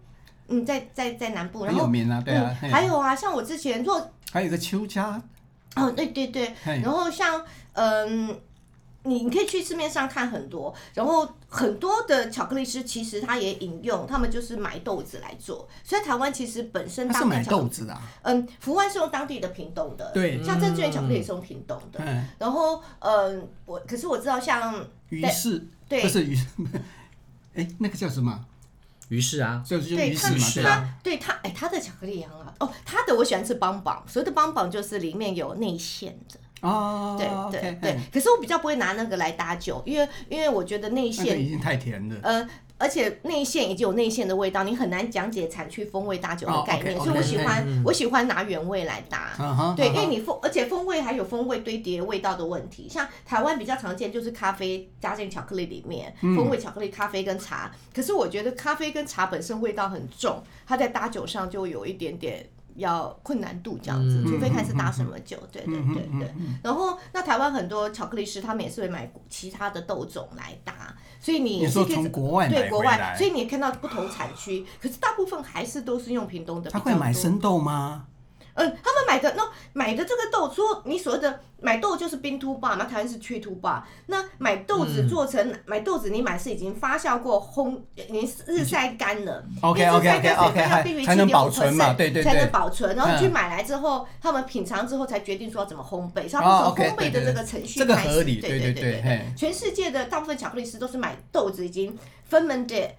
B: 嗯，在在在南部，然
D: 很有
B: 后。
D: 名啊，对啊。嘿
B: 嗯，还有啊，像我之前做
D: 还有一个邱家，
B: 哦，对对对，
D: 嘿
B: 然后像嗯，你你可以去市面上看很多，然后很多的巧克力师其实他也引用，他们就是买豆子来做，所以台湾其实本身
D: 他是
B: 当地
D: 买
B: 巧
D: 豆子的啊。
B: 嗯，福湾是用当地的屏东的，
D: 对
B: 像郑志远巧克力也是用屏东的，
D: 嗯，
B: 然后嗯，我可是我知道像
D: 于是
B: 对
D: 不是 于是，哎，那个叫什么？
C: 于是啊，
D: 就是
B: 对
D: 于
B: 他
D: 是嘛，对啊。
B: 他对他哎，他的巧克力也很好哦，他的我喜欢吃邦邦，所谓的邦邦就是里面有内馅的。
D: 哦，
B: 对
D: OK，
B: 对
D: 嘿
B: 对，，可是我比较不会拿那个来搭酒，因为因为我觉得内
D: 那个
B: 馅
D: 已经太甜了。
B: 呃，而且内馅已经有内馅的味道，你很难讲解产区风味搭酒的
D: 哦
B: 概念，
D: ，OK，OK，
B: 所以我喜
D: 嗯
B: 欢、我喜欢拿原味来搭。
D: 嗯哼
B: 对，
D: 嗯
B: 因
D: 哼
B: 为你风，而且风味还有风味堆叠味道的问题。像台湾比较常见就是咖啡加进巧克力里面，
D: 嗯
B: 风味巧克力、咖啡跟茶。可是我觉得咖啡跟茶本身味道很重，它在搭酒上就有一点点要困难度这样子，
D: 嗯
B: 除非看是搭什么酒。对对对对。然后那台湾很多巧克力师他们也是会买其他的豆种来搭，所以你
D: 你
B: 也是
D: 说
B: 可以
D: 从国外
B: 对
D: 买
B: 国
D: 回
B: 外，
D: 来
B: 所，以你也看到不同产区，可是大部分还是都是用屏东的。
D: 他会买，生豆吗？
B: 嗯，他们买的那买的这个豆，说你所谓的买豆就是冰凸吧，那台湾是去凸吧。那买豆子做成、买豆子，你买是已经发酵过烘，已经日晒干了。
D: OK，
B: 因为日晒
D: OK，OK，OK，
B: 干水分要低于
D: 还才能
B: 7.5%
D: 保存嘛对对对
B: 才能保存。然后你去
D: 嗯
B: 买来之后，他们品尝之后才决定说要怎么烘焙，所以
D: 哦
B: 他们从
D: ，OK，
B: 烘焙的
D: 对对
B: 这个
D: 对
B: 程序
D: 这个
B: 开始
D: 合理
B: 对
D: 对对
B: 对
D: 对嘿
B: 全世界的大部分巧克力师都是买豆子已经 fermented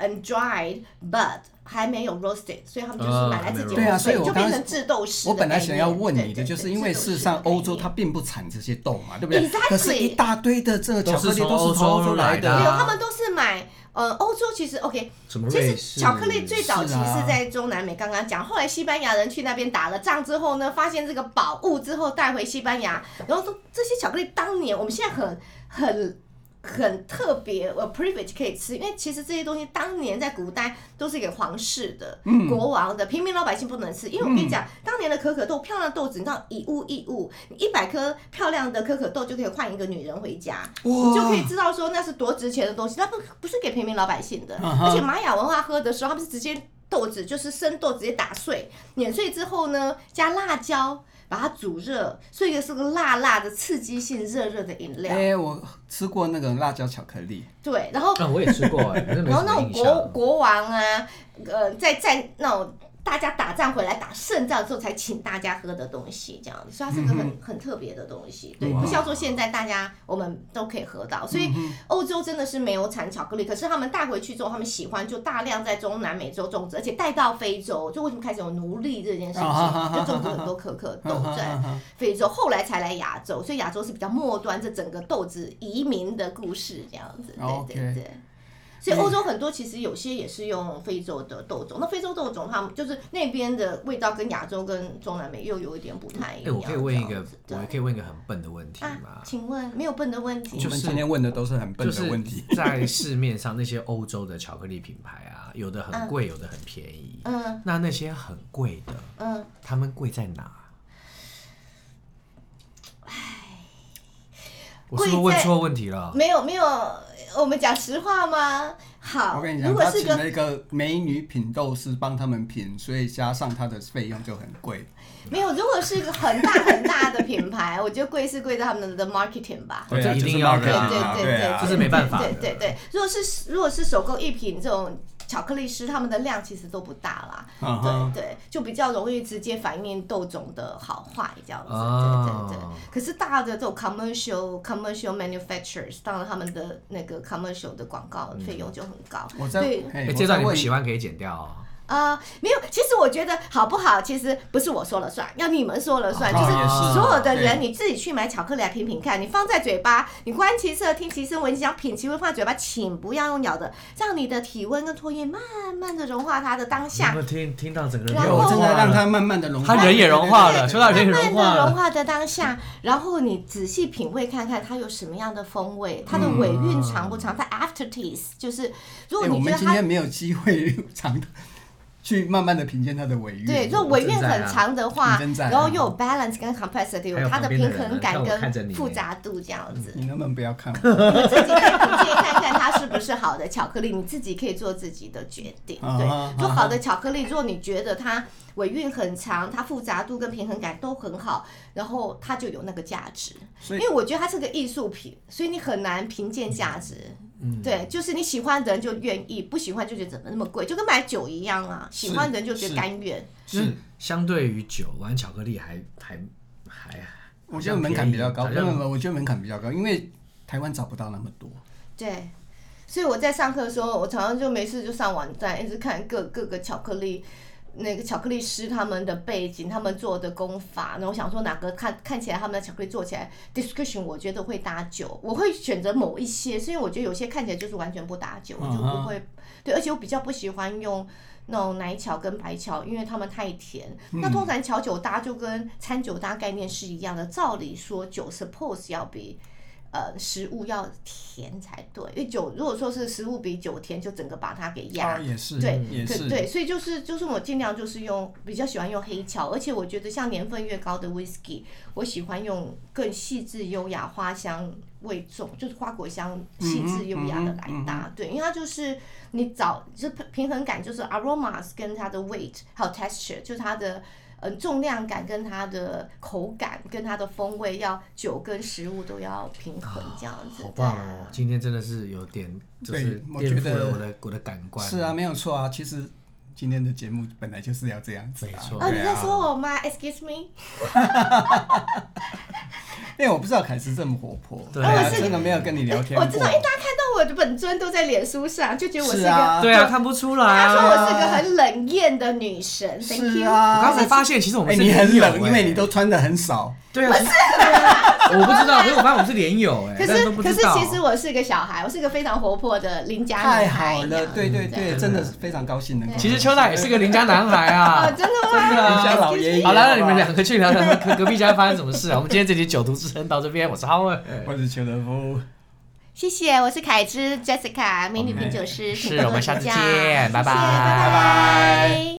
B: and dried but 还没有 roasted，所以他们就是买来自
C: 嗯
B: 己烘
C: 对
D: 啊
B: 焙，
D: 所以我
B: 就
D: 刚
B: 变成制豆师的
D: 我
B: 概念。
D: 本来想要问你的，
B: 对
D: 就是因为事实上欧洲它。并不产这些豆嘛，对不对？
B: Exactly
D: 可是，一大堆的这个巧克
C: 都是
D: 力
C: 从
D: 都是从
C: 欧洲
D: 欧洲来
C: 来
B: 没
C: 的
B: 有，
C: 啊
D: 的。
B: 他们都是买呃欧洲，其实 OK，
C: 什么
B: 其
C: 瑞
B: 实
C: 士
B: 巧克力最早期
D: 是啊
B: 是在中南美，刚刚讲，后来西班牙人去那边打了仗之后呢，发现这个宝物之后带回西班牙，然后说这些巧克力当年我们现在很很。很特别，我 privilege 可以吃，因为其实这些东西当年在古代都是给皇室的、
C: 嗯
B: 国王的，平民老百姓不能吃。因为我跟你讲，当年的可可豆，漂亮的豆子，你知道以物易物，你一百颗漂亮的可可豆就可以换一个女人回家，
D: 哦
B: 你就可以知道说那是多值钱的东西，那不不是给平民老百姓的。
D: 嗯哼
B: 而且玛雅文化喝的时候，他们是直接豆子，就是生豆直接打碎，碾碎之后呢，加辣椒把它煮热，所以是个辣辣的刺激性热热的饮料。
D: 哎，我吃过那个辣椒巧克力，
B: 对，然后
C: 啊，我也吃过，哎，可是没
B: 然
C: 什
B: 后
C: 么
B: 那种
C: 印
B: 国
C: 象。
B: 国王啊，呃，在战那种大家打仗回来打胜仗之后才请大家喝的东西，这样子，所以它是个很、
C: 嗯
B: 很特别的东西，对，
D: 哇
B: 不叫做现在大家我们都可以喝到，
C: 嗯
B: 所以欧洲真的是没有产巧克力，可是他们带回去之后，他们喜欢就大量在中南美洲种植，而且带到非洲，就为什么开始有奴隶这件事
D: 啊
B: 情，就种植很多可可豆
C: 啊
B: 在非洲，后来才来亚洲，所以亚洲是比较末端这整个豆子移民的故事这样子，对对
D: OK
B: 对。所以
C: 嗯
B: 欧洲很多其实有些也是用非洲的豆种，那非洲豆种他们就是那边的味道跟亚洲跟中南美又有一点不太一
C: 哎、
B: 样。
C: 我可以问一
B: 这
C: 个
B: 样子，
C: 我
B: 对
C: 可以问一个很笨的问题吗
B: 啊？，请问没有笨的问题，
D: 我们今天问的都是很笨
C: 就
D: 的
C: 是
D: 问题。
C: 在市面上那些欧洲的巧克力品牌啊，有的很贵，有的很便宜。
B: 嗯
C: 那那些很贵的，
B: 嗯，
C: 他们贵在哪？我是不是
B: 贵在
C: 问错问题了？
B: 没有没有，我们讲实话吗？好，
D: 我跟你
B: 如
D: 讲，
B: 果
D: 他
B: 是
D: 请
B: 个
D: 了一个美女品豆师帮他们品，所以加上他的费用就很贵。
B: 没有，如果是一个很大很大的品牌， 我觉得贵是贵在他们的 marketing 吧。
C: 对啊
D: 这
C: 一定要的
B: 对
C: 啊
B: 对对对，
C: 这是没办法的
B: 对对对，如果是如果是手工艺品这种巧克力师，他们的量其实都不大啦。
D: 嗯哼
B: 对对，就比较容易直接反映豆种的好坏这样子。
C: 哦
B: 对对对。可是大的这种 commercial commercial manufacturers，当然他们的那个 commercial 的广告费用就很高。
D: 我在
B: 对
D: 嘿
C: 哎，
D: 我
C: 这段
D: 在
C: 你不
D: 问
C: 喜欢可以剪掉哦。
B: 啊，没有，其实我觉得好不好，其实不是我说了算，要你们说了算，
D: 哦
B: 就是所有的
D: 也是
B: 人你自己去买巧克力来品品看，你放在嘴巴，你观其色，听其声，闻其香，品其味，放在嘴巴，请不要用咬的，让你的体温跟唾液慢慢的融化它的当下，
C: 有听听到整个啊
B: 然
D: 没
B: 后
D: 有，我正在让他慢慢的融化，
C: 他人也融化了
D: 对
C: 邱大人也融
B: 慢
C: 化
B: 慢的
C: 了
B: 融化的当下，然后你仔细品味看看它有什么样的风味，它的尾韵长不长，它 aftertaste 就是如果
D: 哎我
B: 你觉
D: 们
B: 得
D: 今
B: 它
D: 天没有机会 尝，去慢慢的品鉴它的尾韵。
B: 对，就尾韵很长的话
D: 你真，在啊
B: 然后又有 balance 跟 complexity，
C: 还有
B: 有它
C: 旁
B: 的
C: 边的人
B: 平衡
C: 让
B: 感
C: 我看着你
B: 跟复杂度这样 子。
D: 你能不能不要 看我？
B: 你们自己可以品鉴看看它是不是好的巧克力，你自己可以做自己的决定。
D: 啊啊
B: 对，做好的巧克力，如果你觉得它尾韵很长，它复杂度跟平衡感都很好，然后它就有那个价值。
D: 所
B: 因
D: 以
B: 为我觉得它是个艺术品，所以你很难评鉴价值。对，就是你喜欢的人就愿意，不喜欢就觉得怎么那么贵，就跟买酒一样啊，喜欢的人就觉
D: 是
B: 得甘愿。
C: 就是相对于酒，玩巧克力还还还，
D: 我觉得门槛比较高，
C: 好
D: 不
C: 像
D: 不不，我觉得门槛比较高，因为台湾找不到那么多。
B: 对，所以我在上课的时候，我常常就没事就上网站，一直看各各个巧克力。那个巧克力师他们的背景，他们做的功法，然后我想说哪个看看起来他们的巧克力做起来 description，我觉得会搭酒，我会选择某一些，是因为我觉得有些看起来就是完全不搭酒，我就
D: 嗯哼
B: 不会对，而且我比较不喜欢用那种奶巧跟白巧，因为它们太甜。那通常巧酒搭就跟餐酒搭概念是一样的，照理说酒 suppose 要比呃食物要甜才对，因为酒如果说是食物比酒甜，就整个把它给压。
C: 哦
D: 啊也是，
B: 对
D: 也
B: 对
D: 是。
B: 对，所以就是就是我尽量就是用比较喜欢用黑巧，而且我觉得像年份越高的 whisky，我喜欢用更细致优雅、花香味重，就是花果香
D: 嗯
B: 细致优雅的来搭。对，因为它就是你找就是平衡感，就是 aromas 跟它的 weight 还有 texture，就是它的。嗯，重量感跟它的口感跟它的风味要酒跟食物都要平衡，
D: 啊
B: 这样子。
C: 好棒哦！今天真的是有点就是
D: 对我
C: 颠
D: 觉
C: 覆
D: 得
C: 了我的我的感官。
D: 是啊，，没有错啊。其实今天的节目本来就是要这样子、啊，
C: 没错
B: 对啊。哦，你
D: 对
B: 在
D: 啊，
B: 说我吗？Excuse me。
D: 因为我不知道凯斯这么活泼，
C: 对
D: 啊
B: 我是哎
D: 真的没有跟你聊天过。
B: 我知道，因为大家看到我的本尊都在脸书上，就觉得我是
D: 是
B: 个，
D: 啊，
C: 对啊，看不出来
B: 他说
C: 啊。
B: 我是个很冷艳的女神。Thank
D: 是
B: you。
C: 我
D: 啊
C: 刚。才发现，其实我
D: 哎、
C: 们是
D: 你很
C: 连友
D: 冷，因
C: 哎
D: 为你都穿的很少。
C: 对啊，我不知道，可是我发现我们是连友哎，
B: 可
C: 但
B: 是
C: 都不
B: 可
C: 知
B: 是
C: 道
B: 其实我是个小孩，我是个非常活泼的邻家女孩。
D: 太好了，对对对，
C: 嗯
D: 真的是非常高兴能够。
C: 其实邱大也是个邻家男孩啊
B: 哦，。真的吗？
C: 真的
D: 人家
C: 啊
D: 老爷爷，
C: 好了，那你们两个去聊聊隔隔壁家发生什么事啊？我们今天这集九徒之声到这边，我是浩文，
D: 我是哦邱德夫，
B: 谢谢，我是凯之 Jessica，美女品酒师，
C: 是
B: 请多
C: 我们下次
B: 指教
C: 见拜
B: 谢谢
C: 拜
B: 拜拜。